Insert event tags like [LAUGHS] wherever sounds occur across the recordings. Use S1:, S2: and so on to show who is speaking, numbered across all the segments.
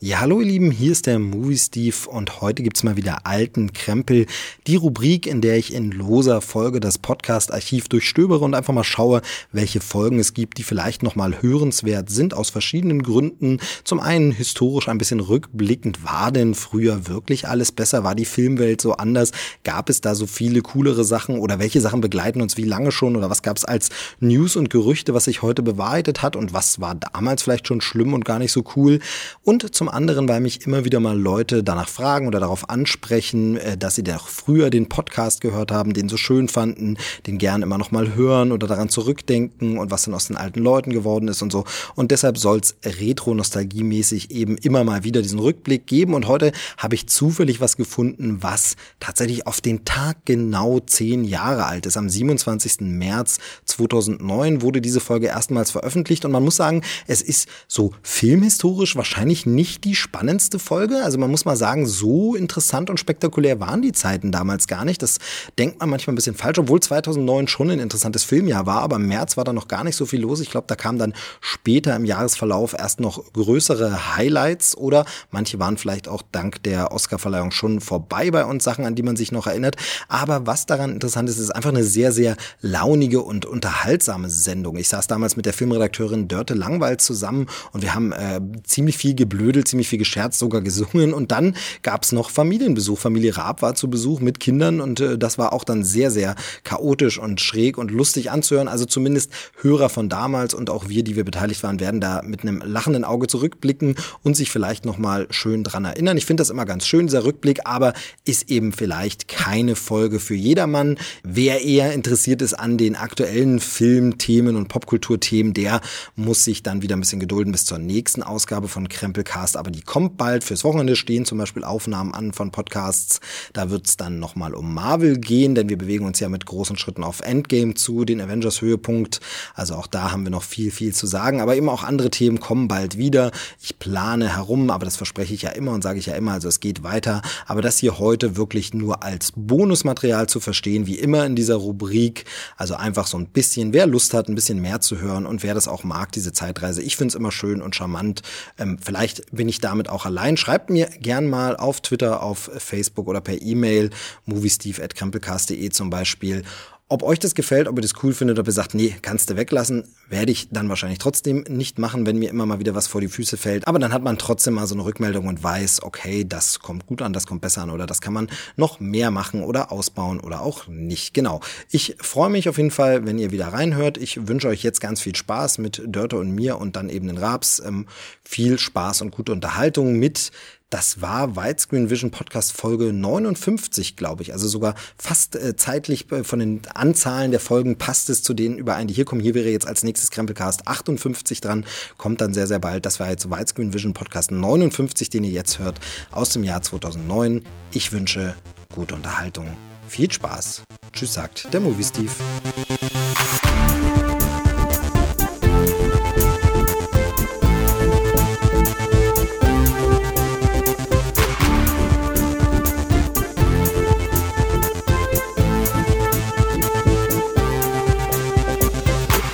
S1: Ja, hallo ihr Lieben, hier ist der Movie Steve und heute gibt's mal wieder alten Krempel, die Rubrik, in der ich in loser Folge das Podcast Archiv durchstöbere und einfach mal schaue, welche Folgen es gibt, die vielleicht noch mal hörenswert sind aus verschiedenen Gründen. Zum einen historisch ein bisschen rückblickend, war denn früher wirklich alles besser, war die Filmwelt so anders, gab es da so viele coolere Sachen oder welche Sachen begleiten uns wie lange schon oder was gab's als News und Gerüchte, was sich heute bewahrheitet hat und was war damals vielleicht schon schlimm und gar nicht so cool und zum anderen, weil mich immer wieder mal Leute danach fragen oder darauf ansprechen, äh, dass sie doch früher den Podcast gehört haben, den so schön fanden, den gern immer noch mal hören oder daran zurückdenken und was denn aus den alten Leuten geworden ist und so. Und deshalb soll es retro-nostalgiemäßig eben immer mal wieder diesen Rückblick geben. Und heute habe ich zufällig was gefunden, was tatsächlich auf den Tag genau zehn Jahre alt ist. Am 27. März 2009 wurde diese Folge erstmals veröffentlicht und man muss sagen, es ist so filmhistorisch wahrscheinlich nicht die spannendste Folge. Also man muss mal sagen, so interessant und spektakulär waren die Zeiten damals gar nicht. Das denkt man manchmal ein bisschen falsch, obwohl 2009 schon ein interessantes Filmjahr war, aber im März war da noch gar nicht so viel los. Ich glaube, da kamen dann später im Jahresverlauf erst noch größere Highlights oder manche waren vielleicht auch dank der Oscarverleihung schon vorbei bei uns, Sachen, an die man sich noch erinnert. Aber was daran interessant ist, ist einfach eine sehr, sehr launige und unterhaltsame Sendung. Ich saß damals mit der Filmredakteurin Dörte Langwald zusammen und wir haben äh, ziemlich viel geblödelt, ziemlich viel gescherzt, sogar gesungen. Und dann gab's noch Familienbesuch. Familie Raab war zu Besuch mit Kindern und äh, das war auch dann sehr, sehr chaotisch und schräg und lustig anzuhören. Also zumindest Hörer von damals und auch wir, die wir beteiligt waren, werden da mit einem lachenden Auge zurückblicken und sich vielleicht nochmal schön dran erinnern. Ich finde das immer ganz schön, dieser Rückblick, aber ist eben vielleicht keine Folge für jedermann. Wer eher interessiert ist an den aktuellen Filmthemen und Popkulturthemen, der muss sich dann wieder ein bisschen gedulden bis zur nächsten Ausgabe von Krempelcast aber die kommt bald. Fürs Wochenende stehen zum Beispiel Aufnahmen an von Podcasts. Da wird es dann nochmal um Marvel gehen, denn wir bewegen uns ja mit großen Schritten auf Endgame zu, den Avengers-Höhepunkt. Also auch da haben wir noch viel, viel zu sagen. Aber immer auch andere Themen kommen bald wieder. Ich plane herum, aber das verspreche ich ja immer und sage ich ja immer, also es geht weiter. Aber das hier heute wirklich nur als Bonusmaterial zu verstehen, wie immer in dieser Rubrik. Also einfach so ein bisschen, wer Lust hat, ein bisschen mehr zu hören und wer das auch mag, diese Zeitreise. Ich finde es immer schön und charmant. Ähm, vielleicht bin bin ich damit auch allein. Schreibt mir gern mal auf Twitter, auf Facebook oder per E-Mail, moviesteve.krempelcast.de zum Beispiel, ob euch das gefällt, ob ihr das cool findet, ob ihr sagt, nee, kannst du weglassen, werde ich dann wahrscheinlich trotzdem nicht machen, wenn mir immer mal wieder was vor die Füße fällt. Aber dann hat man trotzdem mal so eine Rückmeldung und weiß, okay, das kommt gut an, das kommt besser an oder das kann man noch mehr machen oder ausbauen oder auch nicht. Genau. Ich freue mich auf jeden Fall, wenn ihr wieder reinhört. Ich wünsche euch jetzt ganz viel Spaß mit Dörte und mir und dann eben den Raps. Ähm, viel Spaß und gute Unterhaltung mit das war Widescreen Vision Podcast Folge 59, glaube ich. Also sogar fast äh, zeitlich von den Anzahlen der Folgen passt es zu denen überein, die hier kommen. Hier wäre jetzt als nächstes Krempelcast 58 dran, kommt dann sehr, sehr bald. Das war jetzt Widescreen Vision Podcast 59, den ihr jetzt hört, aus dem Jahr 2009. Ich wünsche gute Unterhaltung, viel Spaß. Tschüss, sagt der Movie Steve.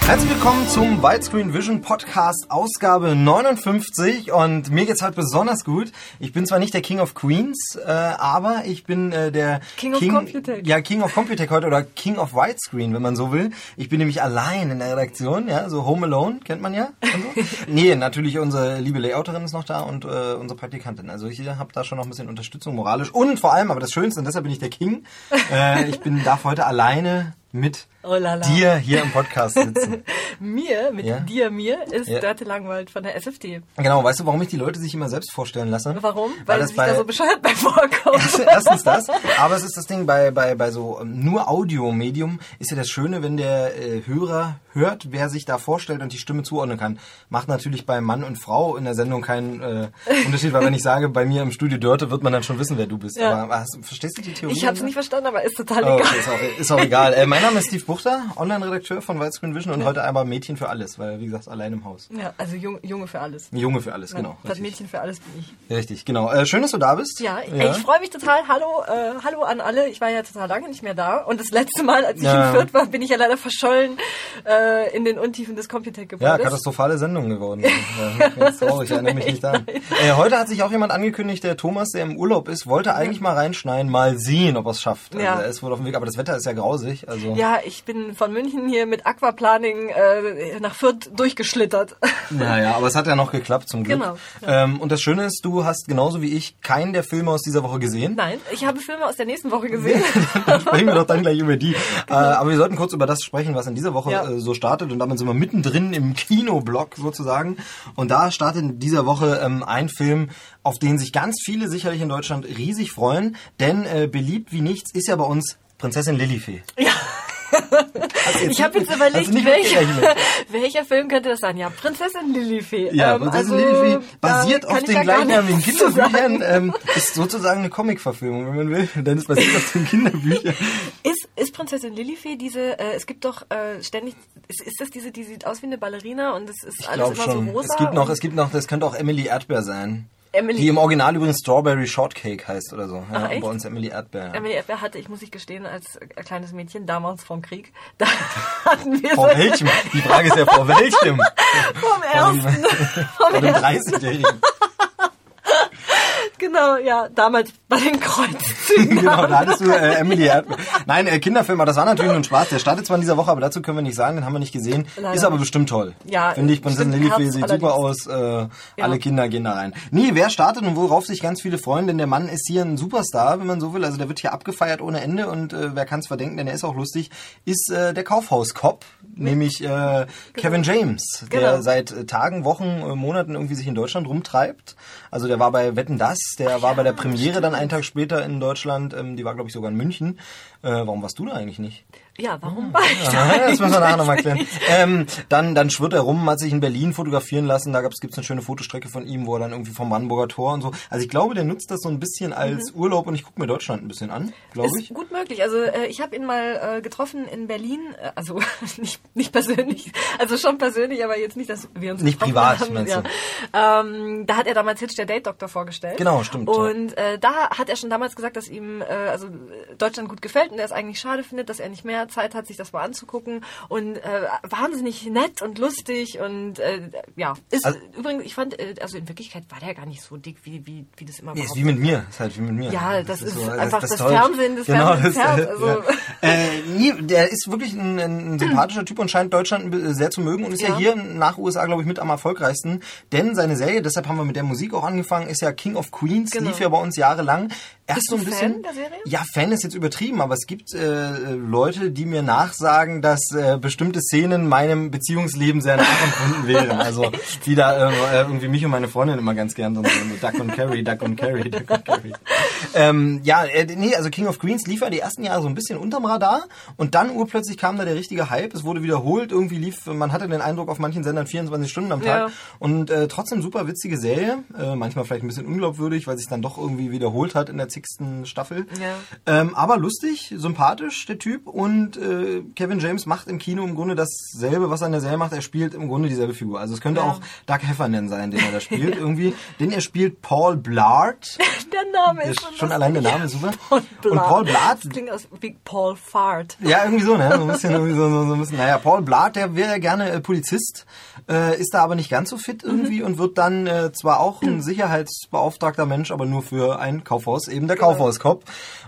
S1: Herzlich willkommen zum Widescreen Vision Podcast Ausgabe 59 und mir geht's heute besonders gut. Ich bin zwar nicht der King of Queens, äh, aber ich bin äh, der
S2: King, King of Computech.
S1: Ja, King of Computech heute oder King of Widescreen, wenn man so will. Ich bin nämlich allein in der Redaktion, ja, so Home Alone kennt man ja.
S2: [LAUGHS]
S1: Und so. nee, natürlich unsere liebe Layouterin ist noch da und äh, unsere Praktikantin. Also ich habe da schon noch ein bisschen Unterstützung moralisch und vor allem, aber das Schönste und deshalb bin ich der
S2: [LAUGHS]
S1: King. Äh, ich bin darf heute alleine mit
S2: Oh la la.
S1: dir hier im Podcast sitzen.
S2: Mir, mit
S1: Ja.
S2: dir, mir, ist
S1: Ja.
S2: Dörte Langwald von der SFD.
S1: Genau, weißt du, warum ich die Leute sich immer selbst vorstellen lasse?
S2: Warum?
S1: Weil,
S2: Weil,
S1: das
S2: sie sich
S1: bei,
S2: da so bescheuert bei vorkommt.
S1: [LAUGHS]
S2: [LAUGHS]
S1: Erstens das, aber es ist das Ding bei, bei, bei so ähm, nur Audiomedium ist ja das Schöne, wenn der äh, Hörer hört, wer sich da vorstellt und die Stimme zuordnen kann. Macht natürlich bei Mann und Frau in der Sendung keinen
S2: [LAUGHS]
S1: äh, Unterschied, weil wenn ich sage, bei mir im Studio Dörte, wird man dann schon wissen, wer du bist.
S2: Ja.
S1: Aber hast, verstehst du die Theorie?
S2: Ich habe es nicht verstanden, aber ist total
S1: Oh,
S2: egal.
S1: okay, ist, auch, ist auch egal. Äh, mein Name ist Steve Buchter, Online-Redakteur von Widescreen Vision und heute einmal Mädchen für alles, weil, wie gesagt, allein im Haus.
S2: Ja, also Jung, Junge für alles.
S1: Junge für alles, genau.
S2: Das
S1: richtig.
S2: Mädchen für alles bin ich.
S1: Richtig, genau. Äh, schön, dass du da bist.
S2: Ja, ey, ich freue mich total. Hallo, äh, hallo an alle. Ich war ja total lange nicht mehr da. Und das letzte Mal, als ich
S1: Ja.
S2: im Fürth war, bin ich ja leider verschollen äh, in den Untiefen des
S1: Ja,
S2: Computec-Gebäudes.
S1: katastrophale Sendung
S2: [LAUGHS]
S1: geworden. Ja, ganz traurig,
S2: tut
S1: erinnere mich
S2: mir
S1: nicht daran. Äh, heute hat sich auch jemand angekündigt, der Thomas, der im Urlaub ist, wollte eigentlich mal reinschneiden, mal sehen, ob er es schafft. Also
S2: Ja.
S1: er ist wohl auf dem Weg, aber das Wetter ist ja grausig. Also
S2: ja, ich bin von München hier mit Aquaplaning äh, nach Fürth durchgeschlittert.
S1: Naja, aber es hat ja noch geklappt zum Glück.
S2: Genau,
S1: Ähm, und das Schöne ist, du hast genauso wie ich keinen der Filme aus dieser Woche gesehen.
S2: [LAUGHS] Nein, ich habe Filme aus der nächsten
S1: [LAUGHS]
S2: Woche gesehen.
S1: Dann sprechen wir doch dann gleich über die. Äh, aber wir sollten kurz über das sprechen, was in dieser Woche
S2: Ja.
S1: äh, so startet. Und damit sind wir mittendrin im Kinoblock sozusagen. Und da startet in dieser Woche ähm, ein Film, auf den sich ganz viele sicherlich in Deutschland riesig freuen. Denn äh, beliebt wie nichts ist ja bei uns Prinzessin Lilifee.
S2: ja.
S1: Hast du
S2: Ich habe jetzt
S1: hast du
S2: überlegt,
S1: Also nicht
S2: welcher,
S1: mitgerechnet?
S2: [LAUGHS] welcher Film könnte das sein? Ja, Prinzessin Lilifee.
S1: Ja,
S2: Ähm,
S1: Prinzessin
S2: also,
S1: Lilifee basiert
S2: da kann
S1: auf
S2: ich
S1: den
S2: ja gar
S1: gleichnamigen
S2: nichts zu sagen.
S1: Kinderbüchern, ähm, ist sozusagen eine Comicverfilmung, wenn man will, denn es basiert auf
S2: [LAUGHS]
S1: den Kinderbüchern.
S2: Ist, ist Prinzessin Lilifee diese, äh, es gibt doch äh, ständig, ist, ist das diese, die sieht aus wie eine Ballerina und es ist
S1: Ich
S2: alles
S1: glaube
S2: immer
S1: schon.
S2: so rosa?
S1: es gibt noch,
S2: und-
S1: es gibt noch, das könnte auch Emily Erdbeer sein.
S2: Emily-
S1: Die im Original übrigens Strawberry Shortcake heißt oder so. Ja,
S2: Ach, echt?
S1: bei uns Emily Erdbeer. ja.
S2: Emily Erdbeer hatte ich, muss ich gestehen, als äh, kleines Mädchen, damals vom Krieg, [LAUGHS] da hatten wir
S1: Vor welchem? Die Frage ist ja, vor welchem?
S2: vom ersten, [LAUGHS] vom
S1: Vor dem
S2: ersten, [LAUGHS]
S1: 30-Jährigen.
S2: genau, ja, damals bei
S1: [LAUGHS]
S2: den Kreuzzügen.
S1: genau, da hattest du äh, Emily Erdbeer. Nein, äh, Kinderfilm, aber das war natürlich nur ein Spaß. Der startet zwar in dieser Woche, aber dazu können wir nicht sagen, den haben wir nicht gesehen.
S2: Leider
S1: Ist aber
S2: nicht.
S1: bestimmt toll.
S2: Ja,
S1: Finde ich, Prinzessin
S2: bestimmt
S1: Lilifee
S2: Herbst
S1: sieht super aus. Äh, Alle Kinder gehen da rein. Nee, wer startet und worauf sich ganz viele freuen, denn der Mann ist hier ein Superstar, wenn man so will. Also der wird hier abgefeiert ohne Ende und äh, wer kann es verdenken, denn er ist auch lustig, ist äh, der Kaufhaus-Cop, nämlich äh, Kevin James, der
S2: Genau.
S1: seit äh, Tagen, Wochen, äh, Monaten irgendwie sich in Deutschland rumtreibt. Also der war bei Wetten Das, der war bei der Premiere dann einen Tag später in Deutschland, ähm, die war glaube ich sogar in München. Äh, warum warst du da eigentlich nicht?
S2: Ja, warum war
S1: [LAUGHS]
S2: ich da?
S1: Aha, Ah, das müssen wir nachher nochmal
S2: [LAUGHS]
S1: klären. Ähm, dann, dann schwirrt er rum, hat sich in Berlin fotografieren lassen. Da gibt es eine schöne Fotostrecke von ihm, wo er dann irgendwie vom Brandenburger Tor und so. Also ich glaube, der nutzt das so ein bisschen als Urlaub und ich gucke mir Deutschland ein bisschen an, glaube ich.
S2: Mhm. Ist gut möglich. Also äh, ich habe ihn mal äh, getroffen in Berlin, äh, also [LAUGHS] nicht, nicht persönlich, also schon persönlich, aber jetzt nicht, dass wir uns
S1: Nicht
S2: getroffen
S1: privat,
S2: haben.
S1: meinst
S2: Ja. Ähm, da hat er damals Hitch der Date Doktor vorgestellt.
S1: Genau, stimmt, ja.
S2: Und äh, da hat er schon damals gesagt, dass ihm äh, also Deutschland gut gefällt und er es eigentlich schade findet, dass er nicht mehr Zeit hat, sich das mal anzugucken. Und äh, wahnsinnig nett und lustig und äh, ja, ist
S1: Also-
S2: übrigens, ich fand, äh, also in Wirklichkeit war der gar nicht so dick, wie, wie, wie das immer
S1: Nee, ist
S2: behauptet
S1: wie mit mir. Ist halt wie mit mir.
S2: Ja, das ist einfach das
S1: Deutsch.
S2: Fernsehen des Fernsehens
S1: Genau, das,
S2: Herz, also-
S1: ja. äh, nee, der ist wirklich ein, ein sympathischer Typ und scheint Deutschland äh, sehr zu mögen und ist ja,
S2: Ja.
S1: hier nach USA, glaube ich, mit am erfolgreichsten. Denn seine Serie, deshalb haben wir mit der Musik auch angefangen, ist ja King of Queens,
S2: Genau.
S1: lief ja bei uns jahrelang. Erst
S2: Bist
S1: so
S2: du
S1: ein
S2: Fan
S1: bisschen.
S2: der Serie?
S1: Ja, Fan ist jetzt übertrieben, aber es gibt äh, Leute, die mir nachsagen, dass äh, bestimmte Szenen meinem Beziehungsleben sehr nachempfunden wären. Also die da äh, irgendwie mich und meine Freundin immer ganz gern so so Duck und Carry, Duck und Carry, Duck und Carry. Ähm, ja, äh, nee, also King of Queens lief ja die ersten Jahre so ein bisschen unterm Radar und dann urplötzlich kam da der richtige Hype. Es wurde wiederholt, irgendwie lief, man hatte den Eindruck auf manchen Sendern 24 Stunden am Tag.
S2: Ja.
S1: Und äh, trotzdem super witzige Serie, äh, manchmal vielleicht ein bisschen unglaubwürdig, weil sich dann doch irgendwie wiederholt hat in der zigsten Staffel.
S2: Ja.
S1: Ähm, aber lustig, sympathisch, der Typ. Und äh, Kevin James macht im Kino im Grunde dasselbe, was er in der Serie macht. Er spielt im Grunde dieselbe Figur. Also es könnte
S2: Ja.
S1: auch Doug Heffernan sein, den er da
S2: [LAUGHS]
S1: spielt irgendwie. Denn er spielt Paul Blart.
S2: [LAUGHS] Der Name
S1: Ist
S2: ist
S1: schon
S2: lustig.
S1: allein der Name ist super.
S2: Paul Blart.
S1: Und Paul Blart,
S2: Das klingt aus wie Paul Fart.
S1: ja, irgendwie so, ne? So ein bisschen, irgendwie so, so, so ein bisschen. Naja, Paul Blatt, der wäre gerne äh, Polizist, äh, ist da aber nicht ganz so fit irgendwie
S2: Mhm.
S1: und wird dann äh, zwar auch ein sicherheitsbeauftragter Mensch, aber nur für ein Kaufhaus, eben
S2: Genau.
S1: der Kaufhauskopf.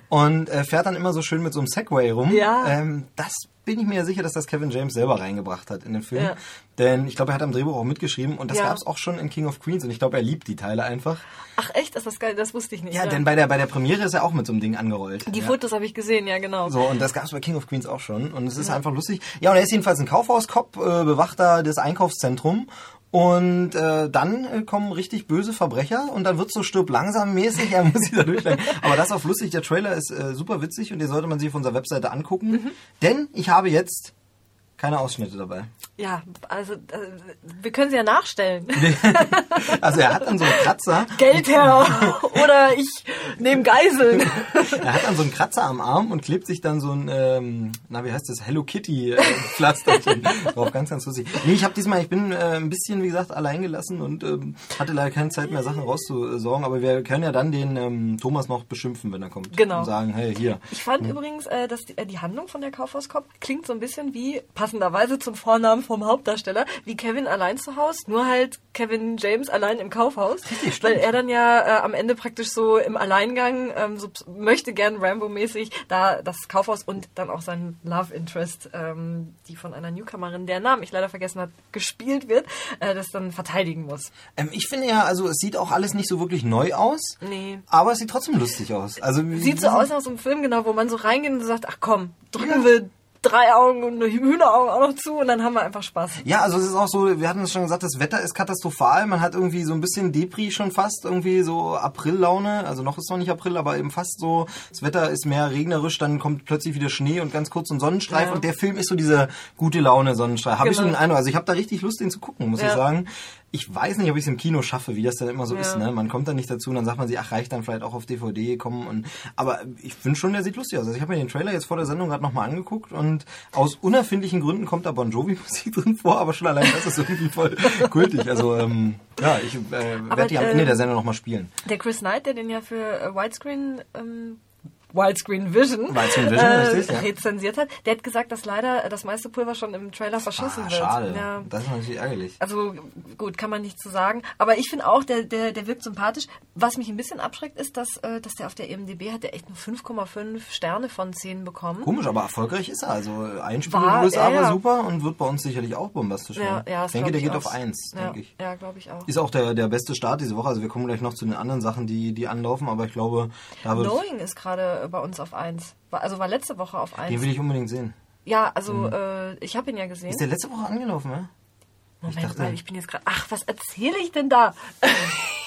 S1: Und äh, fährt dann immer so schön mit so einem Segway rum.
S2: Ja.
S1: Ähm, das bin ich mir ja sicher, dass das Kevin James selber reingebracht hat in den Film.
S2: Ja.
S1: Denn ich glaube, er hat am Drehbuch auch mitgeschrieben und das
S2: Ja.
S1: gab's auch schon in King of Queens und ich glaube, er liebt die Teile einfach.
S2: Ach echt, ist das geil, das wusste ich nicht.
S1: Ja, denn bei der, bei der Premiere ist er auch mit so einem Ding angerollt.
S2: die
S1: ja.
S2: Fotos habe ich gesehen, ja genau.
S1: So, und das gab's bei King of Queens auch schon. Und es ist einfach lustig. Ja, und er ist jedenfalls ein Kaufhauskopf, äh, bewacht da das Einkaufszentrum. Und äh, dann äh, kommen richtig böse Verbrecher und dann wird's so stirb langsam mäßig, [LAUGHS] er muss sich da durchschlagen. Aber das auf lustig, der Trailer ist äh, super witzig und den sollte man sich auf unserer Webseite angucken. Denn ich habe jetzt Keine Ausschnitte dabei.
S2: Ja, also äh, wir können sie
S1: [LAUGHS]
S2: ja nachstellen.
S1: Also er hat dann so einen Kratzer.
S2: Geld her oder ich nehme Geiseln.
S1: [LAUGHS] Er hat dann so einen Kratzer am Arm und klebt sich dann so ein, ähm, na wie heißt das, Hello Kitty äh, Pflasterchen drauf. Ganz, ganz lustig. Nee, ich habe diesmal, ich bin äh, ein bisschen, wie gesagt, allein gelassen und ähm, hatte leider keine Zeit mehr, Sachen rauszusorgen. Aber wir können ja dann den ähm, Thomas noch beschimpfen, wenn er kommt.
S2: Genau.
S1: Und sagen, hey, hier.
S2: Ich fand übrigens, äh, dass die, äh, die Handlung von der Kaufhauskopf klingt so ein bisschen wie, passenderweise zum Vornamen vom Hauptdarsteller, wie Kevin allein zu Hause, nur halt Kevin James allein im Kaufhaus. weil er dann ja äh, am Ende praktisch so im Alleingang ähm, so ps- möchte gern Rambo-mäßig da das Kaufhaus und dann auch sein Love Interest, ähm, die von einer Newcomerin, deren Namen ich leider vergessen habe, gespielt wird, äh, das dann verteidigen muss.
S1: Ähm, ich finde ja, also es sieht auch alles nicht so wirklich neu aus.
S2: Nee.
S1: Aber es sieht trotzdem lustig aus. Also
S2: Sieht so aus nach so einem Film, genau, wo man so reingeht und so sagt, ach komm, drücken wir drei Augen und eine Hühneraugen auch noch zu und dann haben wir einfach Spaß.
S1: Ja, also es ist auch so, wir hatten es schon gesagt, das Wetter ist katastrophal. Man hat irgendwie so ein bisschen Depri schon fast, irgendwie so April-Laune. Also noch ist noch nicht April, aber eben fast so. Das Wetter ist mehr regnerisch, dann kommt plötzlich wieder Schnee und ganz kurz ein Sonnenstreif.
S2: Ja.
S1: Und der Film ist so diese gute Laune Sonnenstreif. Habe ich so
S2: Genau.
S1: den Eindruck. Also ich habe da richtig Lust, den zu gucken, muss ich
S2: Ja.
S1: sagen. Ich weiß nicht, ob ich es im Kino schaffe, wie das dann immer so
S2: Ja.
S1: ist. Ne? Man kommt da nicht dazu und dann sagt man sich, ach, reicht dann vielleicht auch auf DVD kommen. Und, aber ich finde schon, der sieht lustig aus. Also ich habe mir den Trailer jetzt vor der Sendung gerade nochmal angeguckt und aus unerfindlichen Gründen kommt da Bon Jovi-Musik [LAUGHS] drin vor, aber schon allein das ist irgendwie voll kultig. Also ähm, ja, ich äh, werde die am
S2: äh,
S1: Ende der Sendung nochmal spielen. Ah,
S2: Der Chris Knight, der den ja für äh, Widescreen, ähm, Widescreen Vision, äh,
S1: Widescreen Vision, richtig, ja.
S2: rezensiert hat, der hat gesagt, dass leider äh, das meiste Pulver schon im Trailer verschossen
S1: Ah,
S2: wird.
S1: schade.
S2: Ja.
S1: Das ist natürlich ärgerlich.
S2: Also gut, kann man nicht zu sagen. Aber ich finde auch, der, der, der wirkt sympathisch. Was mich ein bisschen abschreckt, ist, dass, äh, dass der auf der EMDB hat der echt nur 5,5 Sterne von 10 bekommen.
S1: Komisch, aber erfolgreich ist er. Also Einspiel in
S2: War
S1: den USA
S2: er, ja.
S1: war super und wird bei uns sicherlich auch bombastisch.
S2: Ja,
S1: werden.
S2: ja,
S1: ich
S2: das
S1: denke,
S2: glaub
S1: der
S2: ich
S1: geht
S2: auch.
S1: auf eins,
S2: ja,
S1: denke ich.
S2: Ja, glaube ich auch.
S1: Ist auch der, der beste Start diese Woche. Also wir kommen gleich noch zu den anderen Sachen, die, die anlaufen, aber ich glaube, da wird,
S2: Knowing ist gerade äh, bei uns auf 1. War, also war letzte Woche auf 1.
S1: den will ich unbedingt sehen.
S2: Ja, also äh, ich habe ihn ja gesehen.
S1: Ist der letzte Woche angelaufen, ne?
S2: Moment
S1: dachte-
S2: mal, ich bin jetzt gerade. Ach, was erzähle ich denn da? [LAUGHS]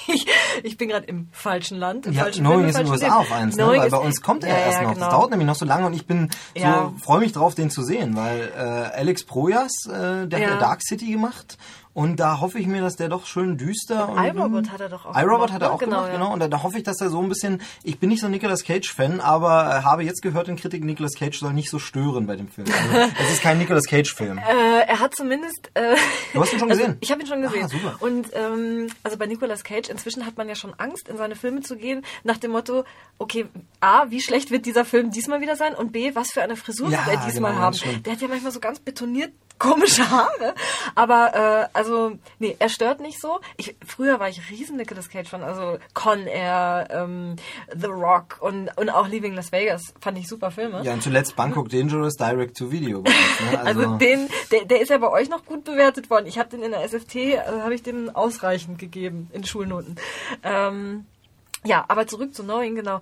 S2: ich, ich bin gerade im falschen Land. Im
S1: Ja,
S2: falschen
S1: Knowing
S2: Film,
S1: ist in den
S2: falschen
S1: USA auf
S2: Film.
S1: eins, ne?
S2: Knowing
S1: Weil
S2: ist-
S1: bei uns kommt er
S2: Ja,
S1: erst
S2: ja,
S1: noch. Das
S2: genau.
S1: dauert nämlich noch so lange und ich bin
S2: Ja.
S1: so, freue mich drauf, den zu sehen, weil äh, Alex Projas, äh, der
S2: Ja.
S1: hat ja Dark City gemacht und da hoffe ich mir, dass der doch schön düster und.
S2: iRobot hat er doch auch
S1: iRobot
S2: gemacht,
S1: hat er
S2: ne?
S1: auch
S2: Genau,
S1: gemacht,
S2: ja.
S1: genau. Und da, da hoffe ich, dass er so ein bisschen. Ich bin nicht so ein Nicolas Cage-Fan, aber äh, habe jetzt gehört in Kritik, Nicolas Cage soll nicht so stören bei dem Film. Also, es ist kein Nicolas Cage-Film.
S2: [LAUGHS] Äh, er hat zumindest. Äh,
S1: Du hast ihn schon
S2: [LAUGHS] also,
S1: gesehen?
S2: Ich habe ihn schon gesehen.
S1: Ah, super.
S2: Und ähm, also bei Nicolas Cage inzwischen hat man ja schon Angst, in seine Filme zu gehen, nach dem Motto: Okay, a, wie schlecht wird dieser Film diesmal wieder sein? Und b, was für eine Frisur
S1: Ja,
S2: wird er diesmal
S1: genau,
S2: haben?
S1: ganz schlimm.
S2: Der hat ja manchmal so ganz betoniert komische Haare. Aber äh, also nee, er stört nicht so. Ich, früher war ich riesen Nicolas Cage Fan, also Con Air, ähm, The Rock und und auch Leaving Las Vegas fand ich super Filme.
S1: Ja, und zuletzt Bangkok Dangerous Direct to Video. bei uns, Ne?
S2: Also, den, der, der ist ja bei euch noch gut bewertet worden. Ich habe den in der SFT, äh, habe ich dem ausreichend gegeben in Schulnoten. Ähm, ja, aber zurück zu Knowing, genau.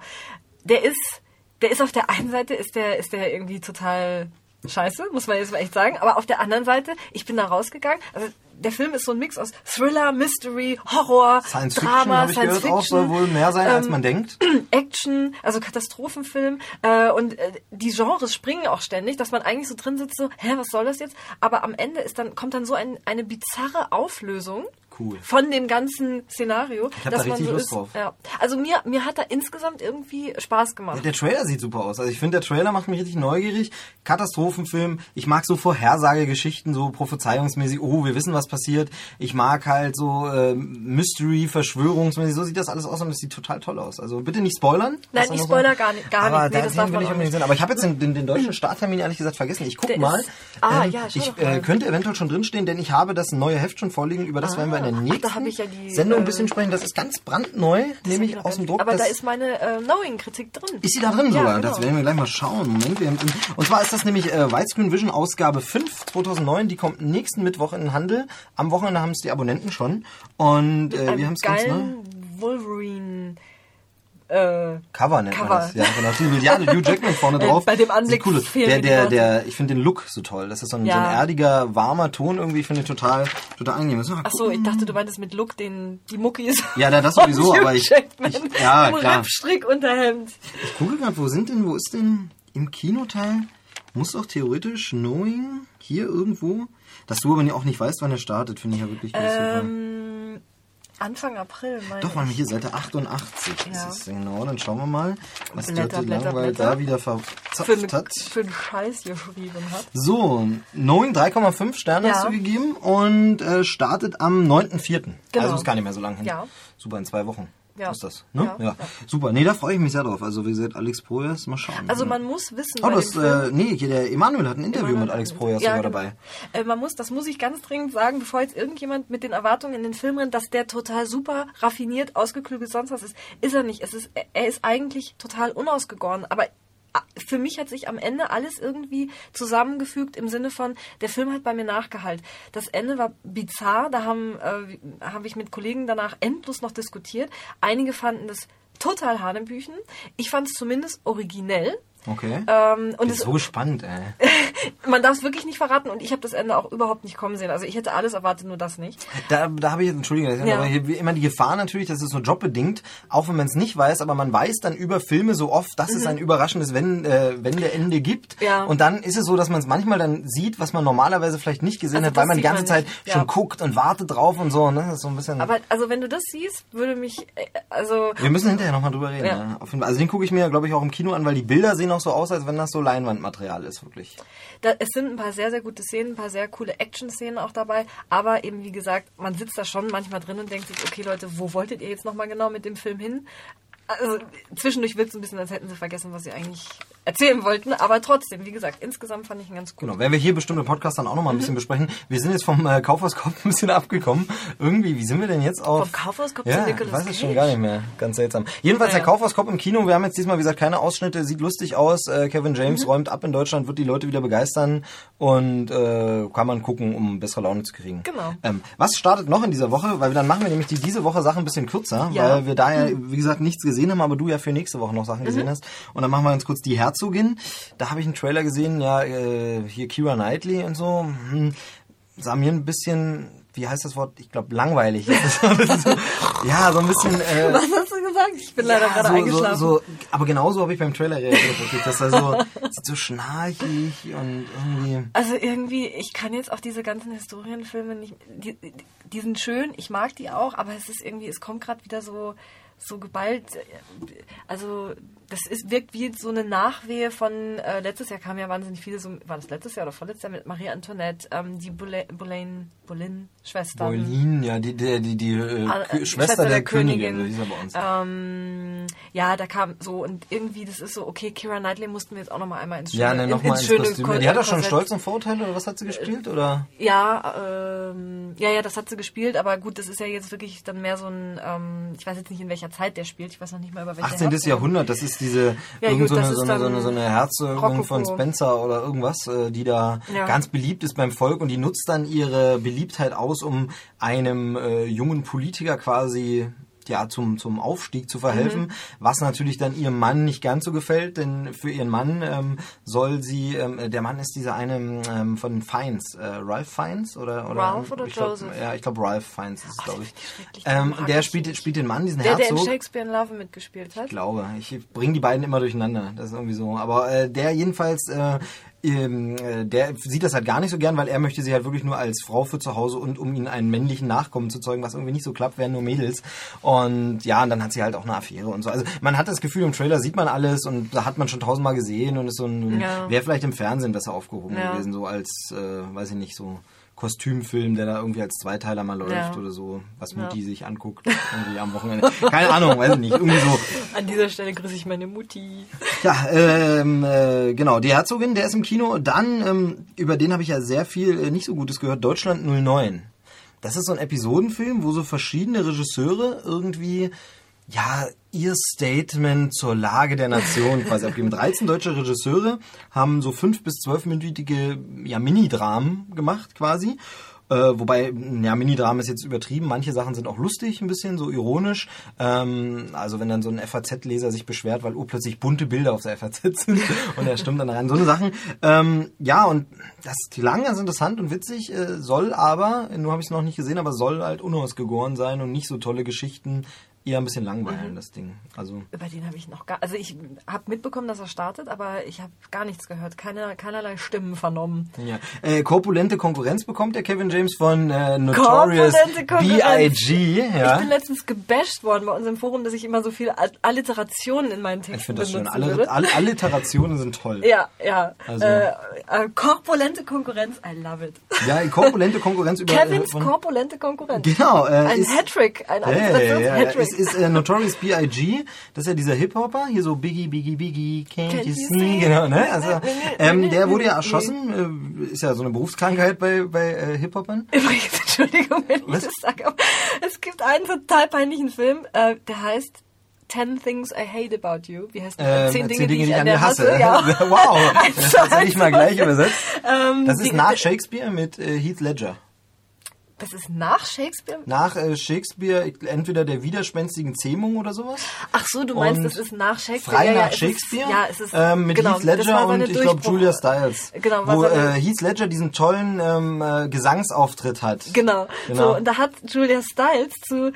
S2: Der ist, der ist auf der einen Seite ist der, ist der irgendwie total scheiße, muss man jetzt mal echt sagen. Aber auf der anderen Seite, ich bin da rausgegangen. Also der Film ist so ein Mix aus Thriller, Mystery, Horror,
S1: Science Fiction,
S2: Drama,
S1: habe ich
S2: Science
S1: gehört, auch soll
S2: Fiction. ähm,
S1: wohl mehr sein, als man denkt.
S2: [CLEARS THROAT] Action, also Katastrophenfilm äh, und äh, die Genres springen auch ständig, dass man eigentlich so drin sitzt, so, hä, was soll das jetzt? Aber am Ende ist dann, kommt dann so ein, eine bizarre Auflösung
S1: Cool.
S2: von dem ganzen Szenario,
S1: hab da richtig Lust drauf.
S2: Ja. Also mir, mir hat da insgesamt irgendwie Spaß
S1: Ja,
S2: gemacht.
S1: Der Trailer sieht super aus. Also ich finde, der Trailer macht mich richtig neugierig. Katastrophenfilm. Ich mag so Vorhersagegeschichten, so prophezeiungsmäßig. Oh, wir wissen, was passiert. Ich mag halt so äh, Mystery, Verschwörungsmäßig. So sieht das alles aus und das sieht total toll aus. Also bitte nicht spoilern. Was
S2: Nein, ich
S1: da noch
S2: spoiler
S1: so-
S2: gar nicht- gar
S1: Aber
S2: nicht. Nee,
S1: da
S2: das
S1: den
S2: darf
S1: will
S2: man
S1: ich
S2: auch
S1: unbedingt sehen. Aber ich habe jetzt den, den, den deutschen Starttermin ehrlich gesagt vergessen. Ich guck
S2: Der
S1: mal.
S2: ist- Ah, ja, schau
S1: ich
S2: doch mal.
S1: äh, könnte eventuell schon drinstehen, denn ich habe das neue Heft schon vorliegen. Über das werden wir in der
S2: Ah, Ach, da
S1: nächsten
S2: hab ich ja die,
S1: Sendung ein
S2: äh,
S1: bisschen sprechen. Das ist ganz brandneu, nämlich
S2: Hab ich noch
S1: aus dem Druck.
S2: gar nicht- Aber da
S1: Das-
S2: ist meine äh, Knowing-Kritik drin.
S1: ist sie da drin sogar?
S2: Ja, genau.
S1: Das werden wir gleich mal schauen. Moment, wir haben ähm, Und zwar ist das nämlich äh, Widescreen Vision Ausgabe 5 2009. Die kommt nächsten Mittwoch in den Handel. Am Wochenende haben es die Abonnenten schon. Und äh,
S2: Einem
S1: wir haben es ganz neu.
S2: geilen Wolverine. Äh,
S1: Cover nennt
S2: Cover.
S1: man das. Ja, genau. Die Milliarde Hugh Jackman vorne
S2: [LAUGHS] Äh,
S1: drauf.
S2: bei dem Anblick
S1: Sieht cool aus.
S2: fehlen
S1: Der,
S2: mir die
S1: der,
S2: Worte.
S1: der, ich finde den Look so toll. Das ist so ein, so ein
S2: Ja.
S1: erdiger, warmer Ton irgendwie. Ich finde den total, total angenehm. Müssen wir mal
S2: ach
S1: gucken.
S2: so, ich dachte, du meintest mit Look den die Muckis.
S1: Mm. Ja,
S2: [LAUGHS]
S1: na, das
S2: von
S1: sowieso,
S2: Hugh
S1: aber ich-
S2: Jackman
S1: ich- ja,
S2: im
S1: klar.
S2: Rippstrick unterhemd.
S1: Ich gucke gerade, wo sind denn, wo ist denn im Kinoteil? Muss doch theoretisch Knowing hier irgendwo, dass du aber auch nicht weißt, wann er startet, finde ich ja wirklich ähm,
S2: Ähm, Anfang April, meine
S1: Doch, mal hier Seite 88
S2: Ja.
S1: ist es genau. Dann schauen wir mal, was
S2: Blätter,
S1: Dirty
S2: Blätter,
S1: Langweil
S2: Blätter.
S1: da wieder
S2: ich. Für,
S1: verzapft
S2: einen-
S1: hat.
S2: für einen Scheiß geschrieben hat.
S1: So, Knowing 3,5 Sterne
S2: Ja.
S1: hast du gegeben und äh, startet am 9.4.
S2: Genau.
S1: Also ist gar nicht mehr so lang hin.
S2: Ja.
S1: Super, in zwei Wochen.
S2: Ja.
S1: Ist das, ne?
S2: Ja, ja.
S1: Super, nee, da freue ich mich sehr drauf. Also, wie gesagt, Alex Projas, mal schauen.
S2: Also man muss wissen,
S1: Oh,
S2: bei
S1: das,
S2: dem Film,
S1: äh, nee, hier der Emanuel hat ein Interview
S2: Immer
S1: mit
S2: noch-
S1: Alex Projas
S2: Ja,
S1: sogar
S2: genau.
S1: dabei.
S2: Äh, man muss, das muss ich ganz dringend sagen, bevor jetzt irgendjemand mit den Erwartungen in den Film rennt, dass der total super raffiniert, ausgeklügelt, sonst was ist. Ist er nicht. Es ist, er ist eigentlich total unausgegoren, aber ah, für mich hat sich am Ende alles irgendwie zusammengefügt im Sinne von, der Film hat bei mir nachgehalt. Das Ende war bizarr, da haben, äh, habe ich mit Kollegen danach endlos noch diskutiert. Einige fanden das total Hanebüchen. Ich fand es zumindest originell.
S1: Okay.
S2: Ähm, und
S1: Das
S2: es
S1: ist so spannend, ey.
S2: man darf es wirklich nicht verraten und ich habe das Ende auch überhaupt nicht kommen sehen. Also ich hätte alles erwartet, nur das nicht.
S1: Da, da habe ich jetzt, Entschuldigung, das ist
S2: Ja.
S1: aber hier, wie immer die Gefahr natürlich, das ist so jobbedingt, auch wenn man es nicht weiß, aber man weiß dann über Filme so oft, dass es ein überraschendes Wenn, äh, Wendeende gibt.
S2: Mhm. Ja.
S1: Und dann ist es so, dass man es manchmal dann sieht, was man normalerweise vielleicht nicht gesehen
S2: Also
S1: hat, weil
S2: das
S1: man die
S2: sieht
S1: ganze
S2: man
S1: Zeit
S2: nicht, ja.
S1: schon guckt und wartet drauf und so. Ne? Das ist so ein bisschen.
S2: Aber also wenn du das siehst, würde mich äh, also
S1: wir müssen hinterher nochmal drüber reden.
S2: Ja.
S1: Ja. Auf jeden Fall. Also den gucke ich mir, glaube ich, auch im Kino an, weil die Bilder sehen auch so aus, als wenn das so Leinwandmaterial ist, wirklich.
S2: da, es sind ein paar sehr sehr gute Szenen, ein paar sehr coole Action Szenen auch dabei, aber eben wie gesagt, man sitzt da schon manchmal drin und denkt sich, okay Leute, wo wolltet ihr jetzt noch mal genau mit dem Film hin? Also zwischendurch wirkt es ein bisschen, als hätten sie vergessen, was sie eigentlich erzählen wollten, aber trotzdem, wie gesagt, insgesamt fand ich ihn ganz cool.
S1: Genau, werden wir hier bestimmt im Podcast dann auch nochmal ein
S2: Mhm.
S1: bisschen besprechen. Wir sind jetzt vom äh, Kaufhauskopf ein bisschen abgekommen. Irgendwie, wie sind wir denn jetzt auf...
S2: Vom Kaufhauskopf zu
S1: ja,
S2: Nicolas
S1: weiß es schon
S2: Cage?
S1: gar nicht mehr. Ganz seltsam. Jedenfalls
S2: Naja.
S1: der Kaufhauskopf im Kino. Wir haben jetzt diesmal, wie gesagt, keine Ausschnitte. Sieht lustig aus. Äh, Kevin James
S2: Mhm.
S1: räumt ab in Deutschland, wird die Leute wieder begeistern und äh, kann man gucken, um bessere Laune zu kriegen.
S2: Genau.
S1: Ähm, was startet noch in dieser Woche? Weil dann machen wir nämlich die diese Woche Sachen ein bisschen kürzer,
S2: Ja.
S1: weil wir da ja, wie gesagt, nichts gesehen haben, aber du ja für nächste Woche noch Sachen
S2: Mhm.
S1: gesehen hast. Und dann machen wir ganz kurz die Herzogin. Da habe ich einen Trailer gesehen, ja, äh, hier Kira Knightley und so. Hm, sah mir ein bisschen, wie heißt das Wort? Ich glaube, langweilig. [LAUGHS] ja, so ein bisschen. Äh,
S2: [LAUGHS] Was hast du gesagt? Ich bin leider gerade
S1: so,
S2: eingeschlafen.
S1: So, so, aber genauso habe ich beim Trailer reagiert, wirklich. Das war so, sieht so schnarchig und irgendwie.
S2: Also irgendwie, ich kann jetzt auch diese ganzen Historienfilme nicht. Die, die, die sind schön, ich mag die auch, aber es ist irgendwie, es kommt gerade wieder so so geballt. äh, Also das ist, wirkt wie so eine Nachwehe von äh, letztes Jahr kamen ja wahnsinnig viele. So, war das letztes Jahr oder vorletztes Jahr mit Marie Antoinette, ähm, die Boule- Boleyn, Boleyn Schwestern.
S1: Bolin, ja, die, die, die, die äh,
S2: Ah,
S1: Kö-
S2: äh,
S1: Schwester der, Königin, so hieß er bei uns.
S2: Ähm, ja, da kam so und irgendwie, das ist so, okay, Kira Knightley mussten wir jetzt auch nochmal einmal ins
S1: ja,
S2: schöne-
S1: ne,
S2: in-
S1: nochmal ins
S2: schöne
S1: Kostüm.
S2: Ko- äh,
S1: Die hat doch schon
S2: Korsett.
S1: Stolz und Vorurteile, oder was hat sie gespielt, oder?
S2: Ja, ähm, ja, ja, das hat sie gespielt, aber gut, das ist ja jetzt wirklich dann mehr so ein, ähm, ich weiß jetzt nicht in welcher Zeit der spielt, ich weiß noch nicht mal über welche
S1: 18.
S2: Herzog-
S1: Jahrhundert, das ist diese,
S2: Ja,
S1: irgend
S2: gut,
S1: so,
S2: das
S1: eine,
S2: ist
S1: so, eine, so,
S2: dann
S1: eine, so eine Herzogin
S2: Rokoko.
S1: von Spencer oder irgendwas, äh, die da
S2: Ja.
S1: ganz beliebt ist beim Volk und die nutzt dann ihre Beliebtheit aus, um einem äh, jungen Politiker quasi ja, zum, zum Aufstieg zu verhelfen,
S2: Mhm.
S1: was natürlich dann ihrem Mann nicht ganz so gefällt, denn für ihren Mann ähm, soll sie, ähm, der Mann ist dieser eine ähm, von Fiennes, äh, Ralph Fiennes oder, oder
S2: Ralph oder
S1: ich glaub,
S2: Joseph?
S1: Ja, ich glaube Ralph Fiennes ist es,
S2: den
S1: glaube ich.
S2: find ich schrecklich, den
S1: Ähm,
S2: mag
S1: der
S2: ich
S1: spielt,
S2: nicht.
S1: spielt den Mann, diesen
S2: Der, der in
S1: Herzog.
S2: Shakespeare in Love mitgespielt hat.
S1: glaube. Ich bringe die beiden immer durcheinander. Das ist irgendwie so. Aber äh, der jedenfalls, äh, ähm, äh, der sieht das halt gar nicht so gern, weil er möchte sie halt wirklich nur als Frau für zu Hause und um ihnen einen männlichen Nachkommen zu zeugen, was irgendwie nicht so klappt, werden nur Mädels. Und ja, und dann hat sie halt auch eine Affäre und so. Also man hat das Gefühl, im Trailer sieht man alles und da hat man schon tausendmal gesehen und ist so ein,
S2: Ja.
S1: wäre vielleicht im Fernsehen besser aufgehoben
S2: Ja.
S1: gewesen, so als, äh, weiß ich nicht, so Kostümfilm, der da irgendwie als Zweiteiler mal läuft
S2: Ja.
S1: oder so, was
S2: Ja.
S1: Mutti sich anguckt, irgendwie am Wochenende. Keine Ahnung, weiß ich nicht, irgendwie so.
S2: An dieser Stelle grüße ich meine Mutti.
S1: Ja, ähm, äh, genau, die Herzogin, der ist im Kino. Dann, ähm, über den habe ich ja sehr viel äh, nicht so Gutes gehört, Deutschland 09. Das ist so ein Episodenfilm, wo so verschiedene Regisseure irgendwie, ja, ihr Statement zur Lage der Nation quasi abgeben. 13 deutsche Regisseure haben so fünf bis zwölfminütige, ja, Minidramen gemacht quasi. Äh, wobei, ja, Minidramen ist jetzt übertrieben. Manche Sachen sind auch lustig, ein bisschen so ironisch. Ähm, also wenn dann so ein FAZ-Leser sich beschwert, weil urplötzlich bunte Bilder auf der FAZ [LAUGHS] sind und er stimmt dann rein. So eine Sachen. Ähm, ja, und das klang ganz interessant und witzig, äh, soll aber, nur habe ich es noch nicht gesehen, aber soll halt unausgegoren sein und nicht so tolle Geschichten eher ein bisschen
S2: Mhm.
S1: langweilen, das Ding. Also
S2: Über den habe ich noch gar. Also ich habe mitbekommen, dass er startet, aber ich habe gar nichts gehört. Keine, keinerlei Stimmen vernommen.
S1: Ja. Äh, korpulente Konkurrenz bekommt der Kevin James von äh, Notorious
S2: Korpulente Konkurrenz.
S1: B.I.G. Ja.
S2: Ich bin letztens gebasht worden bei uns im Forum, dass ich immer so viel Al- Alliterationen in meinen Texten
S1: Ich finde das schön.
S2: benutzen
S1: Alle,
S2: würde.
S1: alle Alliterationen sind toll.
S2: ja, ja.
S1: Also-
S2: Äh, äh, korpulente Konkurrenz, I love it.
S1: Ja, korpulente Konkurrenz über äh,
S2: Kevins
S1: von-
S2: korpulente Konkurrenz.
S1: Genau, äh,
S2: ein
S1: ist-
S2: Hattrick, ein
S1: Hey, ja,
S2: Alliterations-Hattrick.
S1: es ist äh, Notorious B.I.G., das ist ja dieser Hip-Hopper, hier so Biggie, Biggie, Biggie, can't,
S2: Can't
S1: you
S2: you
S1: see,
S2: see?
S1: genau, ne? Also, ähm, der wurde ja
S2: Nee.
S1: erschossen, äh, ist ja so eine Berufskrankheit bei, bei äh, Hip-Hopern.
S2: Übrigens, [LAUGHS] Entschuldigung, wenn
S1: Was?
S2: ich das sage, aber es gibt einen total peinlichen Film, äh, der heißt Ten Things I Hate About You. Wie heißt der?
S1: Ähm,
S2: Ja.
S1: [LAUGHS]
S2: [LAUGHS]
S1: wow,
S2: Eins
S1: das
S2: zu
S1: hast du
S2: eins
S1: nicht mal
S2: zu
S1: gleich
S2: eins.
S1: übersetzt. [LAUGHS]
S2: Ähm,
S1: Das ist
S2: die-
S1: nach Shakespeare mit äh, Heath Ledger.
S2: Das ist nach Shakespeare?
S1: Nach äh, Shakespeare entweder der widerspenstigen Zähmung oder sowas.
S2: Ach so, du meinst,
S1: Und
S2: das ist nach Shakespeare?
S1: Frei
S2: ja, ja,
S1: nach
S2: es ist-
S1: Shakespeare
S2: Ja, es ist
S1: ähm, mit
S2: genau,
S1: Heath
S2: das
S1: Ledger
S2: war
S1: und
S2: seine
S1: ich glaube
S2: Durchbruch-
S1: Julia Styles.
S2: Genau, war
S1: wo äh,
S2: seine-
S1: Heath Ledger diesen tollen ähm, äh, Gesangsauftritt hat.
S2: Genau.
S1: Genau.
S2: So, und da hat Julia Stiles zu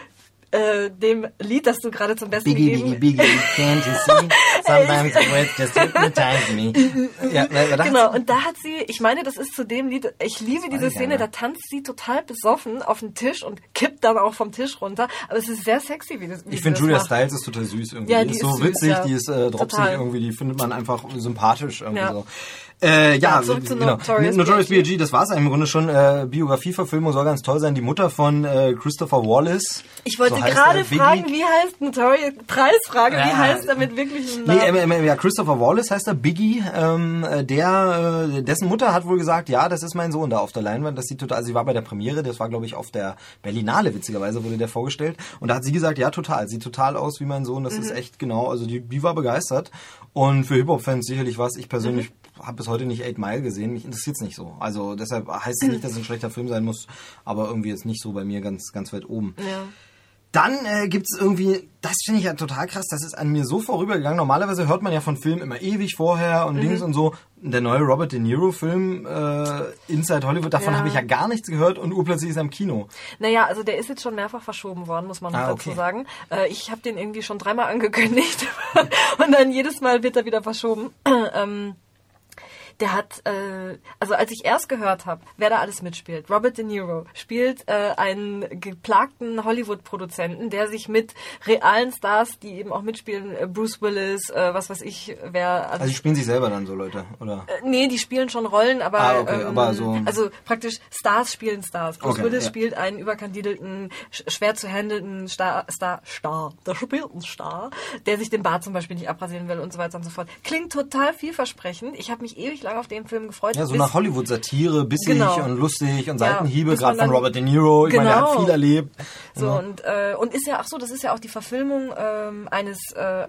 S2: äh, dem Lied, das du gerade zum Besten
S1: Biggie,
S2: gegeben
S1: Biggie, Biggie, can't you
S2: [LAUGHS]
S1: see? Sometimes the words just hypnotize me.
S2: [LAUGHS]
S1: ja, weil- da
S2: Genau,
S1: hat's-
S2: und da hat sie, ich meine, das ist zu dem Lied, ich liebe
S1: weiß
S2: diese
S1: ich
S2: Szene,
S1: ja.
S2: da tanzt sie total besoffen auf den Tisch und kippt dann auch vom Tisch runter, aber es ist sehr sexy, wie das wie
S1: Ich
S2: sie
S1: finde
S2: das
S1: Julia
S2: macht.
S1: Stiles ist total süß irgendwie.
S2: Ja,
S1: die
S2: die
S1: ist
S2: ist
S1: so
S2: süß,
S1: witzig,
S2: ja.
S1: die ist äh, dropsig
S2: Total.
S1: irgendwie, die findet man einfach sympathisch irgendwie
S2: Ja.
S1: so. Äh, ja,
S2: Ja, zurück zu
S1: genau.
S2: Notorious
S1: Notorious
S2: B.I.G.,
S1: B.I.G., das war es im Grunde schon. Äh, Biografieverfilmung soll ganz toll sein. Die Mutter von äh, Christopher Wallace.
S2: Ich wollte
S1: So heißt er,
S2: gerade
S1: Biggie.
S2: fragen, wie heißt Notorious, Preisfrage,
S1: Ja.
S2: wie heißt er mit wirklichem
S1: Nee,
S2: Namen?
S1: ähm, ähm, ja, Christopher Wallace heißt er, Biggie, ähm, äh, der, äh, dessen Mutter hat wohl gesagt, ja, das ist mein Sohn da auf der Leinwand, das sieht total, also sie war bei der Premiere, das war glaube ich auf der Berlinale, witzigerweise wurde der vorgestellt und da hat sie gesagt, ja, total, sieht total aus wie mein Sohn, das
S2: Mhm.
S1: ist echt genau, also die, die war begeistert und für Hip-Hop-Fans sicherlich was, ich persönlich
S2: Mhm.
S1: habe bis heute nicht Eight Mile gesehen, mich interessiert's nicht so, also deshalb heißt es
S2: [LAUGHS]
S1: nicht, dass es ein schlechter Film sein muss, aber irgendwie jetzt nicht so bei mir ganz, ganz weit oben.
S2: ja.
S1: Dann äh, gibt es irgendwie, das finde ich ja total krass, das ist an mir so vorübergegangen. Normalerweise hört man ja von Filmen immer ewig vorher
S2: Mhm.
S1: und links und so. Der neue Robert De Niro-Film äh, Inside Hollywood, davon
S2: Ja.
S1: habe ich ja gar nichts gehört und urplötzlich ist er im Kino.
S2: Naja, also der ist jetzt schon mehrfach verschoben worden, muss man noch
S1: Ah,
S2: dazu
S1: okay.
S2: sagen. Äh, ich habe den irgendwie schon dreimal [LAUGHS] angekündigt und dann jedes Mal wird er wieder verschoben. [CLEARS THROAT] ähm, der hat, äh, also als ich erst gehört habe, wer da alles mitspielt, Robert De Niro spielt äh, einen geplagten Hollywood-Produzenten, der sich mit realen Stars, die eben auch mitspielen, äh, Bruce Willis, äh, was weiß ich, wer alles
S1: Also die spielen sich selber dann so, Leute, oder?
S2: äh, Nee, die spielen schon Rollen, aber,
S1: Ah, okay,
S2: ähm,
S1: aber so-
S2: also praktisch Stars spielen Stars. Bruce
S1: Okay,
S2: Willis
S1: ja.
S2: spielt einen überkandidelten, sch schwer zu handelnden Star, Star, Star, der spielt einen Star, der sich den Bart zum Beispiel nicht abrasieren will und so weiter und so fort. Klingt total vielversprechend. Ich habe mich ewig lang auf den Film gefreut.
S1: Ja, so
S2: bis-
S1: nach Hollywood-Satire, bissig
S2: Genau.
S1: und lustig und
S2: Ja,
S1: Seitenhiebe,
S2: bis
S1: gerade
S2: man
S1: von
S2: dann-
S1: Robert De Niro. Ich meine, der hat
S2: Genau.
S1: viel erlebt.
S2: So und, äh, und ist ja, ach so, das ist ja auch die Verfilmung ähm, eines äh,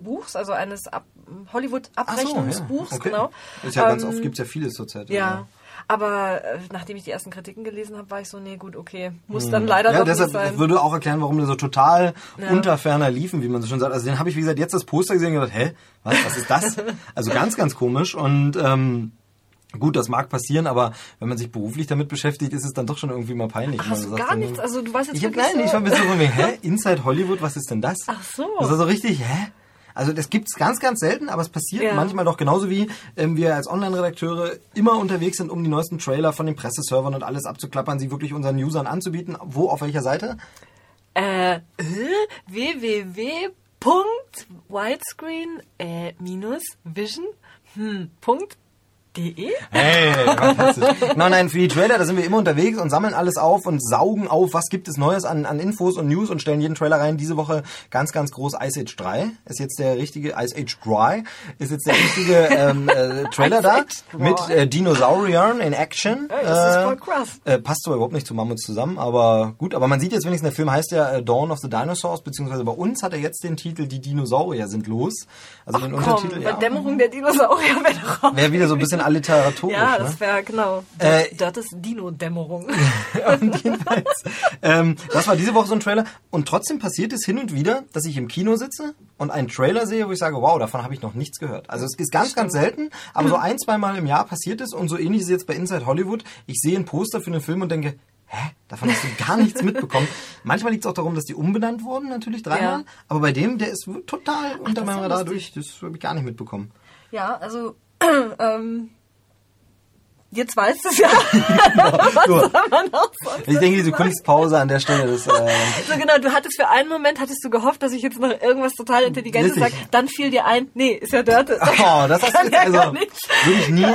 S2: Buchs, also eines Ab
S1: Ach so, ja,
S2: Hollywood-Abrechnungsbuchs,
S1: okay.
S2: genau.
S1: Ist ja ganz
S2: Ähm,
S1: oft, gibt's ja vieles zurzeit.
S2: Ja. Aber äh, nachdem ich die ersten Kritiken gelesen habe, war ich so, nee, gut, okay, muss dann leider
S1: Hm. Ja,
S2: doch
S1: deshalb
S2: nicht sein.
S1: würde auch erklären, warum der so total
S2: Ja.
S1: unter ferner liefen, wie man so schön sagt. Also den habe ich, wie gesagt, jetzt das Poster gesehen und gedacht, hä, was, was ist das?
S2: [LAUGHS]
S1: also ganz, ganz komisch und ähm, gut, das mag passieren, aber wenn man sich beruflich damit beschäftigt, ist es dann doch schon irgendwie mal peinlich. wenn man
S2: Hast
S1: so
S2: du
S1: sagt,
S2: gar
S1: dann-
S2: nichts? Also du warst jetzt
S1: ich hab,
S2: wirklich
S1: nein, ich
S2: so-
S1: war ein bisschen von mir, hä, Inside Hollywood, was ist denn das?
S2: Ach so.
S1: Das war so richtig, hä? Also das gibt's ganz, ganz selten, aber es passiert
S2: Ja.
S1: manchmal doch genauso wie ähm, wir als Online-Redakteure immer unterwegs sind, um die neuesten Trailer von den Presseservern und alles abzuklappern, sie wirklich unseren Usern anzubieten. Wo, auf welcher Seite?
S2: Äh, äh, www.widescreen äh, minus vision hm, Punkt de?
S1: Hey, fantastisch. nein, nein, für die Trailer, da sind wir immer unterwegs und sammeln alles auf und saugen auf, was gibt es Neues an, an Infos und News und stellen jeden Trailer rein. Diese Woche ganz, ganz groß Ice Age 3 ist jetzt der richtige, Ice Age Dry ist jetzt der richtige ähm, äh, Trailer da
S2: Ice Age Dry.
S1: mit äh, Dinosauriern in Action.
S2: Ey, das ist
S1: Äh,
S2: voll krass.
S1: Äh, passt zwar überhaupt nicht zu Mammuts zusammen, aber gut. Aber man sieht jetzt wenigstens, der Film heißt ja äh, Dawn of the Dinosaurs, beziehungsweise bei uns hat er jetzt den Titel Die Dinosaurier sind los. Also den
S2: Komm,
S1: Untertitel,
S2: bei
S1: ja.
S2: Dämmerung der Dinosaurier wäre doch auch-
S1: Wäre wieder so ein bisschen alliteratorisch.
S2: Ja,
S1: ne?
S2: das wäre, genau.
S1: Äh,
S2: das, das
S1: [LAUGHS]
S2: ist Dino-Dämmerung.
S1: Und jedenfalls, ähm, das war diese Woche so ein Trailer. Und trotzdem passiert es hin und wieder, dass ich im Kino sitze und einen Trailer sehe, wo ich sage, wow, davon habe ich noch nichts gehört. Also es ist ganz, ganz selten, aber so ein, zweimal im Jahr passiert es. Und so ähnlich ist es jetzt bei Inside Hollywood. Ich sehe ein Poster für einen Film und denke, hä, davon hast du gar nichts
S2: [LAUGHS]
S1: mitbekommen. Manchmal liegt es auch darum, dass die umbenannt wurden, natürlich dreimal.
S2: Ja.
S1: Aber bei dem, der ist total unter
S2: das
S1: meinem
S2: ist ja
S1: Radar durch.
S2: lustig.
S1: Das habe ich gar nicht mitbekommen.
S2: Ja, also [CLEARS THROAT] ähm, jetzt weißt du
S1: [LAUGHS]
S2: es ja. [LAUGHS]
S1: So,
S2: Man auch sonst
S1: ich
S2: [LAUGHS]
S1: denke, diese Kunstpause an der Stelle, das, äh,
S2: so genau, du hattest für einen Moment, hattest du gehofft, dass ich jetzt noch irgendwas total Intelligentes sage.
S1: Richtig.
S2: Dann fiel dir ein, nee, ist ja Dörte.
S1: [LAUGHS] oh, das hast du
S2: Kann
S1: jetzt
S2: ja
S1: also
S2: gar nicht.
S1: wirklich nie.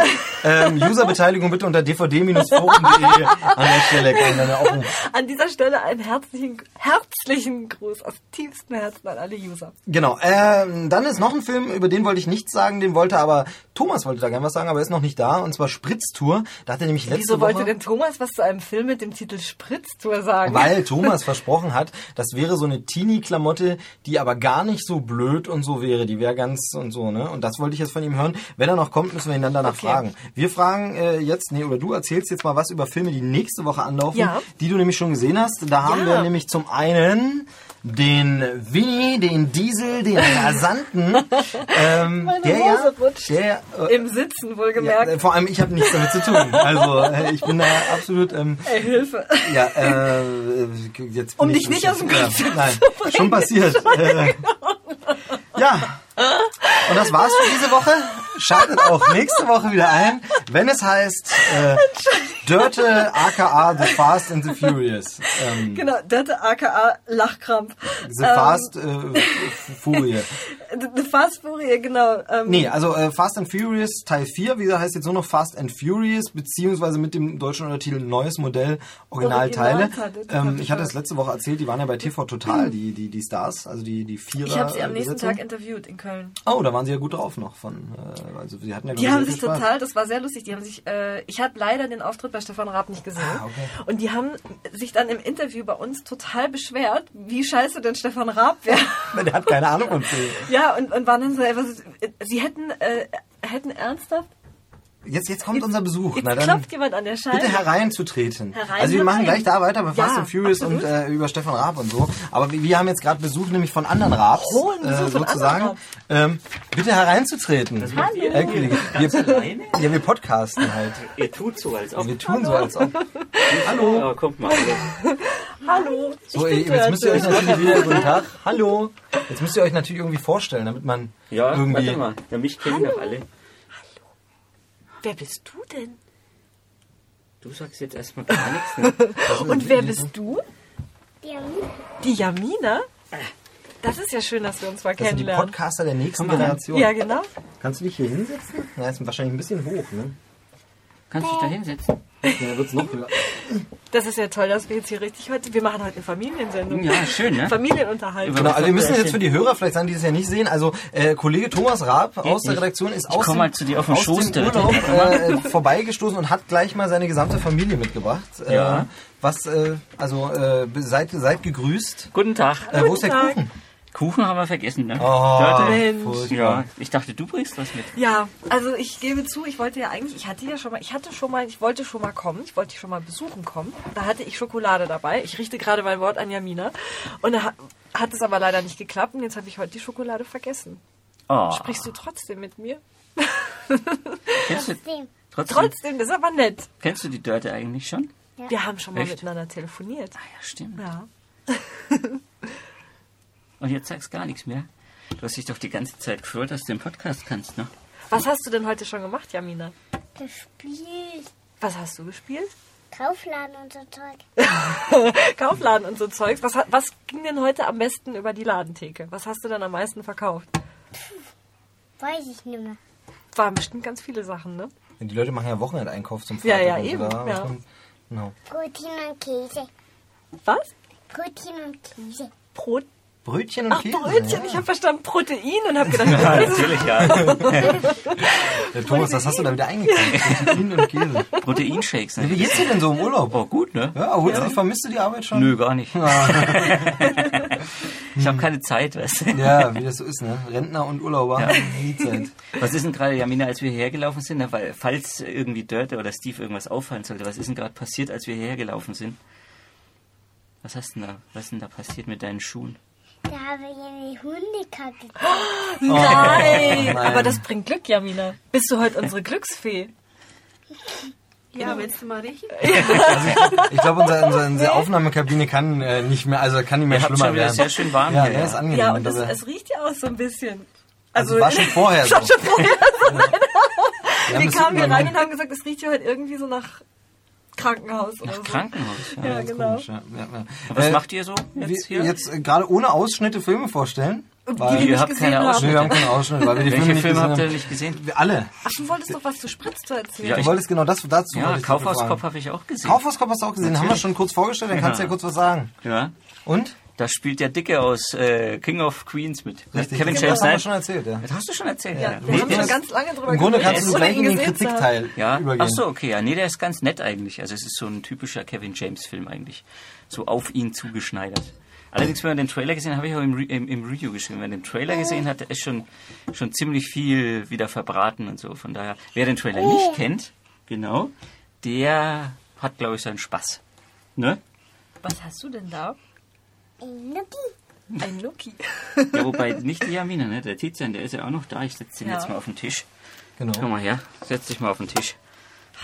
S1: Ähm, Userbeteiligung bitte unter dvd-forum.de e an der Stelle. Kann dann auch ein
S2: An dieser Stelle einen herzlichen, herzlichen Gruß aus tiefstem Herzen an alle User.
S1: Genau. Ähm, dann ist noch ein Film, über den wollte ich nichts sagen, den wollte aber Thomas wollte da gerne was sagen, aber er ist noch nicht da. Und zwar Spritztour. Da hat er nämlich letzte
S2: Wieso
S1: Woche,
S2: wollte denn Thomas was zu einem Film mit dem Titel Spritztour sagen?
S1: weil Thomas versprochen hat, das wäre so eine Teenie-Klamotte, die aber gar nicht so blöd und so wäre. Die wäre ganz und so ne. Und das wollte ich jetzt von ihm hören. Wenn er noch kommt, müssen wir ihn dann danach
S2: Okay.
S1: fragen. Wir fragen äh, jetzt, nee, oder du erzählst jetzt mal was über Filme, die nächste Woche anlaufen,
S2: Ja.
S1: die du nämlich schon gesehen hast. Da haben
S2: Ja.
S1: wir nämlich zum einen den Winnie, den Diesel,
S2: [LAUGHS]
S1: den Rasanten. ähm,
S2: Meine
S1: der
S2: Hose
S1: ja,
S2: rutscht.
S1: Der, äh,
S2: Im Sitzen
S1: ja,
S2: wohlgemerkt.
S1: äh, vor allem ich habe nichts damit zu tun. Also äh, ich bin da absolut. Ähm,
S2: Ey, Hilfe.
S1: ja, äh, jetzt bin
S2: Um
S1: ich
S2: dich nicht aus dem
S1: ja,
S2: Konzept
S1: Nein,
S2: zu bringen.
S1: schon passiert. Äh, ja. Und das war's für diese Woche. Schaltet auch nächste Woche wieder ein, wenn es heißt äh, Dörte aka The Fast and the Furious. Ähm,
S2: Genau, Dörte aka Lachkrampf.
S1: the
S2: Ähm.
S1: Fast äh, Furie.
S2: Eine Fastfurie, genau. Ähm,
S1: Nee, also äh, Fast and Furious Teil 4, wie gesagt, heißt jetzt nur noch Fast and Furious, beziehungsweise mit dem deutschen Untertitel Neues Modell Originalteile.
S2: Originalteile, das
S1: ähm,
S2: hab ich
S1: ich hatte es
S2: gehört. Mhm.
S1: letzte Woche erzählt, die waren ja bei TV Total, die, die, die Stars, also die, die Vierer.
S2: ich habe sie am
S1: äh,
S2: nächsten
S1: Besetzung.
S2: Tag interviewt in Köln.
S1: Oh, da waren sie ja gut drauf noch von. Äh, also die hatten ja glaub
S2: Die
S1: ich,
S2: haben
S1: sehr
S2: sich
S1: viel Spaß.
S2: total, das war sehr lustig, die haben sich, äh, ich habe leider den Auftritt bei Stefan Raab nicht gesehen.
S1: Ah, okay.
S2: Und die haben sich dann im Interview bei uns total beschwert, wie scheiße denn Stefan Raab
S1: [LAUGHS]
S2: wäre.
S1: Der hat keine Ahnung von Filmen.
S2: ja, und, und waren dann so, ey, was ist, sie hätten, äh, hätten ernsthaft,
S1: Jetzt, jetzt kommt unser Besuch.
S2: jetzt
S1: Na dann.
S2: klopft jemand an der Scheibe.
S1: Bitte hereinzutreten.
S2: Herein,
S1: also wir machen
S2: herein.
S1: gleich da weiter bei Fast
S2: Ja,
S1: and Furious und äh, über Stefan Raab und so. Aber wir, wir haben jetzt gerade Besuch nämlich von anderen Raabs
S2: Hohen Besuch
S1: äh,
S2: von
S1: sozusagen.
S2: anderen
S1: Ähm, bitte hereinzutreten.
S3: macht ihr
S1: Herr Kollege,
S3: ganz
S1: wir,
S3: alleine?
S1: Ja, wir podcasten halt.
S3: Ihr tut so, als ob.
S1: Wir tun so als ob. Hallo.
S3: Aber kommt mal. Also,
S2: Hallo,
S1: So,
S2: ich
S1: ey,
S2: bin
S1: jetzt müsst ihr euch
S2: Dörte.
S1: natürlich wieder guten Tag. Hallo. Jetzt müsst ihr euch natürlich irgendwie vorstellen, damit man
S3: Ja,
S1: irgendwie.
S3: warte mal. Ja, mich kennen doch alle.
S2: Wer bist du denn?
S3: Du sagst jetzt erstmal gar nichts. Ne?
S1: Also,
S2: Und wer bist du?
S4: Ja,
S2: Die Jamina? Das ist ja schön, dass wir uns mal
S1: Das sind die
S2: kennenlernen.
S1: Podcaster der nächsten
S3: mal rein.
S1: Generation.
S2: Ja, genau.
S1: Kannst du dich hier hinsetzen? Na, ist wahrscheinlich ein bisschen hoch, ne?
S3: Kannst dich da [LAUGHS] hinsetzen?
S1: Ja, wird's noch höher.
S2: Das ist ja toll, dass wir jetzt hier richtig heute. Wir machen heute eine Familiensendung.
S3: Ja, schön, ne?
S2: Familienunterhaltung.
S3: Über-
S1: Genau, also wir müssen jetzt für die Hörer vielleicht sagen, die es ja nicht sehen. Also äh, Kollege Thomas Raab aus der
S3: nicht.
S1: Redaktion ist
S3: Ich
S1: aus
S3: komm
S1: dem,
S3: mal zu dir auf den
S1: aus
S3: Schoß,
S1: dem
S3: Dirk.
S1: Urlaub äh, vorbeigestoßen und hat gleich mal seine gesamte Familie mitgebracht. Äh,
S3: Ja.
S1: Was, äh, also äh, seid, seid gegrüßt.
S3: Guten Tag.
S1: Äh, wo ist der
S2: Tag.
S1: Kuchen?
S3: Kuchen haben wir vergessen, ne?
S2: Mensch.
S1: furchtbar.
S3: Ja, ich dachte, du bringst was mit.
S2: Ja, also ich gebe zu, ich wollte ja eigentlich, ich hatte ja schon mal, ich hatte schon mal, ich wollte schon mal kommen, ich wollte dich schon mal besuchen kommen. Da hatte ich Schokolade dabei. Ich richte gerade mein Wort an Jamina. Und da ha- hat es aber leider nicht geklappt und jetzt habe ich heute die Schokolade vergessen.
S3: Oh,
S2: Sprichst du trotzdem mit mir?
S3: kennst, du,
S4: trotzdem.
S3: trotzdem,
S2: Trotzdem, das ist aber nett.
S3: kennst du die Dörte eigentlich schon?
S2: Wir haben schon mal
S3: Echt?
S2: miteinander telefoniert.
S3: Ja, stimmt.
S2: Ja.
S3: Und jetzt sagst gar nichts mehr. Du hast dich doch die ganze Zeit gefreut, dass du den Podcast kannst, ne?
S2: Was hast du denn heute schon gemacht, Jamina?
S4: Gespielt.
S2: Was hast du gespielt? [LAUGHS]
S4: Kaufladen und so Zeug.
S2: Kaufladen und so Zeugs. Was, hat- was ging denn heute am besten über die Ladentheke? Was hast du denn am meisten verkauft?
S4: Weiß ich nicht mehr.
S2: Waren bestimmt ganz viele Sachen, ne?
S1: Die Leute machen ja Wochenendeinkauf zum
S2: Ja,
S1: Freitag.
S2: ja,
S1: und so,
S2: eben,
S1: da muss
S2: ja.
S1: man- Genau.
S4: Brötchen und Käse.
S2: Was?
S4: Brötchen und Käse.
S2: Brot?
S1: Brötchen und
S2: Ach,
S1: Käse.
S2: Brötchen. Ich habe verstanden Protein
S1: [LAUGHS]
S2: und habe gedacht,
S3: Natürlich, ja.
S1: Ja, Thomas, was hast du da wieder
S2: [LAUGHS]
S1: eingekauft? Brötchen und Käse.
S3: Proteinshakes,
S1: Wie
S3: ne?
S1: geht's dir denn so im Urlaub?
S3: Oh, gut, ne?
S1: Ja, erholst du dich? Vermisst du die Arbeit schon?
S3: Nö, gar nicht. [LAUGHS] ich habe keine Zeit, weißt du?
S1: Ja, wie das so ist, ne? Rentner und Urlauber. Ja. Die Zeit.
S3: Was ist denn gerade, Jamina, als wir hierher gelaufen sind? Na, weil, falls irgendwie Dörte oder Steve irgendwas auffallen sollte, was ist denn gerade passiert, als wir hierher gelaufen sind? Was hast denn da, was ist denn da passiert mit deinen Schuhen?
S4: Da habe ich eine Hundekacke.
S2: [LAUGHS] nein.
S1: Oh, nein.
S2: Aber das bringt Glück, Jamina. Bist du heute unsere Glücksfee?
S5: Ja, willst du mal riechen?
S1: Ich glaube, unsere, unsere, unsere Aufnahmekabine kann äh, nicht mehr, also kann nicht mehr
S3: Ihr habt
S1: schlimmer
S3: schon wieder
S1: werden.
S3: sehr schön warm
S1: ja,
S3: hier.
S1: der ist
S3: ja.
S1: angenehm.
S2: Ja, und
S1: das,
S2: es,
S1: also,
S2: es riecht ja auch so ein bisschen.
S1: also
S2: [LAUGHS]
S1: war schon vorher so.
S2: Schon, schon
S1: [LAUGHS]
S2: vorher. genau.
S1: Wir haben
S2: Wir
S1: das
S2: kamen hier
S1: irgendwann
S2: rein
S1: mal-
S2: und haben gesagt, es riecht hier halt irgendwie so nach Krankenhaus oder
S3: Nach
S2: so.
S3: Krankenhaus. Ja.
S2: Ja,
S1: Das ist
S2: genau.
S1: komisch, ja. Ja, ja.
S3: Was
S1: Äh,
S3: macht ihr so jetzt
S1: Jetzt,
S3: hier?
S1: wir, jetzt äh, gerade ohne Ausschnitte Filme vorstellen.
S2: die wir
S3: ihr
S2: nicht
S3: habt
S2: gesehen
S3: keine
S2: haben.
S1: Nee,
S3: Ausschnitte.
S1: wir haben keine Ausschnitte, weil wir die
S3: Welche
S1: Filme nicht äh,
S3: Filme habt ihr
S1: gesehen
S3: nicht gesehen?
S1: haben. Wir alle.
S2: Ach, du wolltest doch was zu Spritz zu erzählen.
S3: Ja,
S1: Du
S3: ich-
S1: wolltest genau das dazu.
S3: Ja,
S1: wolltest du
S3: Kaufhauskopf
S1: fragen.
S3: habe ich auch gesehen.
S1: Kaufhauskopf hast du auch gesehen. Haben wir
S3: Natürlich.
S1: schon kurz vorgestellt, dann kannst du ja
S3: Ja.
S1: kurz was sagen.
S3: ja.
S1: Und?
S3: Da spielt der Dicke aus äh, King of Queens mit. Kevin
S1: das
S3: James
S1: haben wir
S3: Knight.
S1: schon erzählt, ja.
S3: Das hast du schon erzählt.
S2: Ja,
S3: Ja,
S2: wir haben
S3: der
S2: schon
S3: ist-
S2: ganz lange drüber
S1: Im Grunde
S2: geredet,
S1: kannst du
S2: ohne
S1: gleich
S2: ihn
S1: in den
S2: gesehen zu haben.
S1: Kritikteil
S3: ja.
S1: übergehen.
S3: Ach so, okay. Ja, nee, der ist ganz nett eigentlich. Also es ist so ein typischer Kevin James Film eigentlich. So auf ihn zugeschneidert. Allerdings, wenn man den Trailer gesehen hat, habe ich auch im, Re im, im Review geschrieben. Wenn man den Trailer gesehen hat, da ist schon, schon ziemlich viel wieder verbraten und so. Von daher, wer den Trailer nicht kennt, genau, der hat, glaube ich, seinen Spaß. Ne?
S2: Was hast du denn da?
S4: Ein Nuki.
S2: Ein Nuki.
S3: Ja, wobei nicht die Jamina, ne? Der Tizian, der ist ja auch noch da. Ich setze den
S2: Ja.
S3: jetzt mal auf den Tisch. Komm
S1: Genau.
S3: mal her, setz dich mal auf den Tisch.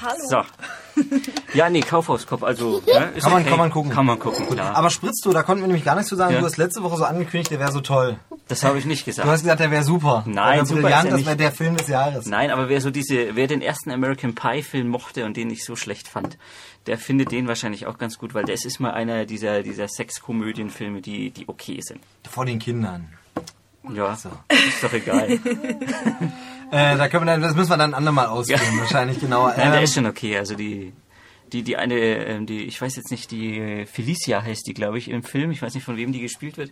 S2: Hallo.
S3: So. Ja, nee, Kaufhauskopf, also. Ne, ist
S1: Kann man-
S3: okay.
S1: kann man gucken.
S3: Kann man gucken, klar.
S1: Aber Spritzto, da konnten wir nämlich gar nichts zu sagen.
S3: Ja.
S1: Du hast letzte Woche so angekündigt, der wäre so toll.
S3: das habe ich nicht gesagt.
S1: Du hast gesagt, der wäre super.
S3: Nein,
S1: Oder
S3: super
S1: brillant,
S3: ist er
S1: das
S3: nicht.
S1: wäre der Film des Jahres.
S3: Nein, aber wer so diese, wer den ersten American Pie Film mochte und den ich so schlecht fand, der findet den wahrscheinlich auch ganz gut, weil das ist mal einer dieser, dieser Sexkomödienfilme, die, die okay sind.
S1: Vor den Kindern.
S3: Ja, ist
S1: [LAUGHS]
S3: doch egal.
S1: Äh, da können wir dann, das müssen wir dann ein andermal ausführen,
S3: Ja.
S1: wahrscheinlich genau.
S3: Nein, der
S1: Ähm,
S3: ist schon okay. Also die, die, die eine, ähm, die, ich weiß jetzt nicht, die äh, Felicia heißt die, glaube ich, im Film. Ich weiß nicht, von wem die gespielt wird.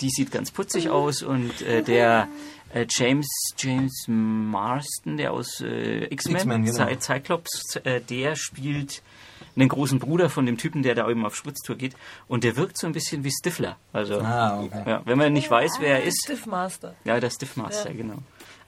S3: Die sieht ganz
S1: Mhm.
S3: putzig aus und äh, der äh, James James Marston, der aus äh,
S1: X-Men,
S3: X-Men,
S1: genau.
S3: Cy- Cyclops, äh, der spielt einen großen Bruder von dem Typen, der da eben auf Spritztour geht. Und der wirkt so ein bisschen wie Stifler. Also,
S1: Ah, okay.
S3: ja, wenn man nicht weiß, wer er ist.
S2: Stiffmaster.
S3: Ja, der Stiffmaster, genau.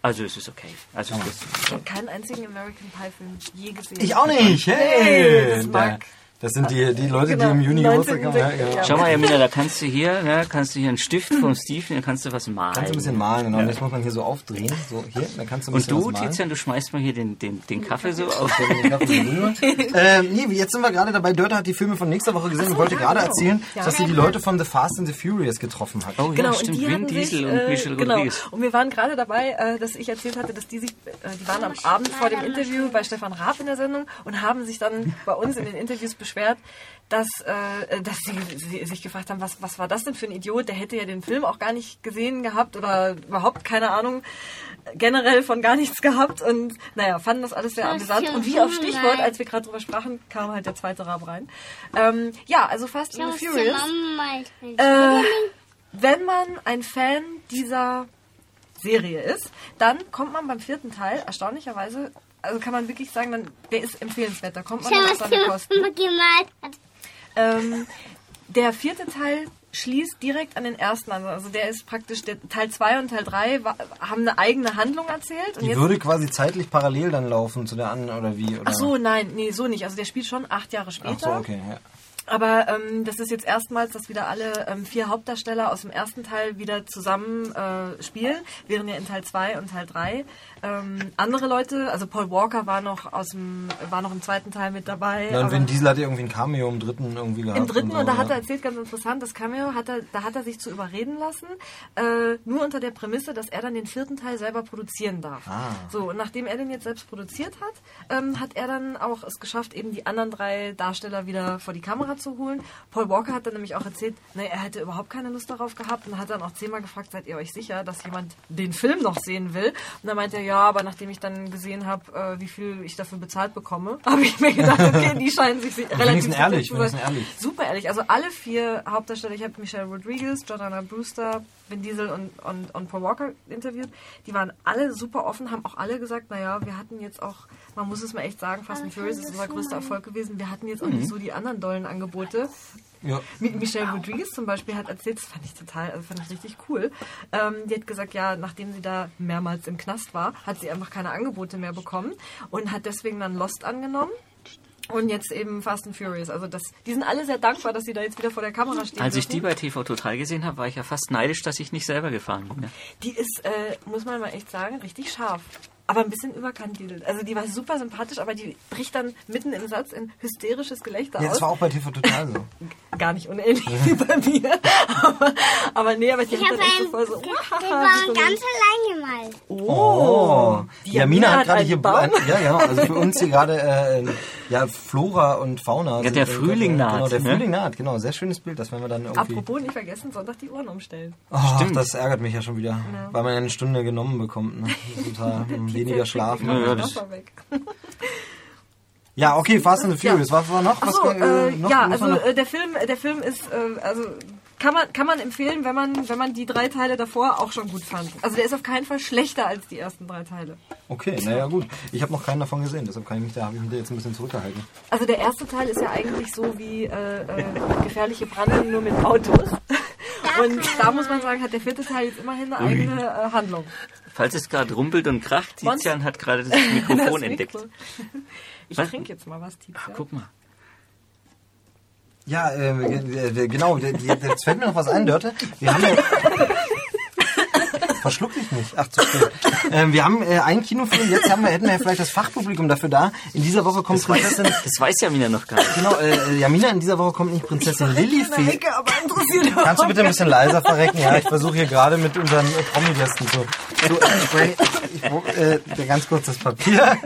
S3: Also es ist okay. Also es ist-
S2: Ich habe keinen einzigen American Pie Film je gesehen.
S1: Ich auch nicht.
S2: Hey,
S1: Hey,
S2: das mag-
S1: Da- das sind die, die Leute,
S2: Genau,
S1: die im Juni Geburtstag
S2: 19.
S1: haben. Ja, genau.
S2: Ja.
S3: Schau mal, Jamina, da kannst du hier, ne, kannst du hier einen Stift vom Steve, dann kannst du was malen.
S1: Kannst du ein bisschen malen, genau. Das muss man hier so aufdrehen. So, hier, dann kannst du ein
S3: Und
S1: bisschen
S3: du,
S1: was malen. Genau,
S3: Tizian, du schmeißt mal hier den, den, den Kaffee so auf.
S1: [LAUGHS] Ich hab ihn
S3: [LAUGHS]
S1: rüber. ähm, nee, jetzt sind wir gerade dabei. Dörte hat die Filme von nächster Woche gesehen und wollte gerade erzählen, dass sie die Leute von The Fast and the Furious getroffen hat.
S3: Oh
S2: Genau,
S3: ja, stimmt,
S2: und die
S3: Vin
S2: hatten
S3: Diesel
S2: sich,
S3: und
S2: äh,
S3: Michel
S2: genau.
S3: Rodriguez.
S2: Und wir waren gerade dabei, äh, dass ich erzählt hatte, dass die sich, äh, die waren am Abend vor dem Interview bei Stefan Raab in der Sendung und haben sich dann bei uns in den Interviews beschwert, dass, äh, dass sie, sie sich gefragt haben, was, was war das denn für ein Idiot? Der hätte ja den Film auch gar nicht gesehen gehabt oder überhaupt keine Ahnung generell von gar nichts gehabt und naja, fanden das alles sehr
S4: Das
S2: amüsant
S4: ist
S2: und wie
S4: ja
S2: auf Stichwort,
S4: gemein.
S2: als wir gerade drüber sprachen, kam halt der zweite Raab rein. Ähm, ja, also Fast and the Furious.
S4: Mama
S2: Äh, wenn man ein Fan dieser Serie ist, dann kommt man beim vierten Teil erstaunlicherweise, also kann man wirklich sagen, dann, der ist empfehlenswert, da kommt man
S4: Schau,
S2: dann auf
S4: was
S2: seine
S4: du
S2: Kosten.
S4: Mama gemalt Also, hast.
S2: Ähm, der vierte Teil schließt direkt an den ersten an. Also der ist praktisch, der Teil 2 und Teil 3 haben eine eigene Handlung erzählt. Und
S1: Die
S2: jetzt
S1: würde quasi zeitlich parallel dann laufen zu der anderen oder wie? Oder?
S2: Ach so, nein, nee, so nicht. Also der spielt schon acht Jahre später.
S1: Ach so, okay. Ja.
S2: Aber ähm, das ist jetzt erstmals, dass wieder alle ähm, vier Hauptdarsteller aus dem ersten Teil wieder zusammen äh, spielen, während ja in Teil 2 und Teil 3 ähm, andere Leute, also Paul Walker war noch aus dem, war noch im zweiten Teil mit dabei.
S1: Ja, und
S2: aber-
S1: Vin Diesel hatte irgendwie ein Cameo im dritten irgendwie gehabt.
S2: im dritten,
S1: so,
S2: und da hat
S1: ja.
S2: er erzählt, ganz interessant, das Cameo, hat er, da hat er sich zu überreden lassen, äh, nur unter der Prämisse, dass er dann den vierten Teil selber produzieren darf.
S1: Ah.
S2: So, und nachdem er den jetzt selbst produziert hat, ähm, hat er dann auch es geschafft, eben die anderen drei Darsteller wieder vor die Kamera zu holen. Paul Walker hat dann nämlich auch erzählt, ne, er hätte überhaupt keine Lust darauf gehabt und hat dann auch zehnmal gefragt, seid ihr euch sicher, dass jemand den Film noch sehen will? Und dann meinte er, ja, aber nachdem ich dann gesehen habe, äh, wie viel ich dafür bezahlt bekomme, [LAUGHS] habe ich mir gedacht, okay, die scheinen sich relativ
S1: wenigstens ehrlich,
S2: zu sein.
S1: wenigstens ehrlich.
S2: Super ehrlich. Also alle vier Hauptdarsteller, ich habe Michelle Rodriguez, Jordana Brewster, Vin Diesel und, und, und Paul Walker interviewt. Die waren alle super offen, haben auch alle gesagt, naja, wir hatten jetzt auch, man muss es mal echt sagen, Fast and Furious ist unser größter Erfolg gewesen. Wir hatten jetzt
S1: Mhm.
S2: auch nicht so die anderen dollen Angebote.
S1: Ja.
S2: Mi- Michelle Rodriguez zum Beispiel hat erzählt, das fand ich total, also fand ich richtig cool. Ähm, die hat gesagt, ja, nachdem sie da mehrmals im Knast war, hat sie einfach keine Angebote mehr bekommen und hat deswegen dann Lost angenommen. Und jetzt eben Fast and Furious. Also das, die sind alle sehr dankbar, dass sie da jetzt wieder vor der Kamera stehen.
S3: Als Also ich
S2: dürfen.
S3: die bei TV Total gesehen habe, war ich ja fast neidisch, dass ich nicht selber gefahren bin. Ne?
S2: Die ist, äh, muss man mal echt sagen, richtig scharf. aber ein bisschen überkandidelt. Also die war super sympathisch, aber die bricht dann mitten im Satz in hysterisches Gelächter
S1: Ja,
S2: aus.
S1: das war auch bei TV Total
S2: [LAUGHS]
S1: so.
S2: Gar nicht unähnlich [LAUGHS] wie bei mir. Aber, aber nee, aber die
S4: Ich
S2: hat
S4: habe
S2: dann echt so
S4: einen,
S2: voll so,
S4: den
S2: "Wahaha",
S4: war
S2: so
S4: ganz allein gemalt.
S1: Oh, die Jamina hat gerade
S2: einen
S1: hier
S2: Baum.
S1: Ein, ja genau, also für uns hier gerade äh, ja Flora und Fauna. sind-
S3: der Frühling naht,
S1: Genau, der
S3: ne?
S1: Frühling naht, genau, sehr schönes Bild, das werden wir dann irgendwie.
S2: Apropos nicht vergessen, Sonntag die Uhren umstellen.
S1: Oh, das ärgert mich ja schon wieder, weil man ja eine Stunde genommen bekommt, ne?
S2: [LAUGHS]
S1: Total hm, weniger schlafen.
S3: Ja, ja,
S2: das
S3: das-
S2: war weg.
S1: Ja, okay, Fast and the Furious, was war noch?
S2: Achso,
S1: was,
S2: äh,
S1: noch?
S2: ja,
S1: Muss
S2: also
S1: man noch?
S2: äh, der Film, der Film ist, äh, also kann man, kann man empfehlen, wenn man, wenn man die drei Teile davor auch schon gut fand. Also der ist auf keinen Fall schlechter als die ersten drei Teile.
S1: Okay, naja gut. Ich habe noch keinen davon gesehen, deshalb kann ich mich da, habe ich mich da jetzt ein bisschen zurückgehalten.
S2: Also der erste Teil ist ja eigentlich so wie äh, äh, gefährliche Brandung nur mit Autos. Und da muss man sagen, hat der vierte Teil jetzt immerhin eine eigene äh, Handlung.
S3: Falls es gerade rumpelt und kracht,
S2: Monst-
S3: Tizian hat gerade das
S2: [LAUGHS]
S3: Mikrofon
S2: Das
S3: entdeckt.
S2: Mikro. Ich
S3: Was?
S2: trinke jetzt mal was, Tietz.
S3: Ach,
S2: ja.
S3: guck mal.
S1: Ja, äh, äh, äh, genau, die- die- jetzt fällt mir noch was ein, Dörte. Wir haben ja... Verschluck dich nicht. Ach, zu spät. Ähm, wir haben äh, einen Kinofilm, jetzt haben wir, hätten wir ja vielleicht das Fachpublikum dafür da. In dieser Woche kommt Prinzessin...
S3: Das weiß Jamina noch gar nicht.
S1: Genau, äh, Jamina, in dieser Woche kommt nicht Prinzessin
S2: Eine
S1: Lillifee.
S2: Hecke, aber interessiert
S1: Kannst du bitte ein bisschen leiser verrecken? Ja, ich versuche hier gerade mit unseren äh, Promi-Gästen zu. zu äh, ich, wo- äh, ganz kurz das Papier.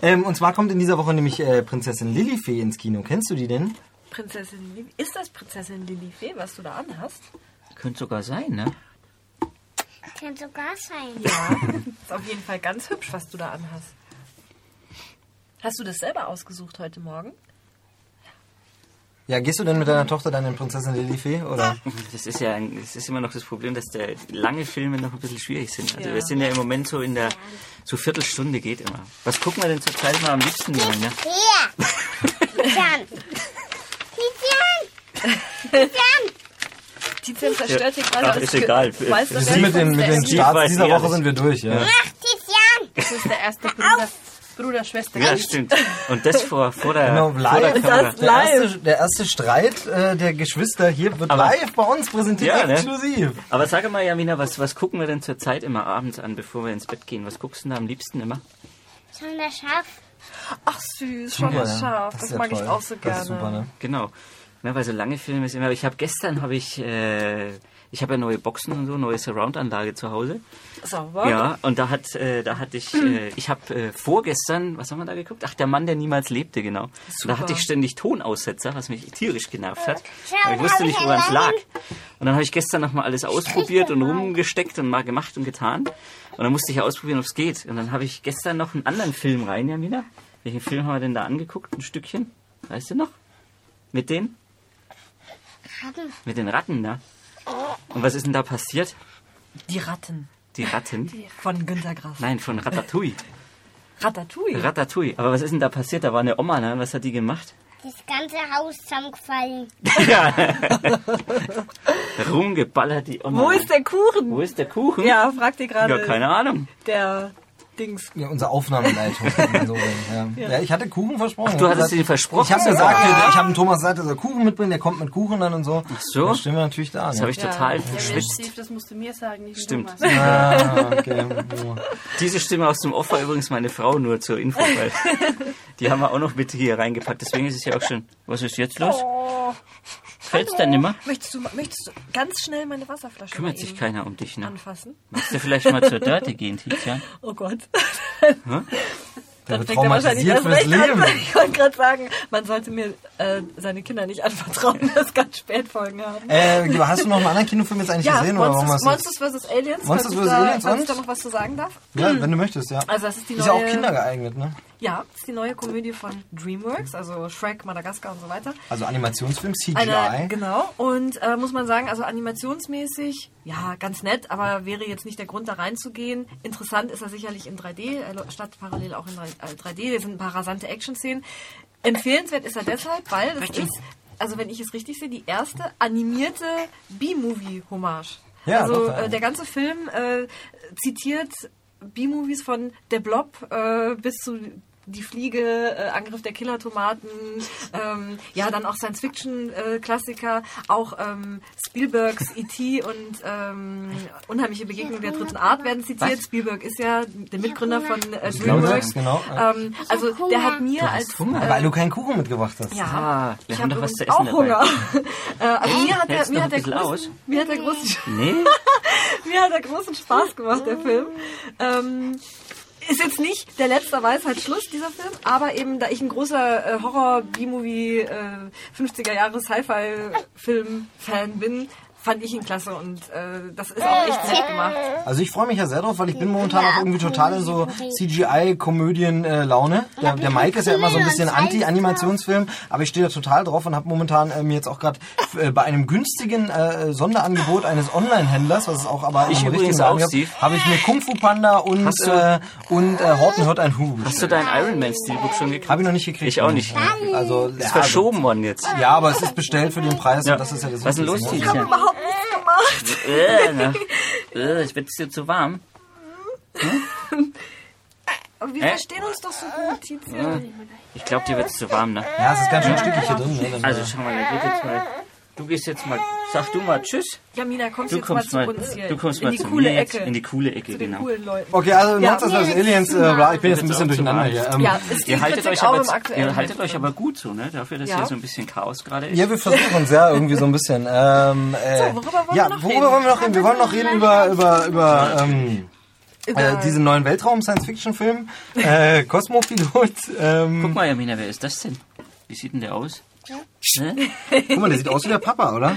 S1: Ähm, und zwar kommt in dieser Woche nämlich äh, Prinzessin Lillifee ins Kino. Kennst du die denn?
S2: [LAUGHS] Prinzessin Lili Ist das Prinzessin Lilifee, was du da anhast?
S3: Könnte sogar sein, ne?
S4: Kann sogar sein.
S2: Ja. [LAUGHS] ist auf jeden Fall ganz hübsch, was du da anhast. Hast du das selber ausgesucht heute Morgen?
S1: Ja, gehst du denn mit deiner Tochter dann in Prinzessin Lillifee? Oder?
S3: Das ist ja ein, das ist immer noch das Problem, dass der lange Filme noch ein bisschen schwierig sind. Also
S2: Ja.
S3: wir sind ja im Moment so in der so Viertelstunde geht immer. Was gucken wir denn zurzeit mal am liebsten, Jamina?
S4: Hier.
S2: [LAUGHS]
S4: Tizian. Tizian.
S2: Tizian zerstört hier gerade
S3: Ach,
S2: das
S3: ist
S2: Ge-
S3: egal.
S2: Weiß
S3: Das
S2: doch
S1: Die mit
S2: gar nicht,
S1: den, mit den
S2: was der-
S1: Starts
S3: weiß
S1: dieser
S3: eh
S1: Woche
S3: alles.
S1: sind wir durch, ja.
S4: Ach, Tizian.
S5: Das ist der erste
S2: Ah.
S5: Bruder, Bruder Schwester.
S3: Ja, stimmt. Und das vor, vor der,
S1: Genau,
S3: vor der
S1: live.
S3: Kamera.
S2: Das-
S1: Der erste, der erste Streit äh, der Geschwister hier wird
S3: Aber-
S1: live bei uns präsentiert,
S3: Ja, ne?
S1: exklusiv.
S3: Aber sag mal, Jamina, was, was gucken wir denn zurzeit immer abends an, bevor wir ins Bett gehen? Was guckst du denn da am liebsten immer?
S4: Schon der Schaf.
S2: Ach süß, schon mal scharf. Das,
S1: ist ja
S2: mag ich
S1: toll.
S2: auch so gerne.
S1: Das ist super, ne?
S3: Genau. Na, weil so lange Filme ist immer. Ich habe gestern habe ich äh, ich habe ja neue Boxen und so, neue Surround-Anlage zu Hause.
S2: Sauber.
S3: Ja, und da hat äh, da hatte ich äh, ich habe äh, vorgestern, was haben wir da geguckt? Ach, der Mann, der niemals lebte, genau. Und da hatte ich ständig Tonaussetzer, was mich tierisch genervt hat.
S4: Schau,
S3: Aber ich wusste
S4: hab
S3: nicht,
S4: ich
S3: woran es
S4: einen
S3: lag. Und dann habe ich gestern noch mal alles ausprobiert und rumgesteckt und mal gemacht und getan. Und dann musste ich ja ausprobieren, ob es geht. Und dann habe ich gestern noch einen anderen Film rein, Jamina. Welchen Film haben wir denn da angeguckt? Ein Stückchen? Weißt du noch? Mit den?
S4: Ratten.
S3: Mit den Ratten, ne? Und was ist denn da passiert?
S2: Die Ratten
S3: Die Ratten?
S2: von Günter Grass.
S3: Nein, von Ratatouille.
S2: Ratatouille.
S3: Ratatouille. Aber was ist denn da passiert? Da war eine Oma, ne? Was hat die gemacht?
S4: Das ganze Haus zusammengefallen.
S3: Rumgeballert, die Oma.
S2: Wo ist der Kuchen?
S3: Wo ist der Kuchen?
S2: ja, fragt ihr gerade
S3: Hm? Ja, keine Ahnung.
S2: der Dings.
S1: Ja, unsere Aufnahmeleitung.
S3: [LAUGHS]
S1: kann man so sagen, ja. Ja. ich hatte Kuchen versprochen.
S3: Du hattest
S1: Ich hab gesagt-
S3: ihn versprochen.
S1: Ich habe gesagt, ich habe dem Thomas gesagt, er soll Kuchen mitbringen, der kommt mit Kuchen dann und so. Ach
S3: so.
S1: Das stehen wir natürlich da.
S3: Das
S1: ne?
S3: habe ich total
S5: Der Mensch,
S3: verschwitzt.
S5: Steve, das musst du mir sagen, nicht
S3: Stimmt.
S5: Thomas. Ja.
S1: Ah, okay.
S3: Diese Stimme aus dem Off war übrigens meine Frau nur zur
S2: [LAUGHS]
S3: Info, weil die haben wir auch noch mit hier reingepackt. Deswegen ist es ja auch schon. Was ist jetzt los?
S2: Oh.
S3: Fällt's denn immer?
S2: Möchtest du, möchtest du ganz schnell meine Wasserflasche
S3: Kümmert
S2: mal
S3: sich
S2: eben
S3: keiner um dich, ne?
S2: anfassen?
S3: Magst du vielleicht mal zur Dörte gehen, Tizian?
S2: [LAUGHS] Oh Gott. [LAUGHS]
S1: Der
S2: Dann
S1: wird
S2: fängt er wahrscheinlich
S1: traumatisiert
S2: erst
S1: fürs
S2: recht an.
S1: Leben.
S2: [LAUGHS] Ich wollte gerade sagen, man sollte mir äh, seine Kinder nicht
S3: [LAUGHS]
S2: anvertrauen, dass ganz spät Folgen haben.
S1: Äh, hast du noch einen anderen Kinofilm jetzt eigentlich
S2: ja,
S1: gesehen? oder warum
S2: Monsters,
S1: hast du jetzt-
S2: Monsters vs. Aliens.
S1: Monsters
S2: falls ich
S1: vs.
S2: da-
S1: Aliens
S2: Falls ich
S1: und?
S2: da noch was zu sagen darf.
S1: Ja, wenn du möchtest, ja.
S2: Also das ist die
S1: ist ja auch
S2: neue-
S1: kindergeeignet, ne?
S2: Ja, das ist die neue Komödie von DreamWorks, also Shrek, Madagaskar und so weiter.
S1: Also Animationsfilm, CGI.
S2: Eine, genau. Und äh, muss man sagen, also animationsmäßig, ja, ganz nett, aber wäre jetzt nicht der Grund, da reinzugehen. Interessant ist er sicherlich in 3D, äh, statt parallel auch in 3D. Hier sind ein paar rasante Action-Szenen. Empfehlenswert ist er deshalb, weil das ist, also wenn ich es richtig sehe, die erste animierte B-Movie-Hommage.
S1: Ja, doch,
S2: also
S1: ja.
S2: äh, der ganze Film äh, zitiert B-Movies von Der Blob äh, bis zu die Fliege, äh, Angriff der Killertomaten, ähm, ja, dann auch Science-Fiction-Klassiker, auch ähm, Spielbergs E.T. und ähm, Unheimliche Begegnung der dritten Art werden zitiert.
S3: Was?
S2: Spielberg ist ja der Mitgründer von äh,
S1: Genau,
S2: DreamWorks.
S1: genau.
S2: Ähm, also
S4: hab Hunger.
S2: der hat mir als...
S1: Weil du keinen Kuchen mitgebracht hast.
S2: Ja,
S3: Ah, wir
S2: ich
S3: haben
S2: hab
S3: doch was
S2: übrigens
S3: zu essen
S2: auch
S3: dabei.
S2: Hunger. [LAUGHS] äh, also mir hat der,
S3: Hältst du
S2: mir hat
S3: noch ein
S2: der
S3: bisschen aus?
S2: großen, mir hat der großen
S3: Nee?
S2: mir hat er großen Spaß gemacht, der Film. Ähm, ist jetzt nicht der letzte Weisheit Schluss, dieser Film, aber eben, da ich ein großer äh, Horror-B-Movie, äh, 50er-Jahres-Sci-Fi-Film-Fan bin, fand ich ihn klasse und äh, das ist auch echt nett gemacht.
S1: Also ich freue mich ja sehr drauf, weil ich bin momentan auch irgendwie total in so CGI-Komödien-Laune. äh, Der, der Mike ist ja immer so ein bisschen anti-Animationsfilm, aber ich stehe da total drauf und habe momentan äh, mir jetzt auch gerade äh, bei einem günstigen äh, Sonderangebot eines Online-Händlers, was es auch aber
S3: Ich
S1: im
S3: übrigens
S1: richtigen
S3: auch,
S1: Laden gab,
S3: Steve.
S1: habe ich mir Kung Fu Panda und,
S3: Hast du-
S1: äh, und äh, Horten hört ein Hu.
S3: Hast du deinen Iron Man Steelbook schon gekriegt?
S1: Habe ich noch nicht gekriegt.
S3: Ich auch nicht.
S1: Also, ja,
S3: Ist
S1: also,
S3: verschoben worden jetzt.
S1: Ja, aber es ist bestellt für den Preis
S3: Ja.
S1: und das ist ja das
S3: Was ist denn los,
S1: Wichtigste, ne?
S3: Tiechen?
S2: Überhaupt nichts gemacht.
S3: Äh, na. Äh, es wird dir zu warm.
S2: Aber wir
S3: Äh?
S2: verstehen uns doch so gut, Tizian.
S3: Ich glaube, dir wird es zu warm, ne?
S1: Ja, es ist ganz schön stückig hier drin. Ne? Dann,
S3: Also schau mal, dann geht jetzt mal. Du gehst jetzt mal. Sag du mal Tschüss.
S2: Jamina, kommst
S3: Du
S2: jetzt
S3: kommst
S2: mal
S3: mal,
S2: zu uns hier.
S3: du kommst
S2: in
S3: mal
S2: die
S3: zu
S2: coole
S3: mir jetzt.
S2: Ecke.
S3: In die coole Ecke,
S2: zu den
S3: genau
S2: coolen Leuten.
S1: Okay, also
S2: Ja.
S1: Monsters vs. Aliens, äh, bla, ich bin jetzt ein bisschen
S3: Jetzt auch zu
S1: durcheinander
S3: warm.
S1: hier. Ähm,
S2: Ja, ist die
S3: Ihr haltet,
S2: Kritik
S3: euch
S2: auch
S3: aber,
S2: im aktuellen
S3: ihr haltet euch
S2: Film.
S3: aber gut so, ne? Dafür, dass
S2: Ja.
S3: hier so ein bisschen Chaos gerade ist.
S1: Ja, wir versuchen uns ja irgendwie so ein bisschen. Ähm, äh,
S2: So, worüber wollen
S1: ja,
S2: wir noch
S1: worüber
S2: reden?
S1: wollen wir noch reden? Wir wollen noch reden über, über, über ähm, äh,
S2: Über-
S1: diesen neuen Weltraum-Science-Fiction-Film,
S2: [LAUGHS]
S1: äh, Cosmopilot.
S3: Guck
S1: Ähm,
S3: mal, Jamina, wer ist das denn? Wie sieht denn der aus? Ne?
S2: [LAUGHS]
S1: guck mal, der sieht aus wie der Papa, oder?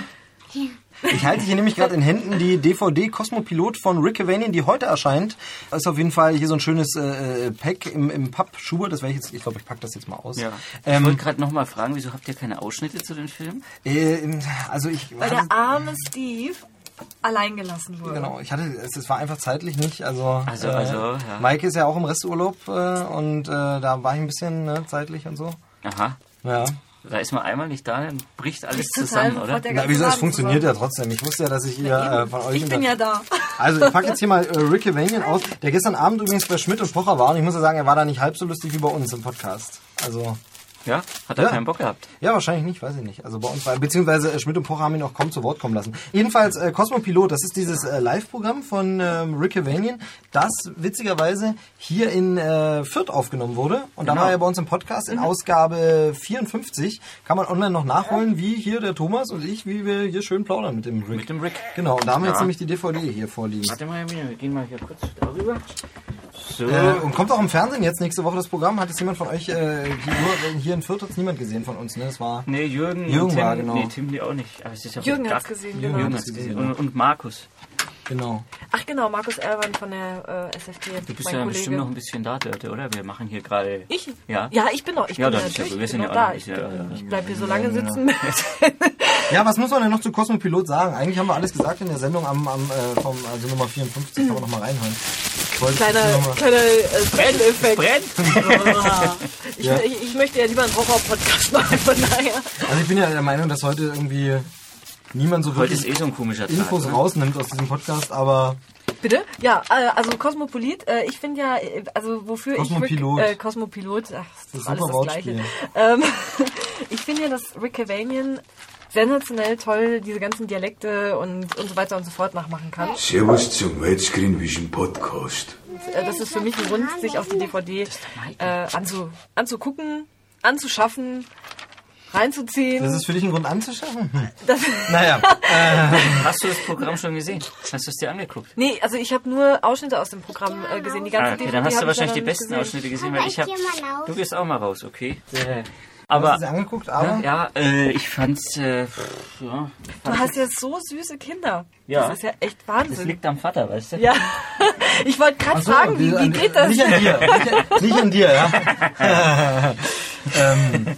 S1: Ich halte hier nämlich gerade in Händen die DVD Cosmopilot von Rick Avanian, die heute erscheint. Das ist auf jeden Fall hier so ein schönes äh, äh, Pack im, im Pappschuber. Das werde ich jetzt, ich glaube, ich packe das jetzt mal aus.
S3: Ja. ich
S1: Ähm,
S3: wollte gerade nochmal fragen, wieso habt ihr keine Ausschnitte zu den Filmen?
S1: äh, also ich.
S2: Weil
S1: hatte-
S2: der arme Steve allein gelassen wurde.
S1: Genau, ich hatte, es, es war einfach zeitlich nicht. Also,
S3: Also,
S1: äh,
S3: also, ja.
S1: Mike ist ja auch im Resturlaub äh, und äh, da war ich ein bisschen ne, zeitlich und so.
S3: Aha.
S1: Ja.
S3: Da ist man einmal nicht da, dann bricht alles
S2: Total,
S3: zusammen,
S2: sofort
S3: oder?
S2: der
S1: Na,
S2: ganze
S1: wieso, es
S2: Laden
S1: funktioniert
S2: zusammen.
S1: ja trotzdem. Ich wusste ja, dass ich ihr äh, von euch...
S2: Ich bin ja da.
S1: Also, ich packe jetzt hier mal äh, Rick Evanian aus, der gestern Abend übrigens bei Schmidt und Pocher war und ich muss ja sagen, er war da nicht halb so lustig wie bei uns im Podcast. Also...
S3: Ja, hat er
S1: Ja.
S3: keinen Bock gehabt.
S1: Ja, wahrscheinlich nicht, weiß ich nicht. Also bei uns war, beziehungsweise äh, Schmidt und Pocher haben ihn auch kaum zu Wort kommen lassen. Jedenfalls, äh, Cosmopilot, das ist dieses äh, Live-Programm von ähm, Rick Havanian, das witzigerweise hier in äh, Fürth aufgenommen wurde. Und da
S3: Genau.
S1: war er bei uns im Podcast in Ausgabe 54. Kann man online noch nachholen, wie hier der Thomas und ich, wie wir hier schön plaudern mit dem Rick.
S3: Mit dem Rick.
S1: Genau, und da haben wir jetzt
S3: Ja.
S1: nämlich die DVD hier vorliegen.
S3: Warte mal, Jamina, wir gehen mal hier kurz darüber. So.
S1: Äh, und kommt auch im Fernsehen jetzt nächste Woche das Programm. Hat jetzt jemand von euch, äh, die, hier in Fürth hat es niemand gesehen von uns, ne? Das war...
S3: Nee, Jürgen,
S1: Jürgen
S3: und Tim,
S1: war, genau.
S3: nee, Tim die auch nicht. Aber es ist ja
S2: Jürgen
S3: gar-
S2: hat's gesehen,
S3: Jürgen,
S2: genau.
S3: hat's gesehen. Und, und Markus.
S1: Genau.
S2: Ach genau, Markus Erwan von der äh, SFT.
S3: Du bist ja bestimmt noch ein bisschen da, Dörte, oder? Wir machen hier gerade...
S2: Ich?
S3: Ja.
S2: Ja, ich bin noch. Ich
S3: Ja,
S2: bin
S3: dann
S2: ja
S3: ist ja
S2: natürlich,
S3: gut.
S2: ich
S3: Wir sind
S2: bin noch
S3: ja auch
S2: da.
S3: noch-
S2: Ich,
S3: ist ja- ja,
S2: bin,
S3: ja.
S2: ich bleib hier so lange sitzen. [LAUGHS]
S1: Ja, was muss man denn noch zu Cosmopilot sagen? Eigentlich haben wir alles gesagt in der Sendung am, am äh, vom, also Nummer 54, kann man nochmal reinhören. Ich wollte jetzt
S2: Mhm. kleiner
S1: noch mal-
S2: kleiner äh, Special-Effekt.
S3: Brennt!
S2: Ich, ich, ich möchte ja lieber einen Horror-Podcast [LAUGHS] machen, von daher.
S1: Also ich bin ja der Meinung, dass heute irgendwie niemand so
S3: Heute ist
S1: wirklich
S3: eh so ein komischer Tag.
S1: Infos
S3: oder?
S1: rausnimmt aus diesem Podcast, aber
S2: Bitte? Ja, äh, also Kosmopolit, äh, ich finde ja, äh, also wofür
S1: Kosmopilot.
S2: ich... Rick- Äh, Kosmopilot. Ach, das ist
S1: Super
S2: alles das Gleiche.
S1: Wortspiel.
S2: Ähm, [LAUGHS] ich finde ja, dass Rick Cavanian sensationell toll diese ganzen Dialekte und, und so weiter und so fort nachmachen kann.
S6: Servus zum Widescreen Vision Podcast.
S2: Äh, das ist für mich ein Grund, sich auf die DVD äh, anzu, anzugucken, anzuschaffen, reinzuziehen.
S1: das ist für dich ein Grund
S2: [LAUGHS]
S1: anzuschaffen? Hm.
S2: Das-
S1: Naja,
S3: Hast du das Programm schon gesehen? Hast du es dir angeguckt?
S2: nee, also ich habe nur Ausschnitte aus dem Programm äh, gesehen. Die ganze
S3: Ah, okay,
S2: DVD
S3: dann hast
S2: hab
S3: du
S2: ich
S3: wahrscheinlich die
S2: leider noch nicht gesehen.
S3: besten Ausschnitte gesehen,
S4: Aber
S3: weil
S4: ich
S3: ich habe.
S4: geh mal raus.
S3: Du gehst auch mal raus, okay? Äh,
S1: hast du sie
S3: Aber
S1: angeguckt, aber...
S3: ja, äh, ich fand's. Äh, pff, ja,
S2: Du hast ja so süße Kinder.
S3: Ja.
S2: Das ist ja echt
S3: das
S2: Wahnsinn.
S3: liegt am Vater, weißt du?
S2: Ja. [LAUGHS] Ich wollte gerade
S1: Ach so,
S2: fragen, wie,
S1: die-
S2: wie
S1: an-
S2: geht das?
S1: Nicht an dir, nicht
S2: [LAUGHS]
S1: an, nicht an dir, ja.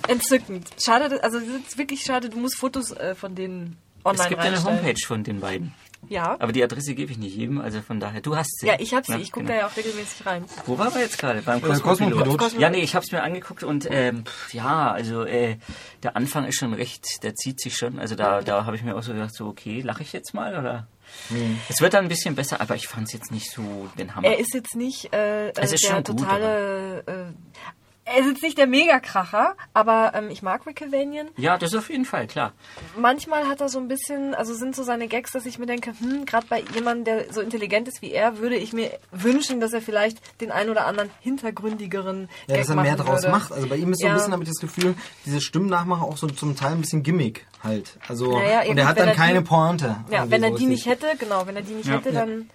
S2: Entzückend. Schade, dass- also das ist wirklich schade, du musst Fotos äh, von denen online
S3: Es gibt eine
S2: reinstellen.
S3: Homepage von den beiden.
S2: Ja.
S3: Aber die Adresse gebe ich nicht jedem, also von daher. Du hast sie.
S2: Ja, ich hab sie. Ich gucke
S3: genau.
S2: da ja auch regelmäßig rein.
S3: Wo waren wir jetzt gerade? Beim
S1: Äh, Cosmopilot.
S3: Ja, nee, ich hab's mir angeguckt und ähm, pff, ja, also äh, der Anfang ist schon recht, der zieht sich schon. Also da, da habe ich mir auch so gedacht, so okay, lache ich jetzt mal oder?
S1: Hm.
S3: Es wird dann ein bisschen besser, aber ich fand's jetzt nicht so den Hammer.
S2: Er ist jetzt nicht äh, äh,
S3: Es ist
S2: der
S3: schon gut,
S2: totale. äh, er ist jetzt nicht der Megakracher, aber ähm, ich mag Rickylvanian.
S3: Ja, das auf jeden Fall, klar.
S2: Manchmal hat er so ein bisschen, also sind so seine Gags, dass ich mir denke, hm, gerade bei jemandem, der so intelligent ist wie er, würde ich mir wünschen, dass er vielleicht den ein oder anderen hintergründigeren
S1: Ja,
S2: Gag
S1: dass er
S2: machen
S1: mehr draus
S2: würde.
S1: macht. Also bei ihm ist so ein
S2: Ja.
S1: bisschen, habe ich das Gefühl, diese Stimmen nachmachen auch so zum Teil ein bisschen Gimmick halt. Also,
S2: Naja,
S1: und
S2: irgendwie,
S1: er hat
S2: wenn
S1: dann
S2: er die-
S1: keine Pointe.
S2: Ja,
S1: irgendwie
S2: wenn er
S1: so
S2: die
S1: richtig.
S2: nicht hätte, genau, wenn er die nicht
S3: Ja.
S2: hätte, dann.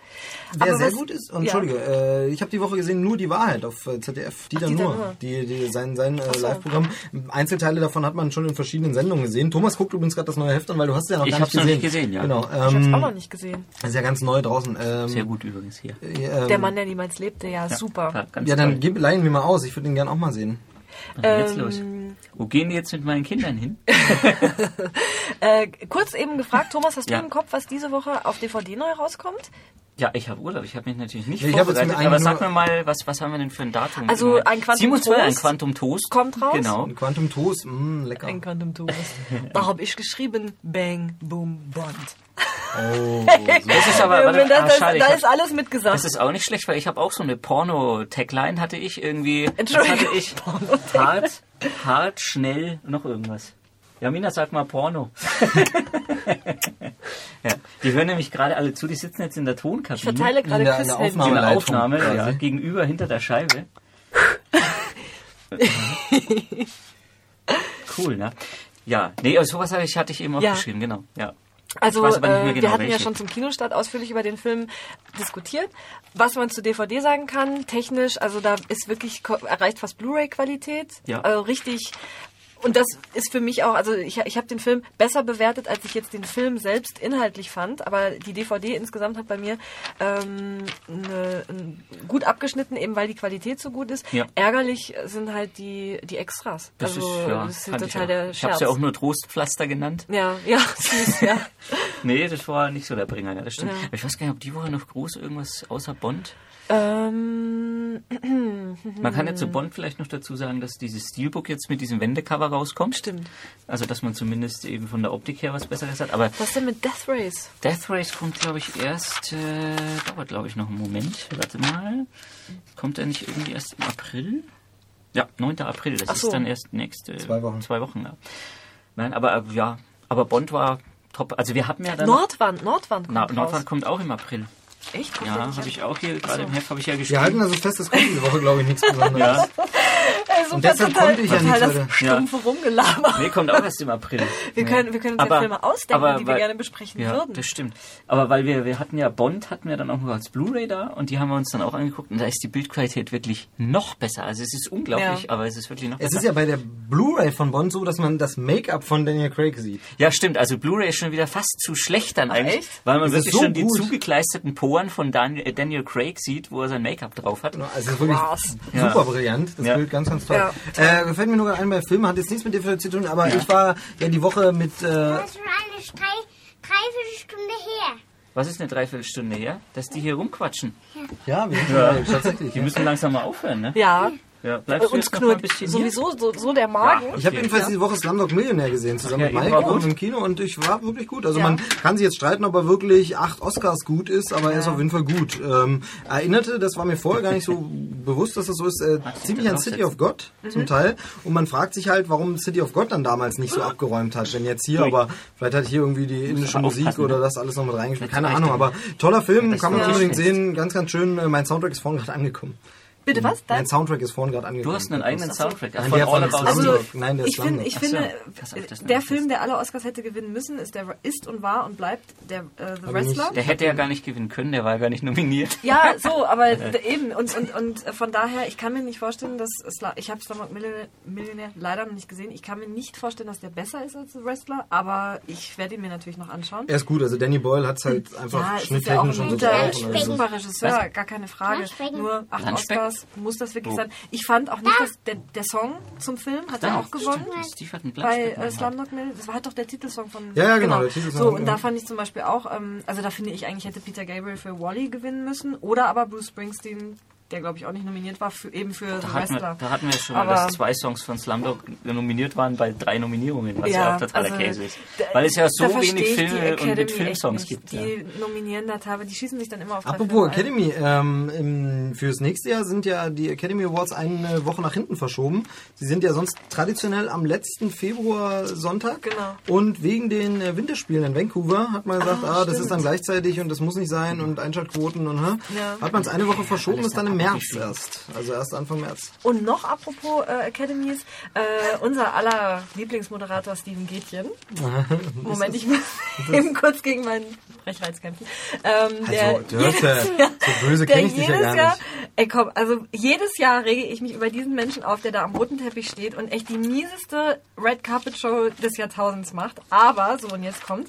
S1: Wer
S2: Aber
S1: sehr
S2: was-
S1: gut ist, und
S2: ja.
S1: entschuldige, äh, ich habe die Woche gesehen, nur die Wahrheit auf äh, ZDF, Dieter
S2: Dieter
S1: Nur,
S2: Nuhr.
S1: die, die, sein, sein äh, Live-Programm. Einzelteile davon hat man schon in verschiedenen Sendungen gesehen. Thomas guckt übrigens gerade das neue Heft an, weil du hast es ja noch
S3: Ich
S1: gar nicht
S3: hab's noch
S1: gesehen.
S3: nicht gesehen, ja.
S1: Genau,
S2: Ich hab's auch
S1: ähm,
S2: noch nicht gesehen.
S1: ist ja ganz neu draußen. Ähm,
S3: Sehr gut übrigens hier.
S1: ähm,
S2: Der Mann, der niemals lebte, ja,
S3: Ja,
S2: Äh, super.
S3: ganz
S1: Ja, dann
S3: toll.
S1: gib, leihen wir mal aus, ich würde ihn gern auch mal sehen.
S3: Also jetzt
S2: Ähm,
S3: los. Wo gehen die jetzt mit meinen Kindern hin?
S2: Äh, kurz eben
S3: [LAUGHS]
S2: gefragt, Thomas, hast
S3: Ja.
S2: du im Kopf, was diese Woche auf DVD neu rauskommt?
S3: Ja, ich habe Urlaub. Ich habe mich natürlich nicht
S1: Ja, ich hab jetzt
S3: vorbereitet.
S1: mir
S3: Aber
S1: eigentlich
S3: sag
S1: nur-
S3: mir mal, was, was haben wir denn für ein Datum?
S2: Also
S3: Immer.
S2: ein Quantum
S3: 27,
S2: Toast
S3: ein Quantum Toast.
S2: kommt raus.
S3: Genau.
S1: Und Quantum Toast, mh, lecker.
S2: Ein Quantum Thomas. [LAUGHS] Da habe ich geschrieben, Bang, Boom, Bond.
S1: Oh,
S3: Das ist aber, warte,
S2: Wenn das,
S3: ah,
S2: das,
S3: schade, ich
S2: da
S3: hab-
S2: ist alles mitgesagt.
S3: Das ist auch nicht schlecht, weil ich habe auch so eine Porno-Tagline hatte ich irgendwie. Was
S2: Entschuldigung,
S3: Hatte ich hart, hart, schnell, noch irgendwas. Jamina, sag mal Porno. [LAUGHS] ja, die hören nämlich gerade alle zu, die sitzen jetzt in der Tonkabine.
S2: ich verteile gerade
S1: In der- in
S2: Chris
S1: der
S2: Handy.
S3: in
S1: Aufnahme.
S3: der
S1: Leitung
S3: Aufnahme,
S1: quasi.
S3: ja, gegenüber hinter
S2: [LAUGHS]
S3: der Scheibe. cool, ne? Ja, nee, aber sowas hatte ich, hatte ich eben
S2: Ja.
S3: aufgeschrieben, genau. Ja.
S2: Also
S3: Ich weiß aber nicht mehr
S2: äh,
S3: genau,
S2: wir hatten ja
S3: welche.
S2: schon zum Kinostart ausführlich über den Film diskutiert. Was man zu DVD sagen kann, technisch, also da ist wirklich ko- erreicht fast Blu-ray-Qualität,
S3: Ja.
S2: also richtig. Und das ist für mich auch, also ich, ich habe den Film besser bewertet, als ich jetzt den Film selbst inhaltlich fand. Aber die DVD insgesamt hat bei mir ähm, ne, n- gut abgeschnitten, eben weil die Qualität so gut ist.
S3: Ja.
S2: Ärgerlich sind halt die, die Extras.
S3: Das
S2: also
S3: ist, ja,
S2: das ist
S3: fand
S2: total der
S3: ich auch.
S2: Scherz.
S3: Ich habe es ja auch nur Trostpflaster genannt.
S2: ja, ja, [LAUGHS] süß,
S3: [LAUGHS]
S2: ja.
S3: Nee, das war nicht so der Bringer, ja, das stimmt.
S2: Ja.
S3: Aber ich weiß gar nicht, ob die Woche noch groß irgendwas außer Bond.
S2: ähm,
S3: Man kann ja zu Bond vielleicht noch dazu sagen, dass dieses Steelbook jetzt mit diesem Wendecover rauskommt.
S2: Stimmt.
S3: Also, dass man zumindest eben von der Optik her was Besseres hat. Aber
S2: Was denn mit Death Race?
S3: Death Race kommt, glaube ich, erst. Äh, dauert, glaube ich, noch einen Moment. Warte mal. Kommt er nicht irgendwie erst im April? Ja, 9. April. Das
S2: Ach so.
S3: ist dann erst nächste.
S1: Zwei Wochen.
S3: Zwei Wochen, ja. Nein, aber äh, ja. Aber Bond war top. Also, wir haben ja dann.
S2: Nordwand, Nordwand kommt
S3: Na,
S2: raus.
S3: Nordwand kommt auch im April.
S2: Echt? Kommt der
S3: Ja,
S2: nicht
S3: habe
S2: an?
S3: ich auch hier, gerade im Heft habe ich ja
S1: Wir halten
S3: geschrieben.
S1: also fest, es kommt diese Woche, glaube
S3: [LAUGHS]
S1: ich, nichts Besonderes.
S3: Ja.
S2: Also,
S1: Und deshalb
S2: total,
S1: konnte ich ja
S2: total
S1: nichts
S2: das
S3: heute. Ja.
S2: stumpfe Rumgelaber.
S3: Nee, kommt auch erst im April.
S2: [LAUGHS] Wir können- wir können uns ja Filme ausdenken, die wir
S3: weil-
S2: gerne besprechen
S3: ja,
S2: würden.
S3: das stimmt. Aber weil wir, wir hatten ja Bond, hatten wir dann auch noch als Blu-ray da und die haben wir uns dann auch angeguckt und da ist die Bildqualität wirklich noch besser. Also es ist unglaublich,
S2: Ja.
S3: aber es ist wirklich noch
S1: Es
S3: besser.
S1: ist ja bei der Blu-ray von Bond so, dass man das Make-up von Daniel Craig sieht.
S3: ja, stimmt. Also Blu-ray ist schon wieder fast zu schlecht dann eigentlich,
S2: echt?
S3: weil man
S1: Ist das
S3: wirklich
S1: so
S3: schon die
S1: gut?
S3: zugekleisterten Poren von Daniel, äh, Daniel Craig sieht, wo er sein Make-up drauf hat.
S1: Also es ist wirklich
S2: Krass.
S1: super
S3: Ja.
S1: brillant. Das
S3: Ja.
S1: Bild ganz, ganz toll.
S2: Ja.
S1: Äh, gefällt mir nur gerade ein bei Filmen, hat jetzt nichts mit DVD zu tun, aber ich war ja die Woche mit äh,
S4: Das ist schon eine drei, Dreiviertelstunde her.
S3: Was ist eine Dreiviertelstunde her, dass die hier rumquatschen?
S1: ja, wir sind schon- tatsächlich.
S3: Die müssen langsam mal aufhören, ne?
S2: Ja,
S3: Ja, bleibst du
S2: uns
S3: jetzt noch mal ein
S2: knurrt
S3: bisschen hier?
S2: sowieso so, so der Magen.
S3: Ja.
S1: Ich habe
S3: Okay.
S1: jedenfalls diese Woche Slumdog Millionär gesehen, zusammen
S3: Ja,
S1: mit
S3: eben
S1: Mike
S3: war
S1: und
S3: gut.
S1: im Kino und ich war wirklich gut. Also
S2: Ja.
S1: man kann sich jetzt streiten, ob er wirklich acht Oscars gut ist, aber er ist auf jeden Fall gut. Ähm, erinnerte, das war mir vorher gar nicht so bewusst, dass das so ist, äh, ziemlich an City of God zum Teil. Und man fragt sich halt, warum City of God dann damals nicht so abgeräumt hat, denn jetzt hier, aber vielleicht hat hier irgendwie die indische
S3: aber
S1: Musik
S3: aufpassen,
S1: oder
S3: ne?
S1: das alles noch mit reingespielt. Keine
S3: reicht
S1: Ahnung,
S3: dann.
S1: aber toller Film,
S3: Das
S1: kann man
S3: reicht
S1: unbedingt
S3: nicht.
S1: sehen. Ganz, ganz schön. Äh, Mein Soundtrack ist vorhin gerade angekommen.
S2: Bitte was?
S1: Mein
S2: Dann?
S1: Soundtrack ist vorhin gerade angekommen.
S3: Du hast einen eigenen Soundtrack.
S1: Nein, der von
S2: Also,
S1: Slumdog. Nein, der
S2: ich,
S1: Slumdog.
S2: finde, ich
S3: Ach so.
S2: finde,
S3: Das hab ich das
S2: äh,
S3: nicht
S2: der
S3: gewusst.
S2: Film, der alle Oscars hätte gewinnen müssen, ist der ist und war und bleibt der äh, The Wrestler.
S3: Der hätte ja gar nicht gewinnen können, der war ja gar nicht nominiert.
S2: Ja, so, aber d- eben. Und, und, und äh, von daher, ich kann mir nicht vorstellen, dass. Sla- Ich habe Slumdog Millionaire, Millionaire leider noch nicht gesehen. Ich kann mir nicht vorstellen, dass der besser ist als The Wrestler, aber ich werde ihn mir natürlich noch anschauen.
S1: Er ist gut, also Danny Boyle hat es halt
S2: Hm. Ja,
S1: einfach
S2: es ist ja auch
S1: schnitttechnisch
S2: ein
S1: und so also
S2: guter,
S1: drauf.
S4: Landspeck.
S1: und alles.
S2: super Regisseur, gar keine Frage.
S4: Landspeck.
S2: Nur acht
S3: Landspeck.
S2: Oscars muss das wirklich
S3: Oh.
S2: sein. Ich fand auch nicht, dass der, der Song zum Film hat er auch gewonnen.
S3: Stimmt, Steve hat einen
S2: Bei
S3: Blattstück
S2: äh,
S3: gemacht.
S2: Slumdog Millionaire, das war halt doch der Titelsong von...
S1: Ja, ja, genau, der Titelsong,
S2: So, und
S1: ja.
S2: da fand ich zum Beispiel auch, ähm, also da finde ich eigentlich, hätte Peter Gabriel für Wally gewinnen müssen oder aber Bruce Springsteen der glaube ich auch nicht nominiert war, für, eben für
S3: Da
S2: The
S3: hatten, wir,
S2: Wrestler.
S3: da hatten wir schon mal,
S2: Aber-
S3: dass zwei Songs von Slumdog nominiert waren bei drei Nominierungen, was ja, auch totaler
S2: also,
S3: Käse ist.
S2: da-
S3: Weil es ja so
S2: da verstehe
S3: wenig
S2: ich die
S3: Filme und
S2: Academy
S3: mit
S2: echt
S3: Filmsongs
S2: nicht.
S3: gibt.
S2: Die
S3: Ja.
S2: nominieren da teilweise, die schießen sich dann immer auf drei
S1: Apropos
S2: Filme ein.
S1: Academy, ähm, im, fürs nächste Jahr sind ja die Academy Awards eine Woche nach hinten verschoben. Sie sind ja sonst traditionell am letzten Februar Sonntag.
S2: Genau.
S1: Und wegen den äh, Winterspielen in Vancouver hat man gesagt, ah, das ist dann gleichzeitig und das muss nicht sein und Einschaltquoten und hä?
S2: Ja.
S1: Hat man es eine Woche verschoben,
S3: Alles
S1: ist dann im
S3: nach
S1: März erst. Also erst Anfang März.
S2: Und noch apropos äh, Academies, äh, unser aller Lieblingsmoderator Steven
S3: [LAUGHS]
S2: Gätjen. Moment, ich muss eben kurz gegen meinen Frechreiz kämpfen.
S3: Also,
S2: Ähm, der [LAUGHS] jedes Jahr-
S1: Also, so böse
S2: der jedes Jahr, ey komm, also jedes Jahr rege ich mich über diesen Menschen auf, der da am roten Teppich steht und echt die mieseste Red Carpet Show des Jahrtausends macht. Aber, so und jetzt kommt,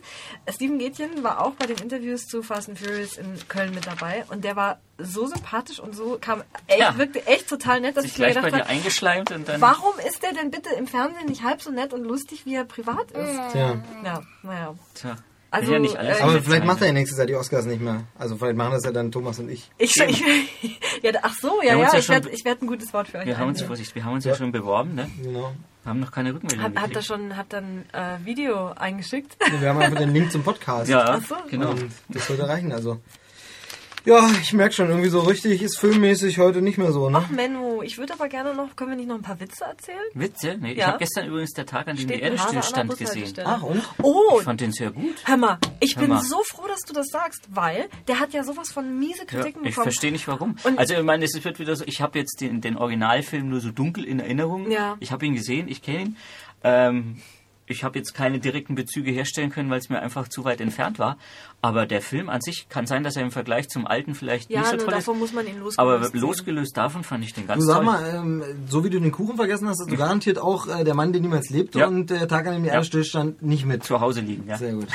S2: Steven Gätjen war auch bei den Interviews zu Fast and Furious in Köln mit dabei und der war so sympathisch und so kam, echt,
S3: Ja.
S2: wirkte echt total nett, dass
S3: Sich
S2: ich mir
S3: gleich bei
S2: gedacht
S3: dir
S2: habe,
S3: eingeschleimt und dann.
S2: warum ist der denn bitte im Fernsehen nicht halb so nett und lustig, wie er privat ist?
S1: Tja.
S2: Ja, naja.
S3: Tja,
S2: Also,
S3: will ja nicht alles
S2: äh,
S1: Aber
S3: mit
S1: vielleicht
S3: sein.
S1: macht er ja nächstes Jahr die Oscars nicht mehr. Also vielleicht machen das ja dann Thomas und ich.
S2: Ich, ich, [LAUGHS] ja, ach so, ja,
S3: Wir haben uns
S2: ja,
S3: ja
S2: ich
S3: schon
S2: werde
S3: be-
S2: ich werd ein gutes Wort für euch
S3: Wir haben uns,
S2: einnehmen.
S3: Vorsicht, wir haben uns ja, schon beworben, ne?
S1: Genau.
S3: Wir haben noch keine Rückmeldung
S2: Hab, habt ihr
S3: gekriegt.
S2: schon habt dann äh, Video eingeschickt?
S1: Wir haben einfach den Link zum Podcast.
S3: Ja,
S2: Ach so. Mhm.
S3: genau.
S1: Und das sollte reichen, also. Ja, ich merke schon, irgendwie so richtig ist filmmäßig heute nicht mehr so, ne?
S2: Ach [LAUGHS] Menno, ich würde aber gerne noch, können wir nicht noch ein paar Witze erzählen?
S3: Witze? Nee, Ich
S2: Ja.
S3: habe gestern übrigens der Tag, an dem
S2: Steht
S3: die
S2: ein
S3: Erde
S2: Hase an der
S3: stillstand gesehen.
S2: Bushaltestelle.
S1: Ach, und?
S2: Oh,
S3: Ich fand den sehr gut.
S2: hör mal, ich
S3: Hör
S2: bin
S3: mal.
S2: so froh, dass du das sagst, weil der hat ja sowas von miese
S3: Ja,
S2: Kritiken
S3: ich
S2: bekommen.
S3: verstehe nicht warum.
S2: Und-
S3: also ich meine, es wird wieder so, ich habe jetzt den, den Originalfilm nur so dunkel in Erinnerung.
S2: Ja.
S3: Ich habe ihn gesehen, ich kenne ihn. Ähm, ich habe jetzt keine direkten Bezüge herstellen können, weil es mir einfach zu weit entfernt war. Aber der Film an sich kann sein, dass er im Vergleich zum alten vielleicht
S2: Ja,
S3: nicht so
S2: nur
S3: toll ist.
S2: davon muss man ihn losgelöst
S3: Aber
S2: sehen.
S3: losgelöst davon fand ich den ganz
S1: Du sag
S3: toll.
S1: mal, ähm, so wie du den Kuchen vergessen hast, hast du garantiert auch äh, der Mann, der niemals lebte
S3: Ja.
S1: und äh, Tag an dem die Erde
S3: Ja.
S1: stillstand, nicht mit.
S3: Zu Hause liegen, ja.
S1: Sehr gut.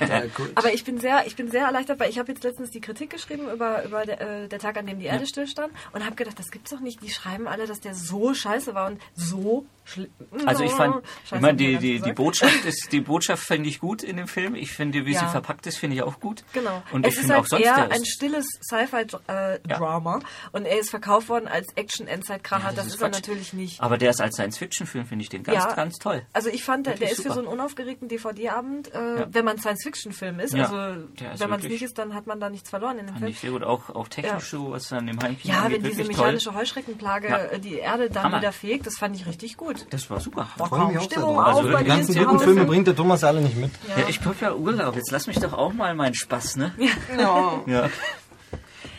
S1: Ja. Ja, gut.
S2: Aber ich bin sehr, ich bin sehr erleichtert, weil ich habe jetzt letztens die Kritik geschrieben über, über der, äh, der Tag, an dem die Erde stillstand und habe gedacht, das gibt's doch nicht. Die schreiben alle, dass der so scheiße war und so schlimm.
S3: Also ich fand,
S2: Oh, Scheiße,
S3: ich meine,
S2: hab
S3: die,
S2: ganz
S3: die, die
S2: gesagt. [LAUGHS]
S3: Botschaft ist, die Botschaft fände ich gut in dem Film. Ich finde, wie
S2: Ja.
S3: sie verpackt ist, finde ich auch gut.
S2: Genau.
S3: Und
S2: es
S3: ich
S2: ist
S3: finde
S2: halt
S3: auch sonst
S2: eher
S3: der
S2: ein
S3: Rest.
S2: stilles
S3: Ja.
S2: Sci-Fi-Drama und er ist verkauft worden als Action-Endzeit-Kracher. das, ist er
S3: Quatsch.
S2: natürlich nicht.
S3: Aber der ist als Science-Fiction-Film, finde ich den ganz, ganz toll.
S2: Also ich fand, der, der
S3: Wirklich
S2: ist für
S3: super.
S2: so einen unaufgeregten DVD-Abend, äh, wenn man Science-Fiction-Film ist,
S3: Ja,
S2: also
S3: der ist
S2: wenn man es
S3: wirklich- Ah,
S2: nicht ist, dann hat man da nichts verloren in dem
S3: Fand
S2: Film.
S3: ich sehr gut. Auch, auch technisch so, was dann im Heimkino
S2: Ja, wenn
S3: angeht,
S2: diese
S3: wirklich toll.
S2: mechanische Heuschreckenplage
S3: Ja.
S2: äh, die Erde dann
S3: Hammer.
S2: wieder fegt, das fand ich richtig gut.
S3: Das war super.
S1: Freue mich auch sehr
S2: Stimmung
S1: drauf.
S2: auf
S3: Also
S2: bei
S3: die
S2: dir
S1: ganzen
S2: zu
S1: guten
S2: Hause.
S1: Filme bringt der Thomas ja alle nicht mit.
S3: Ja, ich hab ja Urlaub. Jetzt lass mich doch auch mal meinen Spaß, ne?
S1: Ja.
S3: Ja.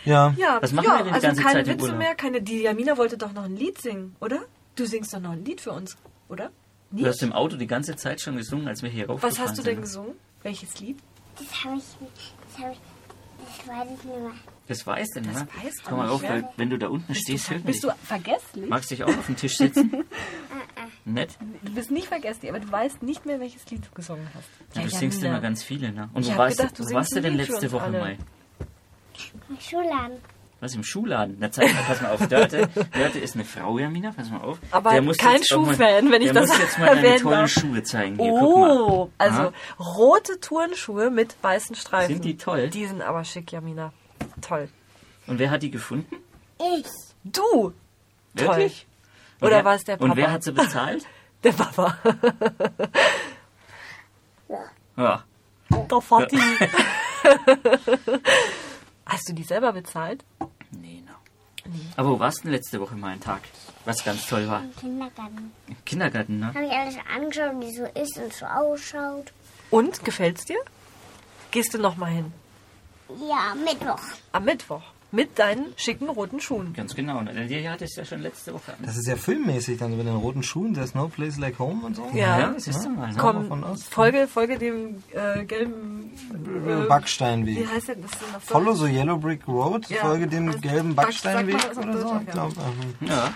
S1: ja.
S2: Ja,
S3: Was machen
S2: ja,
S3: wir denn die
S2: also
S3: ganze
S2: keine
S3: Zeit im
S2: Witze
S3: Urlaub?
S2: mehr, keine. Die Jamina wollte doch noch ein Lied singen, oder? Du singst doch noch ein Lied für uns, oder?
S3: Du hast
S2: Nicht?
S3: im Auto die ganze Zeit schon gesungen, als wir hier raufgefahren
S2: Was hast du
S3: sind. ne?
S2: denn gesungen? Welches Lied?
S4: Das habe ich, das habe ich, das weiß ich nicht mehr.
S3: Das weißt du, ne? Das
S2: weißt du
S3: Komm mal
S2: nicht,
S3: auf,
S2: ja?
S3: weil wenn du da unten stehst, hilf mir
S2: Bist du
S3: nicht.
S2: vergesslich?
S3: Magst dich auch auf den
S2: [LAUGHS]
S3: Tisch setzen? Nett?
S2: Du bist nicht vergesslich, aber du weißt nicht mehr, welches Lied du gesungen hast.
S3: Ja, du singst immer ganz viele, ne? Und
S2: Ich
S3: wo
S2: hab
S3: warst,
S2: gedacht, du
S3: du, wo
S2: singst
S3: warst du
S2: ein
S3: denn
S2: Lied für
S3: letzte
S2: uns
S3: Woche
S2: alle.
S3: mal?
S4: Mal Schulan.
S3: Was im Schuhladen? Na, zeig mal, pass mal auf. Dörte, Dörte ist eine Frau, Jamina, pass mal auf.
S2: Aber kein
S3: jetzt auch mal-
S2: Schuhfan, wenn ich
S3: der
S2: das
S3: muss jetzt mal deine
S2: erwähnen
S3: tollen
S2: darf.
S3: Schuhe zeigen. Hier, guck
S2: Oh,
S3: mal.
S2: also
S3: Aha.
S2: rote Turnschuhe mit weißen Streifen.
S3: Sind die toll?
S2: Die sind aber schick, Jamina. Toll.
S3: Und wer hat die gefunden?
S4: Ich.
S2: Du, Toll.
S3: Wirklich? Und
S2: Oder
S3: wer-
S2: war es der
S3: Und wer
S2: Papa?
S3: hat sie bezahlt?
S2: der Papa, [LAUGHS]
S3: ja.
S2: der Vati. [LAUGHS] Hast du die selber bezahlt?
S3: Nee, no. Aber wo warst du denn letzte Woche mal einen Tag? Was ganz toll war.
S4: Im Kindergarten.
S3: Im Kindergarten, ne?
S4: Habe ich alles angeschaut, wie so ist und so ausschaut.
S2: Und, gefällt's dir? Gehst du nochmal hin?
S4: Ja, Mittwoch.
S2: Am Mittwoch. Mit deinen schicken roten Schuhen.
S3: Ganz genau. ne? Denn die hatte es ja schon letzte Woche an.
S1: Das ist ja filmmäßig dann so mit den roten Schuhen, There's no place like home und so.
S2: Ja.
S3: ja, siehst du mal. Ne?
S1: davon
S2: Komm,
S1: aus.
S2: folge, folge dem äh, gelben. Äh,
S1: Backsteinweg.
S2: Wie heißt denn das denn auf
S1: Follow
S2: Deutsch?
S1: the Yellow Brick Road,
S2: Ja.
S1: folge dem
S2: Also,
S1: gelben
S2: Back- sagt man
S1: Backsteinweg
S2: das auf
S1: oder so. also
S2: Deutsch auch, ja.
S1: Ich glaub, ähm,
S3: Ja.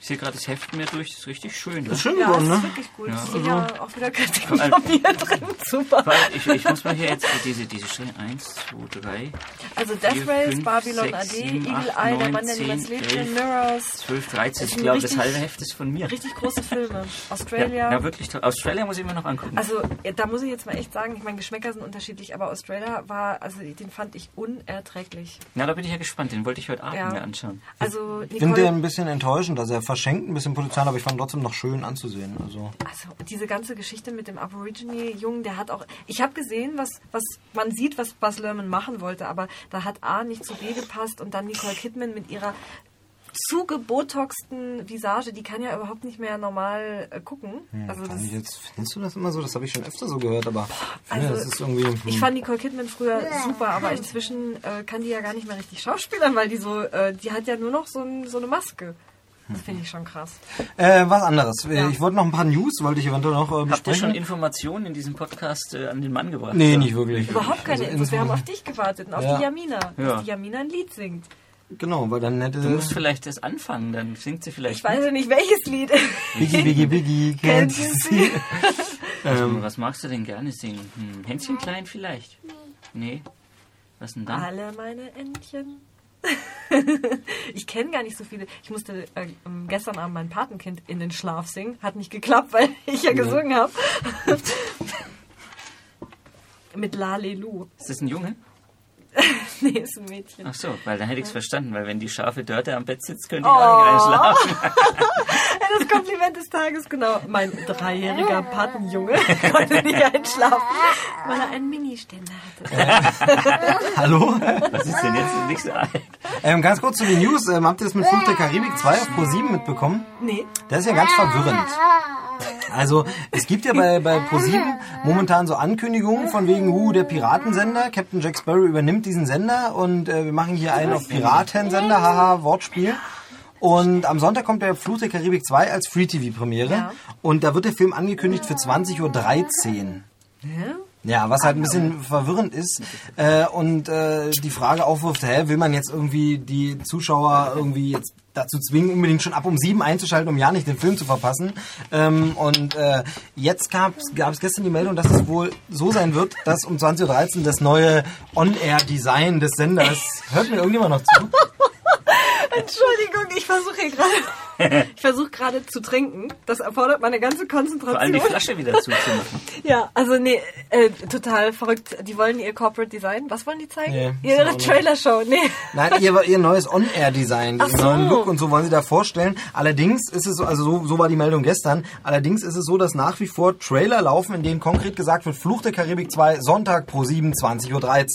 S3: Ich sehe gerade das Heft mehr durch, das ist richtig schön. Ne?
S1: Schön
S2: Ja, das
S1: geworden,
S2: ist
S1: ne?
S2: wirklich gut.
S3: Ja, Also-
S2: das sind ja auch wieder Kritiken von mir drin. Super.
S3: Vor allem, Ich, ich muss mal hier jetzt diese, diese Stellen 1, 2, 3,
S2: Also Death
S3: Vier,
S2: Race,
S3: fünf,
S2: Babylon
S3: sechs,
S2: AD,
S3: sieben,
S2: Eagle
S3: acht,
S2: Eye, der
S3: neun,
S2: Mann, der niemals
S3: zehn,
S2: lebte,
S3: elf.
S2: Mirrors.
S3: 12, 13. Ich
S2: sind
S3: glaube, das
S2: richtig-
S3: halbe Heft ist von mir.
S2: Richtig große Filme.
S3: Ja,
S2: Australia.
S3: ja, wirklich toll. Australia muss ich mir noch angucken.
S2: Also ja, da muss ich jetzt mal echt sagen, ich meine, Geschmäcker sind unterschiedlich, aber Australia war, also den fand ich unerträglich.
S3: Na, da bin ich ja gespannt. Den wollte ich heute Abend
S2: Ja.
S3: mir anschauen.
S2: Also
S1: Ich finde den
S2: Nicole,
S1: ein bisschen enttäuschend. Also er verschenkt ein bisschen Potenzial, aber ich fand ihn trotzdem noch schön anzusehen. Also
S2: also diese ganze Geschichte mit dem Aborigine-Jungen, der hat auch, ich habe gesehen, was, was man sieht, was Buzz Lerman machen wollte, aber da hat A nicht zu B gepasst und dann Nicole Kidman mit ihrer zugebotoxten Visage, die kann ja überhaupt nicht mehr normal äh, gucken. also das,
S1: fand ich jetzt, findest du das immer so? Das habe ich schon öfter so gehört, aber ich finde,
S2: Also,
S1: das ist irgendwie. hm.
S2: Ich fand Nicole Kidman früher super, aber inzwischen äh, kann die ja gar nicht mehr richtig schauspielern, weil die so, äh, die hat ja nur noch so, ein, so eine Maske. Das finde ich schon krass.
S1: äh, was anderes. Äh, Ich wollte noch ein paar News, wollte ich eventuell noch äh,
S3: Habt ihr schon
S1: besprechen.
S3: Informationen in diesem Podcast äh, an den Mann gebracht?
S1: nee,
S3: Ja.
S1: nicht wirklich.
S2: Überhaupt keine
S1: Also
S2: Infos. Wir haben
S1: Infos-
S2: auf dich gewartet und auf
S1: Ja.
S2: die Jamina,
S3: Ja.
S2: dass die Jamina ein Lied singt.
S1: Genau, weil dann hätte.
S3: Du musst vielleicht das anfangen, dann singt sie vielleicht.
S2: Ich weiß ja nicht,
S1: [LAUGHS]
S2: welches Lied.
S1: Biggie, Biggie,
S2: [LAUGHS]
S1: Biggie, kennt ihr sie?
S3: Ähm, Was magst du denn gerne singen? Hm, Händchen klein vielleicht? Nee. Was denn dann?
S2: Alle meine Entchen. [LAUGHS] ich kenne gar nicht so viele. Ich musste äh, ähm, gestern Abend mein Patenkind in den Schlaf singen. Hat nicht geklappt, weil [LAUGHS] ich ja gesungen habe. [LAUGHS] Mit La Lelu.
S3: Ist das ein Junge?
S2: [LAUGHS] Nee, ist ein Mädchen.
S3: Ach so, weil dann hätte ich es verstanden, weil wenn die scharfe Dörte am Bett sitzt, könnte ich auch
S2: Oh.
S3: nicht einschlafen.
S2: Das Kompliment des Tages, genau. Mein dreijähriger Patenjunge [LAUGHS] konnte nicht einschlafen, weil er einen Mini-Ständer hatte.
S1: Hallo? [LAUGHS]
S3: Was ist denn jetzt nicht
S2: [LAUGHS]
S3: so alt?
S1: Ähm, ganz kurz zu den News. Ähm, habt ihr das mit Fluch der Karibik 2 auf Pro7 mitbekommen?
S2: Nee.
S1: Das ist ja ganz verwirrend. Also, es gibt ja bei, bei ProSieben momentan so Ankündigungen von wegen, uh, der Piratensender, Captain Jack Sparrow übernimmt diesen Sender und äh, wir machen hier einen auf Piratensender, haha, Wortspiel. Und am Sonntag kommt der Fluch der Karibik 2 als Free-TV-Premiere und da wird der Film angekündigt für 20.13 Uhr. Ja, was halt ein bisschen verwirrend ist äh, und äh, die Frage aufwirft, hä, will man jetzt irgendwie die Zuschauer irgendwie jetzt dazu zwingen, unbedingt schon ab um sieben einzuschalten, um ja nicht den Film zu verpassen. Ähm, und äh, jetzt gab es gestern die Meldung, dass es wohl so sein wird, dass um 20.13 Uhr das neue On-Air-Design des Senders, hört mir irgendjemand noch zu?
S2: Entschuldigung, ich versuche hier gerade. Ich versuche gerade zu trinken. Das erfordert meine ganze
S3: Vor allem die
S2: Konzentration.
S3: Flasche wieder zuzumachen.
S2: Ja, also nee, äh, total verrückt. Die wollen ihr Corporate Design. Was wollen die zeigen?
S1: Nee, ist auch
S2: Ihre
S1: nicht.
S2: Trailer-Show. Nee.
S1: Nein, ihr, ihr neues On-Air-Design,
S2: Ach
S1: diesen
S2: so.
S1: neuen Look und so wollen sie da vorstellen. Allerdings ist es so, also so, so war die Meldung gestern, allerdings ist es so, dass nach wie vor Trailer laufen, in denen konkret gesagt wird, Fluch der Karibik 2, Sonntag pro 7, 20.13 Uhr.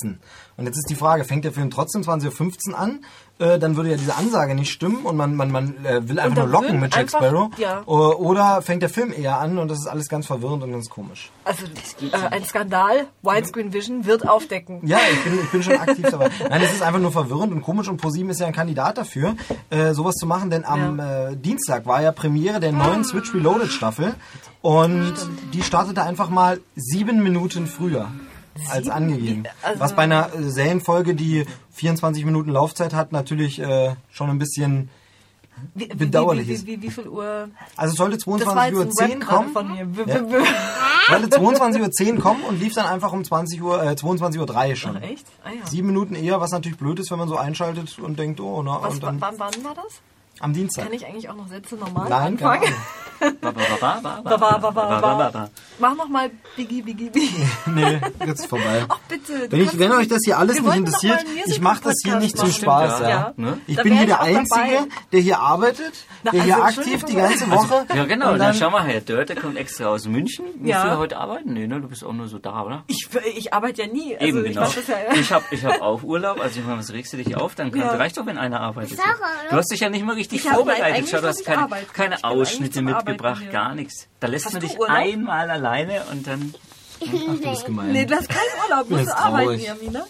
S1: Und jetzt ist die Frage, fängt der Film trotzdem 20.15 Uhr an? Äh, dann würde ja diese Ansage nicht stimmen und man, man, man äh, will einfach nur
S2: dann
S1: locken
S2: würden
S1: mit Jack
S2: einfach-
S1: Sparrow. Äh,
S2: ja.
S1: Oder fängt der Film eher an und das ist alles ganz verwirrend und ganz komisch.
S2: Also äh, ein Skandal. Widescreen Vision wird aufdecken.
S1: Ja, ich bin, ich bin schon aktiv dabei. Nein, es ist einfach nur verwirrend und komisch und ProSieben ist ja ein Kandidat dafür, äh, sowas zu machen, denn am äh, Dienstag war ja Premiere der
S2: Ah.
S1: neuen Switch Reloaded Staffel und die startete einfach mal sieben Minuten früher als angegeben.
S2: also-
S1: was bei einer äh, Serienfolge, die 24 Minuten Laufzeit hat, natürlich äh, schon ein bisschen...
S2: Wie, wie,
S1: Bedauerlich
S2: wie,
S1: ist.
S2: wie, wie, wie viel Uhr?
S1: Also es sollte
S2: Das war
S1: 22.10
S2: jetzt
S1: Uhr
S2: ein Rap gerade
S1: kommen.
S2: von mir. B- b- b-
S1: Sollte 22.10 Uhr kommen und lief dann einfach um 20 Uhr, äh, 22.03 Uhr schon.
S2: Echt? Ah, ja.
S1: Sieben Minuten eher, was natürlich blöd ist, wenn man so einschaltet und denkt, oh, na,
S2: Was,
S1: und dann
S2: wann, wann war das?
S1: am Dienstag.
S2: Kann ich eigentlich auch noch Sätze normal
S1: Nein, keine
S2: anfangen?
S1: Ahnung.
S3: Ba, ba, ba, ba, ba,
S2: Ba, ba, ba, ba,
S3: ba, ba,
S2: ba.
S3: ba.
S2: [LAUGHS] Mach nochmal Biggie, Biggie, Biggie.
S1: Nee,
S2: [LAUGHS]
S1: jetzt ist vorbei.
S2: Ach bitte. du
S1: Wenn, ich,
S2: kannst
S1: wenn
S2: doch
S1: euch das hier alles
S2: Oh, Wir
S1: nicht
S2: wollten doch mal
S1: interessiert,
S2: einen
S1: ich mache das hier
S2: Musical-Podcast
S1: nicht zum
S2: machen.
S1: Spaß. Ja.
S3: Ja, ne?
S1: Ich
S2: Da
S1: bin
S2: wär
S1: hier
S2: ich
S1: der
S2: auch
S1: Einzige,
S2: dabei.
S1: der hier arbeitet,
S2: Na,
S1: der hier
S2: also,
S1: aktiv die ganze
S2: Entschuldigung.
S1: Woche.
S3: Ja, genau.
S1: Und
S3: dann,
S1: dann,
S3: schau mal, Herr Dörte kommt extra aus München. Musst
S2: Ja.
S3: du heute arbeiten? Nee, ne? Du bist auch nur so da, oder?
S2: Ich, ich arbeite ja nie. Also
S3: Eben,
S2: ich
S3: genau.
S2: mach das ja
S3: Ich habe ich hab auch Urlaub, also ich meine, was regst du dich auf? Dann kann,
S2: Ja.
S3: reicht doch, wenn einer arbeitet.
S4: Sarah.
S3: Du hast dich ja nicht mal richtig
S2: Ich hab- nein,
S3: vorbereitet.
S2: eigentlich
S3: Schau, du hast
S2: muss ich
S3: keine,
S2: arbeiten. Ich
S3: keine
S2: bin eigentlich
S3: Ausschnitte
S2: zum
S3: mitgebracht,
S2: Arbeiten hier.
S3: gar nichts. Da lässt
S2: Hast
S3: man
S2: du
S3: dich
S2: Urlaub?
S3: einmal alleine und dann...
S1: Das ist gemein.
S2: Nee, du hast keinen Urlaub, musst
S1: ist
S2: du arbeiten,
S1: traurig.
S2: Jamina.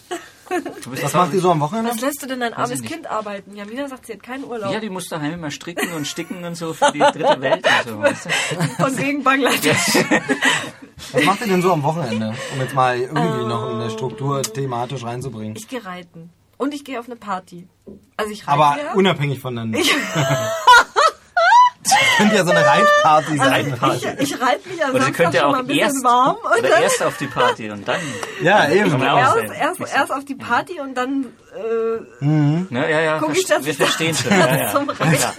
S3: Du bist
S1: Was macht ihr so am Wochenende?
S2: Was lässt du denn dein armes
S3: ich nicht.
S2: Kind arbeiten? Jamina sagt, sie hat keinen Urlaub.
S3: Ja, die musst du heim immer stricken und sticken und so für die dritte Welt und so. Weißt du? [LAUGHS]
S2: Von wegen Bangladesch. [LAUGHS]
S1: Was macht ihr denn so am Wochenende? Um jetzt mal irgendwie noch in der Struktur thematisch reinzubringen.
S2: Ähm. Ich gehe reiten. Und ich gehe auf eine Party. Also ich reite
S1: Aber [LAUGHS]
S2: ja.
S1: unabhängig voneinander. könnte ja so eine
S2: Also
S1: Reitparty sein.
S3: Reitparty.
S2: Ich, ich reite mich am
S3: Oder sie
S2: Samstag
S3: könnte
S2: schon
S3: auch
S2: mal ein bisschen
S3: erst,
S2: warm und
S3: oder
S2: dann
S3: erst auf die Party und dann.
S1: Ja, eben.
S3: Genau.
S2: erst,
S3: sein.
S2: erst, erst auf die Party und dann äh,
S3: Ne, ja, ja,
S2: Guck ich, dass
S3: wir
S2: ich das- [LAUGHS]
S3: verstehen schon. Ja, ja.
S2: zum
S3: ja, klar.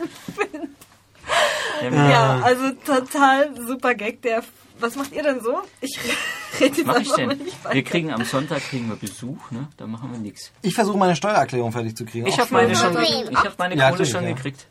S3: Ja,
S2: Ja, also total super Gag. Der, was macht ihr denn so? Ich [LAUGHS] rede jetzt
S3: Mach ich
S2: einfach [LAUGHS] mal
S3: denn?
S2: nicht
S3: Wir
S2: weiter.
S3: kriegen am Sonntag kriegen wir Besuch, ne? Da machen wir nichts.
S1: Ich versuche meine Steuererklärung fertig zu kriegen.
S3: Ich
S1: Auch
S3: habe meine
S1: spannend.
S3: schon, ich hab meine
S1: Ja,
S3: Kohle
S1: natürlich,
S3: schon
S1: ja.
S3: gekriegt.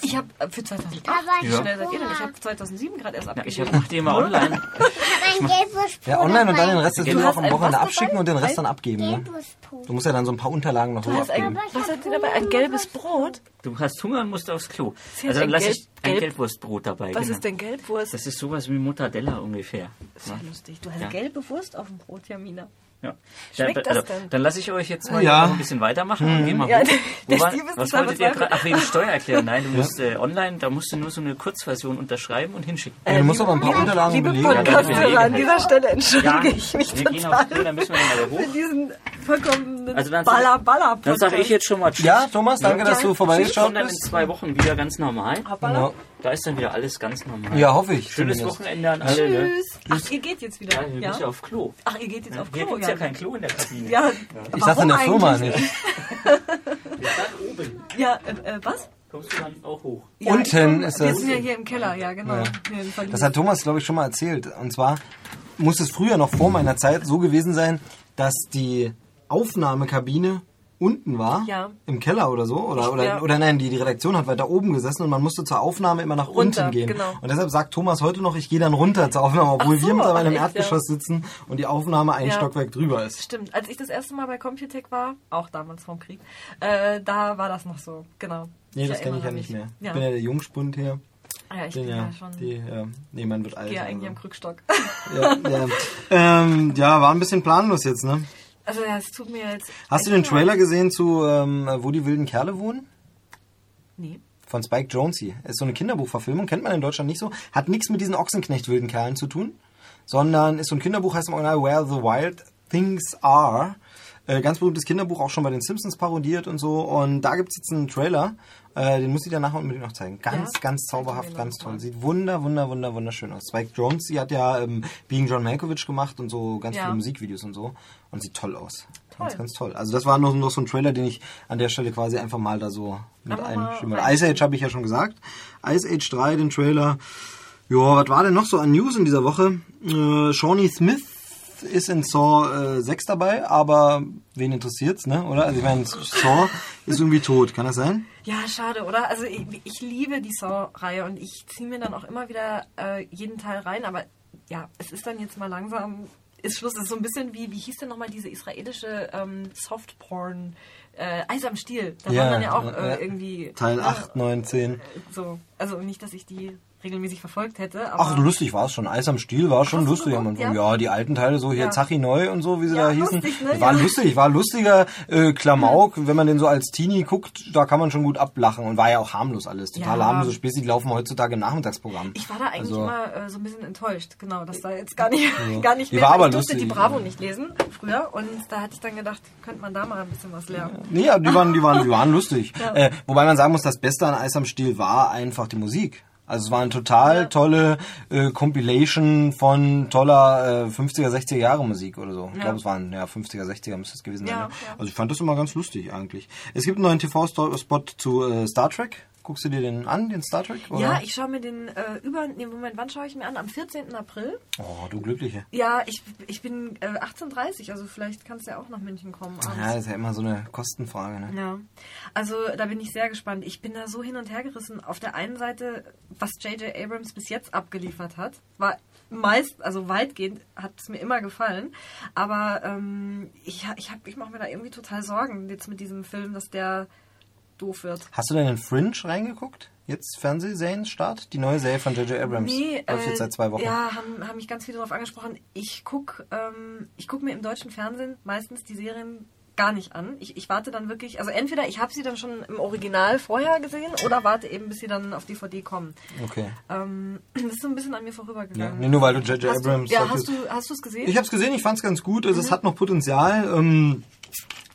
S2: Ich habe für 2008,
S4: Aber
S2: wie
S4: ich
S2: schnell seid ihr denn? Ich habe 2007 gerade erst
S3: Ja, ich
S2: abgegeben.
S3: hab, mach die immer online.
S4: habe ein gelbes Spur
S1: Ja, online und dann den
S4: dabei.
S1: Rest des
S3: Du
S1: Videos
S3: hast
S1: auch am
S2: ein
S1: Wochenende
S2: was
S1: abschicken
S2: dabei?
S1: und den Rest dann abgeben. Ne?
S4: Gelbes Pur.
S1: Du musst ja dann so ein paar Unterlagen noch hoch
S2: was, ein,
S1: abgeben.
S2: was hat ihr dabei? Ein gelbes Brot?
S3: Du hast Hunger und musst aufs Klo.
S2: hat
S3: Also dann
S2: ein
S3: lass ich
S2: Gelb-
S3: ein
S2: Gelb-
S3: Geldwurstbrot dabei.
S2: Was
S3: genau.
S2: ist denn Gelbwurst?
S3: Das ist sowas wie Mortadella ungefähr.
S2: ist ja lustig. Du hast
S3: Ja.
S2: gelbe Wurst auf dem Brot, Jamina.
S3: Ja.
S2: Schmeckt
S3: dann,
S2: das denn?
S3: Dann lasse ich euch jetzt mal
S1: Ja. Mhm.
S3: noch ein bisschen weitermachen und geh mal
S2: Ja,
S3: hoch.
S2: der-
S3: Wo
S2: der
S3: war-
S2: Steve ist
S3: Was
S2: total
S3: wolltet ihr
S2: verzweifelt.
S3: gerade? Ach, wegen Steuererklärung. Nein, du musst äh, online, da musst du nur so eine Kurzversion unterschreiben und hinschicken.
S2: Äh,
S1: Ja, du musst aber ein paar Unterlagen
S2: Liebe
S1: belegen. Ja,
S3: Podcast-
S1: natürlich.
S2: Podcasthörer, an dieser Stelle entschuldige
S3: eh Ja,
S2: ich mich
S3: wir gehen aufs Klo,
S2: total
S3: dann müssen wir dann aber
S2: für
S3: hoch.
S2: diesen vollkommenen
S3: Also dann sag-
S2: Baller-Baller-Podcast.
S3: Dann sage ich jetzt schon mal Tschüss.
S1: ja, Thomas, danke, dass du
S3: Ich komme
S1: vorbeigeschaut
S3: dann in
S1: bist.
S3: zwei Wochen wieder ganz normal.
S1: Genau.
S3: Da ist dann wieder alles ganz normal.
S1: Ja, hoffe ich.
S3: Schönes
S1: zumindest.
S3: Wochenende an alle. Ne?
S2: Tschüss. Ach, ihr geht jetzt wieder.
S3: Ja, wir
S2: Ja?
S3: müssen ja auf Klo.
S2: Ach, ihr geht jetzt auf
S3: Hier
S2: Klo,
S3: gibt es ja kein Klo in der Kabine.
S2: Ja,
S1: Ich dachte in der Firma ne? nicht.
S2: Ja, äh, äh, was?
S3: Kommst du dann auch hoch?
S2: Ja,
S1: Unten
S2: ich komm,
S1: ist
S2: Wir
S1: das-
S2: sind ja hier im Keller, ja, genau.
S1: Ja.
S2: Hier im Verlies.
S1: Das hat Thomas, glaube ich, schon mal erzählt. Und zwar muss es früher noch vor meiner Zeit so gewesen sein, dass die Aufnahmekabine unten war,
S2: Ja.
S1: im Keller oder so, oder, oder,
S2: Ja.
S1: oder nein, die, die Redaktion hat weiter oben gesessen und man musste zur Aufnahme immer nach
S2: Runter,
S1: unten gehen.
S2: genau.
S1: Und deshalb sagt Thomas heute noch, ich gehe dann runter zur Aufnahme, obwohl
S2: Ach so,
S1: wir mittlerweile im
S2: ach echt,
S1: Erdgeschoss sitzen und die Aufnahme einen
S2: Ja.
S1: Stockwerk drüber ist.
S2: Stimmt, als ich das erste Mal bei Computec war, auch damals vom Krieg, äh, da war das noch so, genau.
S1: Nee,
S2: Ich
S1: das kenne ich ja
S2: erinnere
S1: nicht
S2: mich.
S1: mehr. Ich
S2: Ja,
S1: bin ja der Jungspund hier.
S2: Ah ja ich
S1: Den
S2: bin ja
S1: ja,
S2: schon,
S1: die, ja, nee, man wird alt.
S2: gehe
S1: also.
S2: eigentlich am Krückstock.
S1: ja, ja. Ähm, ja, war ein bisschen planlos jetzt, ne?
S2: [LAUGHS] Also ja, es tut mir jetzt...
S1: Hast du den Trailer gesehen zu ähm, Wo die wilden Kerle wohnen?
S2: Nee.
S1: Von Spike Jonze. Ist so eine Kinderbuchverfilmung, kennt man in Deutschland nicht so. Hat nichts mit diesen Ochsenknecht-wilden Kerlen zu tun, sondern ist so ein Kinderbuch, heißt im Original Where the Wild Things Are. Äh, ganz berühmtes Kinderbuch, auch schon bei den Simpsons parodiert und so. Und da gibt es jetzt einen Trailer, äh, den muss ich dir nachher unbedingt noch zeigen. Ganz,
S2: Ja?
S1: ganz
S2: Zeig mir
S1: zauberhaft,
S2: den
S1: ganz
S2: noch
S1: toll.
S2: mal.
S1: Sieht wunder, wunder, wunder, wunderschön aus. Spike Jonze hat ja ähm, Being John Malkovich gemacht und so ganz
S2: Ja.
S1: viele Musikvideos und so. Und sieht toll aus. Ganz, ganz toll. Also das war noch, noch so ein Trailer, den ich an der Stelle quasi einfach mal da so mit
S2: Einfach mal
S1: einschimmel.
S2: rein.
S1: Ice Age habe ich ja schon gesagt. Ice Age 3, den Trailer. Ja, was war denn noch so an News in dieser Woche? Äh, Shawnee Smith ist in Saw äh, 6 dabei, aber wen interessiert's, ne? Oder? Also ich meine, Saw ist irgendwie tot, kann das sein?
S2: Ja, schade, oder? Also ich, ich liebe die Saw-Reihe und ich ziehe mir dann auch immer wieder äh, jeden Teil rein, aber ja, es ist dann jetzt mal langsam, ist Schluss. Es ist so ein bisschen wie, wie hieß denn nochmal diese israelische ähm, Softporn, äh, Eis am Stiel. Da
S1: Ja,
S2: waren dann ja auch äh,
S1: ja.
S2: irgendwie...
S1: Teil
S2: ne,
S1: 8, 9, 10.
S2: So. Also nicht, dass ich die regelmäßig verfolgt hätte, aber...
S1: Ach, lustig war es schon. Eis am Stiel war schon
S2: Hast du
S1: lustig am
S2: geguckt,
S1: Anfang.
S2: ja?
S1: Ja, die alten Teile, so hier
S2: Ja.
S1: Zachi Neu und so, wie sie
S2: Ja,
S1: da hießen.
S2: lustig, ne?
S1: War
S2: Ja.
S1: lustig, war lustiger äh, Klamauk. Wenn man den so als Teenie guckt, da kann man schon gut ablachen. Und war ja auch harmlos alles. Total
S2: Ja.
S1: harmlose Späße, die laufen heutzutage im Nachmittagsprogramm.
S2: Ich war da eigentlich
S1: Also-
S2: immer äh, so ein bisschen enttäuscht, genau, dass da jetzt gar nicht, [LAUGHS] gar nicht
S1: Die
S2: mehr.
S1: war aber
S2: ich durfte
S1: lustig.
S2: die Bravo nicht lesen früher und da hatte ich dann gedacht, könnte man da mal ein bisschen was lernen.
S1: Nee, aber die waren, die waren, die
S2: [LAUGHS]
S1: waren lustig. Äh, wobei man sagen muss, das Beste an Eis am Stiel war einfach die Musik. Also es war eine total tolle äh, Compilation von toller äh, 50er, 60er Jahre Musik oder so. Ich glaube, es waren ja 50er, 60er müsste es gewesen sein.
S2: Ja,
S1: ne?
S2: ja.
S1: Also ich fand das immer ganz lustig eigentlich. Es gibt einen neuen TV-Spot zu äh, Star Trek. Guckst du dir den an, den Star Trek? Oder?
S2: Ja, ich schaue mir den äh, über. Nee, Moment, wann schaue ich mir an? Am 14. April.
S1: Oh, du Glückliche.
S2: Ja, ich, ich bin äh, 18.30, also vielleicht kannst du ja auch nach München kommen.
S1: Ja,
S2: Abends.
S1: das ist ja immer so eine Kostenfrage. Ne?
S2: Ja, also da bin ich sehr gespannt. Ich bin da so hin und her gerissen. Auf der einen Seite, was J.J. Abrams bis jetzt abgeliefert hat, war meist, also weitgehend, hat es mir immer gefallen. Aber ähm, ich, ha- ich, hab- ich mache mir da irgendwie total Sorgen jetzt mit diesem Film, dass der doof wird.
S1: Hast du denn in Fringe reingeguckt? Jetzt Fernsehserienstart? Die neue Serie von J.J. Abrams.
S2: Nee, äh,
S1: Läuft jetzt seit zwei Wochen.
S2: Ja, haben, haben mich ganz viele darauf angesprochen. Ich guck, ähm, ich guck mir im deutschen Fernsehen meistens die Serien gar nicht an. Ich, ich warte dann wirklich, also entweder ich habe sie dann schon im Original vorher gesehen oder warte eben, bis sie dann auf DVD kommen.
S1: Okay.
S2: Ähm, [CLEARS THROAT] das ist so ein bisschen an mir
S1: Ja.
S2: vorübergegangen.
S1: Nee, nur weil du J.J.
S2: hast du,
S1: Abrams
S2: ja,
S1: sagtest.
S2: hast du, hast du es gesehen?
S1: Ich habe es gesehen, ich fand es ganz gut. Also, Es hat noch Potenzial. Ähm,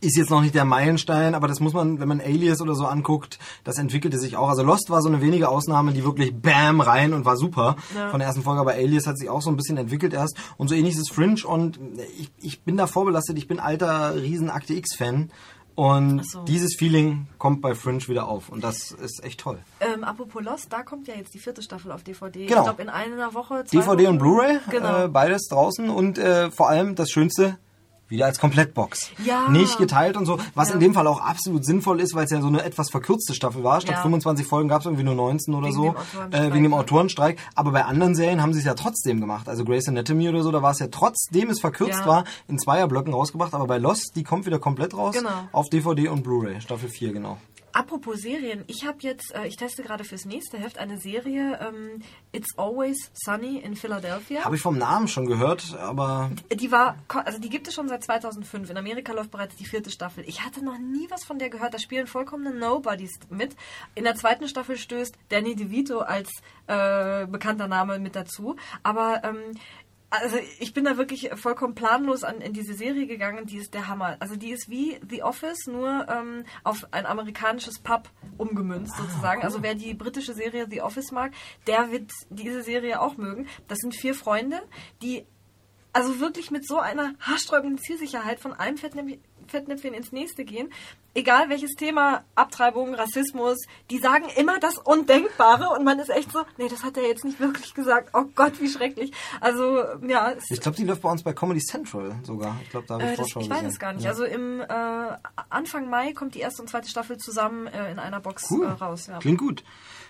S1: Ist jetzt noch nicht der Meilenstein, aber das muss man, wenn man Alias oder so anguckt, das entwickelte sich auch. Also Lost war so eine wenige Ausnahme, die wirklich bam rein und war super von der ersten Folge. Aber Alias hat sich auch so ein bisschen entwickelt erst. Und so ähnlich ist Fringe und ich, ich bin da vorbelastet. Ich bin alter Riesen-Akte X-Fan. Und dieses Feeling kommt bei Fringe wieder auf. Und das ist echt toll.
S2: Ähm, apropos Lost, da kommt ja jetzt die vierte Staffel auf DVD.
S1: Genau.
S2: Ich glaube in einer Woche. Zwei
S1: DVD
S2: Wochen.
S1: und Blu-ray,
S2: Genau.
S1: äh, beides draußen und äh, vor allem das Schönste wieder als Komplettbox.
S2: Ja.
S1: Nicht geteilt und so, was
S2: Ja.
S1: in dem Fall auch absolut sinnvoll ist, weil es ja so eine etwas verkürzte Staffel war. Statt
S2: Ja.
S1: 25 Folgen gab es irgendwie nur 19 oder
S2: Wegen
S1: so,
S2: dem Autorenstreik,
S1: äh, wegen dem
S2: ne?
S1: Autorenstreik. Aber bei anderen Serien haben sie es ja trotzdem gemacht. Also Grey's Anatomy oder so, da war es ja trotzdem es verkürzt
S2: Ja.
S1: war, in Zweierblöcken rausgebracht. Aber bei Lost, die kommt wieder komplett raus
S2: Genau.
S1: auf DVD und Blu-ray, Staffel 4 genau.
S2: Apropos Serien, ich habe jetzt, äh, ich teste gerade fürs nächste Heft eine Serie, ähm, It's Always Sunny in Philadelphia.
S1: Habe ich vom Namen schon gehört, aber
S2: Die war, ko- also die gibt es schon seit 2005. In Amerika läuft bereits die vierte Staffel. Ich hatte noch nie was von der gehört. Da spielen vollkommene Nobodies mit. In der zweiten Staffel stößt Danny DeVito als äh, bekannter Name mit dazu. Aber ähm, also ich bin da wirklich vollkommen planlos an, in diese Serie gegangen. Die ist der Hammer. Also die ist wie The Office, nur ähm, auf ein amerikanisches Pub umgemünzt sozusagen. Also wer die britische Serie The Office mag, der wird diese Serie auch mögen. Das sind vier Freunde, die also wirklich mit so einer haarsträubenden Zielsicherheit von einem Fettnäpfchen, Fettnäpfchen ins nächste gehen. Egal welches Thema, Abtreibung, Rassismus, die sagen immer das Undenkbare und man ist echt so, nee, das hat er jetzt nicht wirklich gesagt. Oh Gott, wie schrecklich. Also, ja, es,
S1: ich glaube, die läuft bei uns bei Comedy Central sogar. Ich glaube, da habe ich
S2: äh, das,
S1: Vorschau
S2: ich
S1: gesehen.
S2: weiß es gar nicht.
S1: Ja.
S2: Also im äh, Anfang Mai kommt die erste und zweite Staffel zusammen äh, in einer Box
S1: Cool.
S2: äh, raus. Ja.
S1: Klingt gut.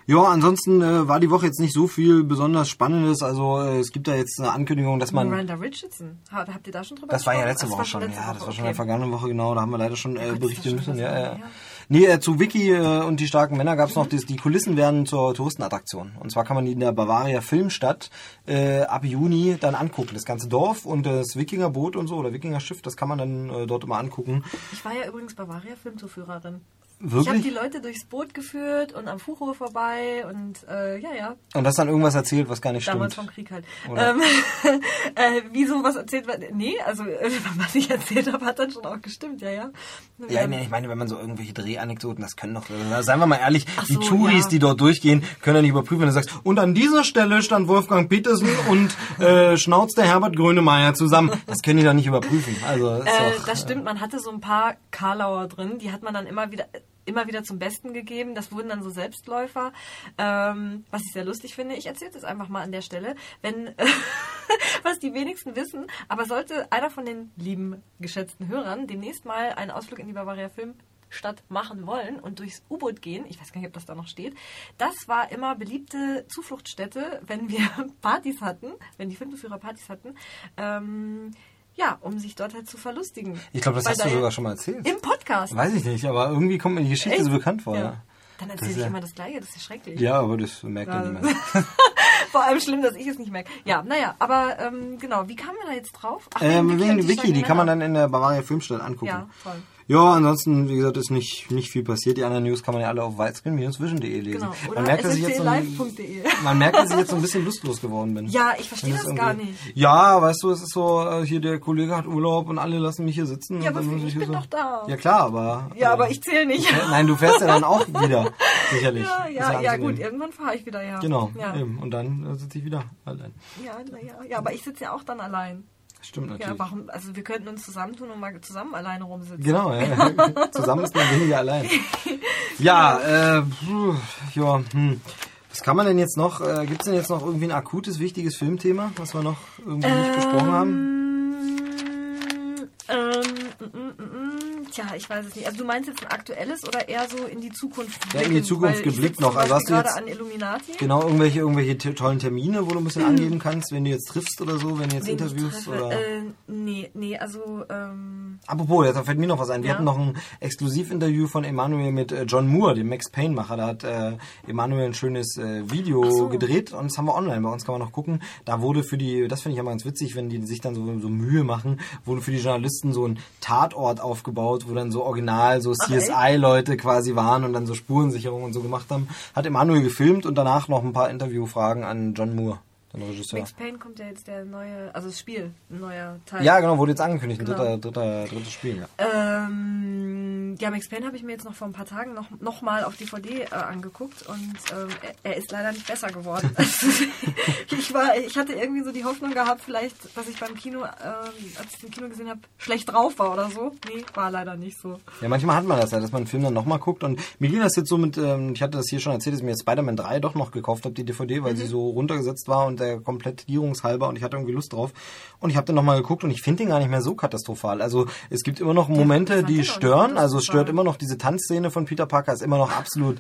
S1: Ja, ansonsten äh, war die Woche jetzt nicht so viel besonders Spannendes. Also äh, es gibt da jetzt eine Ankündigung, dass man.
S2: Miranda Richardson, Ha- habt ihr da schon drüber
S1: Das war ja
S2: gesprochen?
S1: letzte
S2: Ach,
S1: Woche
S2: Oh, war
S1: schon.
S2: letzte
S1: ja, das
S2: Woche,
S1: war schon in
S2: okay.
S1: der vergangenen Woche, genau. Da haben wir leider schon äh,
S2: Gott, ist das
S1: berichten
S2: schon
S1: müssen.
S2: so
S1: Ja,
S2: lange
S1: ja.
S2: her.
S1: Nee, äh, zu Vicky äh, und die starken Männer gab es noch, das, die Kulissen werden zur Touristenattraktion. Und zwar kann man die in der Bavaria Filmstadt äh, ab Juni dann angucken. Das ganze Dorf und das Wikingerboot und so oder Wikingerschiff, das kann man dann äh, dort immer angucken.
S2: Ich war ja übrigens Bavaria-Filmzuführerin. Ich habe
S1: Wirklich?
S2: die Leute durchs Boot geführt und am Fuchrohr vorbei und äh, ja, ja,
S1: und hast dann irgendwas erzählt, was gar nicht
S2: damals
S1: stimmt.
S2: vom Krieg halt.
S1: Oder?
S2: Ähm, [LAUGHS] äh, wieso was erzählt war? Nee, also [LAUGHS] äh, was ich erzählt habe, hat dann schon auch gestimmt, ja, ja.
S1: Ja,
S2: Ähm,
S1: nee, ich meine, wenn man so irgendwelche Drehanekdoten, das können doch, also seien wir mal ehrlich, die
S2: so,
S1: Touris,
S2: ja.
S1: die dort durchgehen, können ja nicht überprüfen, wenn du sagst, und an dieser Stelle stand Wolfgang Petersen und äh, schnauzte Herbert Grönemeyer zusammen. Das können die doch nicht überprüfen. Also, ist
S2: Äh,
S1: doch,
S2: das stimmt, man hatte so ein paar Karlauer drin, die hat man dann immer wieder immer wieder zum Besten gegeben. Das wurden dann so Selbstläufer, ähm, was ich sehr lustig finde. Ich erzähle das einfach mal an der Stelle, wenn [LAUGHS] was die wenigsten wissen. Aber sollte einer von den lieben geschätzten Hörern demnächst mal einen Ausflug in die Bavaria Filmstadt machen wollen und durchs U-Boot gehen, ich weiß gar nicht, ob das da noch steht, das war immer beliebte Zufluchtsstätte, wenn wir [LAUGHS] Partys hatten, wenn die Filmführer Partys hatten. Ähm, ja, um sich dort halt zu verlustigen.
S1: Ich glaube, das
S2: Weil
S1: hast du
S2: da-
S1: sogar schon mal erzählt.
S2: Im Podcast.
S1: Weiß ich nicht, aber irgendwie kommt mir die Geschichte so bekannt vor. Ja,
S2: Ja. Dann
S1: Das
S2: erzähle
S1: ist
S2: ich
S1: ja-
S2: immer das Gleiche, das ist ja schrecklich.
S1: ja aber das merkt ja
S2: Ja,
S1: niemand.
S2: [LAUGHS] Vor allem schlimm, dass ich es nicht merke. Ja, naja, aber ähm, genau, wie kamen wir da jetzt drauf? Ach,
S1: Ähm,
S2: und
S1: wegen Wiki,
S2: starken
S1: die kann man
S2: Männer.
S1: dann in der Bavaria Filmstadt angucken.
S2: Ja, toll.
S1: Ja, ansonsten, wie gesagt, ist nicht, nicht viel passiert. Die anderen News kann man ja alle auf widescreen-vision.de lesen.
S2: Genau, oder
S1: man, merkt, dass ich jetzt so ein,
S2: SSDlive.de.
S1: man merkt, dass ich jetzt so ein bisschen lustlos geworden bin.
S2: Ja, ich verstehe
S1: Wenn
S2: das gar
S1: irgendwie-
S2: nicht.
S1: Ja, weißt du, es ist so, äh, hier der Kollege hat Urlaub und alle lassen mich hier sitzen.
S2: Ja,
S1: und
S2: aber
S1: dann
S2: für-
S1: muss
S2: ich
S1: hier
S2: bin doch da.
S1: Ja, klar, aber...
S2: Ja, aber
S1: äh,
S2: ich zähle nicht. [LAUGHS]
S1: Nein, du fährst ja dann auch wieder, sicherlich.
S2: Ja,
S1: Ist
S2: ja, ja
S1: anzunehmen.
S2: gut, irgendwann fahre ich wieder, ja.
S1: Genau,
S2: Ja,
S1: eben. Und dann äh, sitze ich wieder allein.
S2: ja, na ja, ja aber ich sitze ja auch dann allein.
S1: Stimmt natürlich.
S2: Ja, warum? Also wir könnten uns zusammentun und mal zusammen alleine rumsitzen.
S1: Genau,
S2: [LAUGHS]
S1: ja. zusammen ist man weniger allein.
S2: Genau.
S1: Ja, äh, puh, ja, hm. Was kann man denn jetzt noch? Äh, Gibt es denn jetzt noch irgendwie ein akutes, wichtiges Filmthema, was wir noch irgendwie nicht besprochen haben?
S2: Ähm, mm, mm, mm, tja, ich weiß es nicht. Also du meinst jetzt ein aktuelles oder eher so in die Zukunft
S1: Ja, in die
S2: blickend?
S1: Zukunft
S2: Weil ich
S1: geblickt
S2: sitze
S1: noch.
S2: zum
S1: Also hast du
S2: Beispiel gerade
S1: jetzt-
S2: an Illuminati?
S1: Genau, irgendwelche, irgendwelche t- tollen Termine, wo du ein bisschen angeben kannst, wenn du jetzt triffst oder so, wenn du jetzt
S2: Wen ich
S1: interviewst
S2: treffe?
S1: oder.
S2: Äh, nee, nee, also ähm,
S1: Apropos, jetzt fällt mir noch was ein. Wir
S2: Ja.
S1: hatten noch ein Exklusivinterview von Emanuel mit äh, John Moore, dem Max Payne-Macher. Da hat äh, Emanuel ein schönes äh, Video gedreht und das haben wir online. Bei uns kann man noch gucken. Da wurde für die, das finde ich immer ganz witzig, wenn die sich dann so, so Mühe machen, wurde für die Journalisten so ein Tatort aufgebaut, wo dann so original so CSI-Leute quasi waren und dann so Spurensicherung und so gemacht haben. Hat Emanuel gefilmt und danach noch ein paar Interviewfragen an John Moore. den Regisseur.
S2: Max Payne kommt ja jetzt der neue, also das Spiel, ein neuer Teil.
S1: Ja, genau, wurde jetzt angekündigt, ein
S2: Genau.
S1: dritter, dritter, drittes Spiel. Ja.
S2: Ähm, ja, Max Payne habe ich mir jetzt noch vor ein paar Tagen noch, noch mal auf DVD äh, angeguckt und ähm, er, er ist leider nicht besser geworden. Also, ich, war, ich hatte irgendwie so die Hoffnung gehabt, vielleicht, dass ich beim Kino, ähm, als ich den Kino gesehen habe, schlecht drauf war oder so. Nee, war leider nicht so.
S1: Ja, manchmal hat man das ja, dass man einen Film dann nochmal guckt. Und mir ging das jetzt so mit, ähm, ich hatte das hier schon erzählt, dass ich mir jetzt Spider-Man 3 doch noch gekauft habe, die DVD,
S2: Mhm.
S1: weil sie so runtergesetzt war und der komplettierungshalber und ich hatte irgendwie Lust drauf. Und ich habe den nochmal geguckt und ich finde den gar nicht mehr so katastrophal. Also es gibt immer noch Momente,
S2: fand den
S1: die
S2: auch nicht
S1: stören. Also es stört
S2: katastrophal.
S1: immer noch diese Tanzszene von Peter Parker, ist immer noch absolut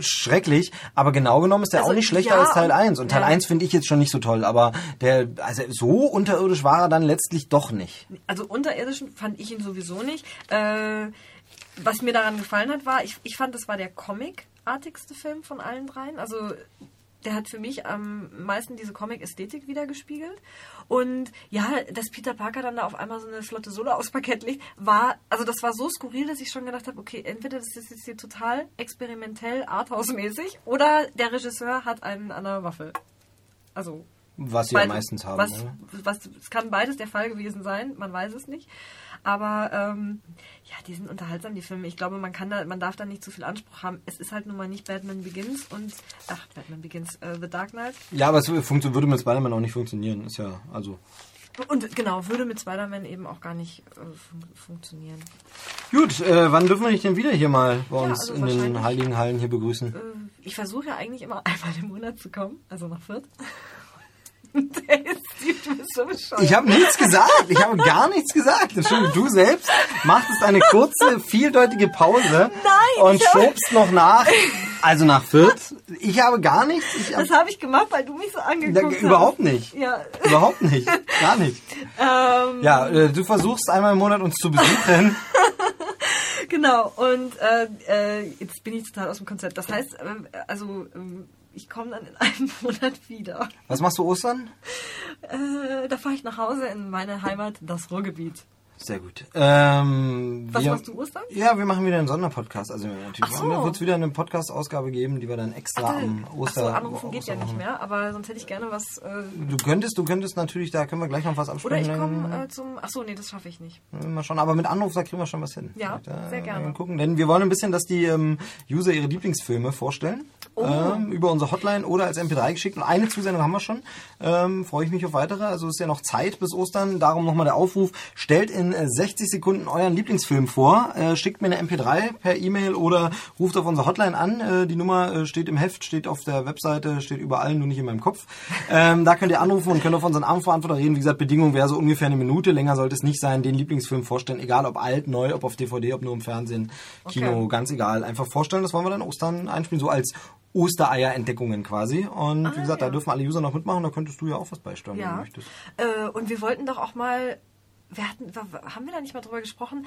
S1: schrecklich, aber genau genommen ist der
S2: Also,
S1: auch nicht schlechter
S2: ja,
S1: als Teil
S2: und-
S1: 1 und Teil
S2: ja.
S1: 1 finde ich jetzt schon nicht so toll, aber der also so unterirdisch war er dann letztlich doch nicht.
S2: also unterirdischen fand ich ihn sowieso nicht. Äh, was mir daran gefallen hat, war, ich, ich fand, das war der comicartigste Film von allen dreien. Also der hat für mich am meisten diese Comic-Ästhetik wiedergespiegelt. Und ja, dass Peter Parker dann da auf einmal so eine flotte Sohle aufs Parkett legt, war, also das war so skurril, dass ich schon gedacht habe, okay, entweder das ist jetzt hier total experimentell, arthouse-mäßig, oder der Regisseur hat einen an der Waffe. Also
S1: Was sie ja
S2: Beides-
S1: meistens haben. ne?
S2: Was,
S1: oder?
S2: was, es kann beides der Fall gewesen sein, man weiß es nicht. Aber ähm, ja, die sind unterhaltsam, die Filme. Ich glaube, man kann da, man darf da nicht zu viel Anspruch haben. Es ist halt nun mal nicht Batman Begins und ach, Batman Begins, äh, The Dark Knight.
S1: Ja, aber es funktio- würde mit Spider-Man auch nicht funktionieren. Ist ja, also.
S2: Und genau, würde mit Spider-Man eben auch gar nicht äh, fun funktionieren.
S1: Gut, äh, wann dürfen wir dich denn wieder hier mal bei
S2: Ja,
S1: uns
S2: also
S1: in den
S2: wahrscheinlich-
S1: heiligen Hallen hier begrüßen?
S2: Äh, ich versuche ja eigentlich immer [LAUGHS] einmal im Monat zu kommen, also nach Fürth. [LAUGHS] Der ist, du bist so bescheuert.
S1: Ich habe nichts gesagt. Ich habe gar nichts gesagt. Entschuldigung, du selbst machtest eine kurze, vieldeutige Pause
S2: Nein,
S1: und
S2: ich habe-
S1: schobst noch nach. Also nach Fürth. Ich habe gar nichts. Ich hab,
S2: das habe ich gemacht, weil du mich so
S1: da,
S2: angeguckt hast.
S1: überhaupt nicht.
S2: Ja.
S1: Überhaupt nicht. Gar nicht.
S2: Ähm,
S1: Ja, äh, du versuchst einmal im Monat uns zu besuchen.
S2: Genau, und äh, äh, jetzt bin ich total aus dem Konzept. Das heißt, ähm, also ähm, ich komme dann in einem [LAUGHS] Monat wieder.
S1: Was machst du Ostern?
S2: Äh, da fahre ich nach Hause in meine Heimat, das Ruhrgebiet.
S1: Sehr gut. Ähm,
S2: Was
S1: wir,
S2: machst du Ostern?
S1: Ja, wir machen wieder einen Sonderpodcast. Also wir- natürlich
S2: Ach
S1: so.
S2: so.
S1: wird es wieder eine Podcast-Ausgabe geben, die wir dann extra am
S2: Achso,
S1: Oster.
S2: anrufen geht ja
S1: Osterwochen-
S2: nicht mehr, aber sonst hätte ich gerne was. Äh,
S1: Du könntest, du könntest natürlich, da können wir gleich noch was
S2: oder
S1: ansprechen.
S2: ich komme äh, zum. Achso, nee, das schaffe ich nicht.
S1: Äh, Mal schauen, aber mit Anruf, da kriegen wir schon was hin.
S2: Ja,
S1: Da,
S2: sehr gerne.
S1: mal gucken, denn wir wollen ein bisschen, dass die ähm, User ihre Lieblingsfilme vorstellen.
S2: Oh.
S1: Ähm, über unsere Hotline oder als MP3 geschickt. Und eine Zusendung haben wir schon. Ähm, Freue ich mich auf weitere. Also ist ja noch Zeit bis Ostern. Darum nochmal der Aufruf. Stellt in äh, 60 Sekunden euren Lieblingsfilm vor. Äh, schickt mir eine MP3 per E-Mail oder ruft auf unsere Hotline an. Äh, die Nummer äh, steht im Heft, steht auf der Webseite, steht überall, nur nicht in meinem Kopf. Ähm, da könnt ihr anrufen und könnt auf unseren Anrufverantworter reden. Wie gesagt, Bedingung wäre so ungefähr eine Minute. Länger sollte es nicht sein. Den Lieblingsfilm vorstellen. Egal ob alt, neu, ob auf DVD, ob nur im Fernsehen, Kino,
S2: Okay.
S1: ganz egal. Einfach vorstellen. Das wollen wir dann Ostern einspielen. So als Ostereier-Entdeckungen quasi. Und wie gesagt, da dürfen alle User noch mitmachen. Da könntest du ja auch was beisteuern, wenn du
S2: Ah, Ja.
S1: möchtest.
S2: Äh, und wir wollten doch auch mal. Wir hatten, wa- wa- haben wir da nicht mal drüber gesprochen,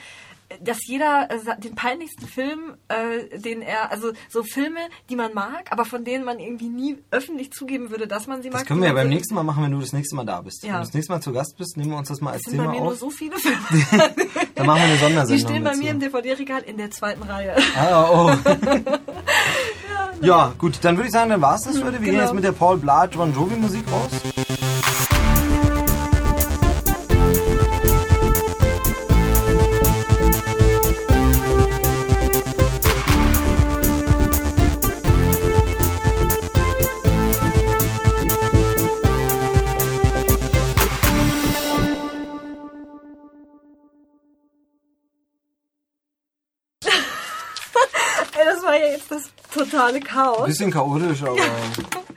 S2: äh, dass jeder äh, sa- den peinlichsten Film, äh, den er, also so Filme, die man mag, aber von denen man irgendwie nie öffentlich zugeben würde, dass man sie mag.
S1: Das können wir ja
S2: die man
S1: beim
S2: so-
S1: nächsten Mal machen, wenn du das nächste Mal da bist.
S2: Ja.
S1: Wenn du das nächste Mal zu Gast bist, nehmen wir uns das mal als
S2: Es sind bei
S1: Thema
S2: mir nur
S1: auf. [LAUGHS]
S2: so viele Filme.
S1: Dann machen wir eine Sondersendung.
S2: Die stehen bei
S1: dazu.
S2: mir im DVD-Regal in der zweiten Reihe. [LAUGHS]
S1: Ah, [LAUGHS] oh. genau. ja, gut, dann würde ich sagen, dann war's das für heute. Wir gehen
S2: Genau.
S1: jetzt mit der Paul Blatt Bon Jovi Musik raus.
S2: Ey, das war ja jetzt das totale Chaos.
S1: Bisschen chaotisch, aber.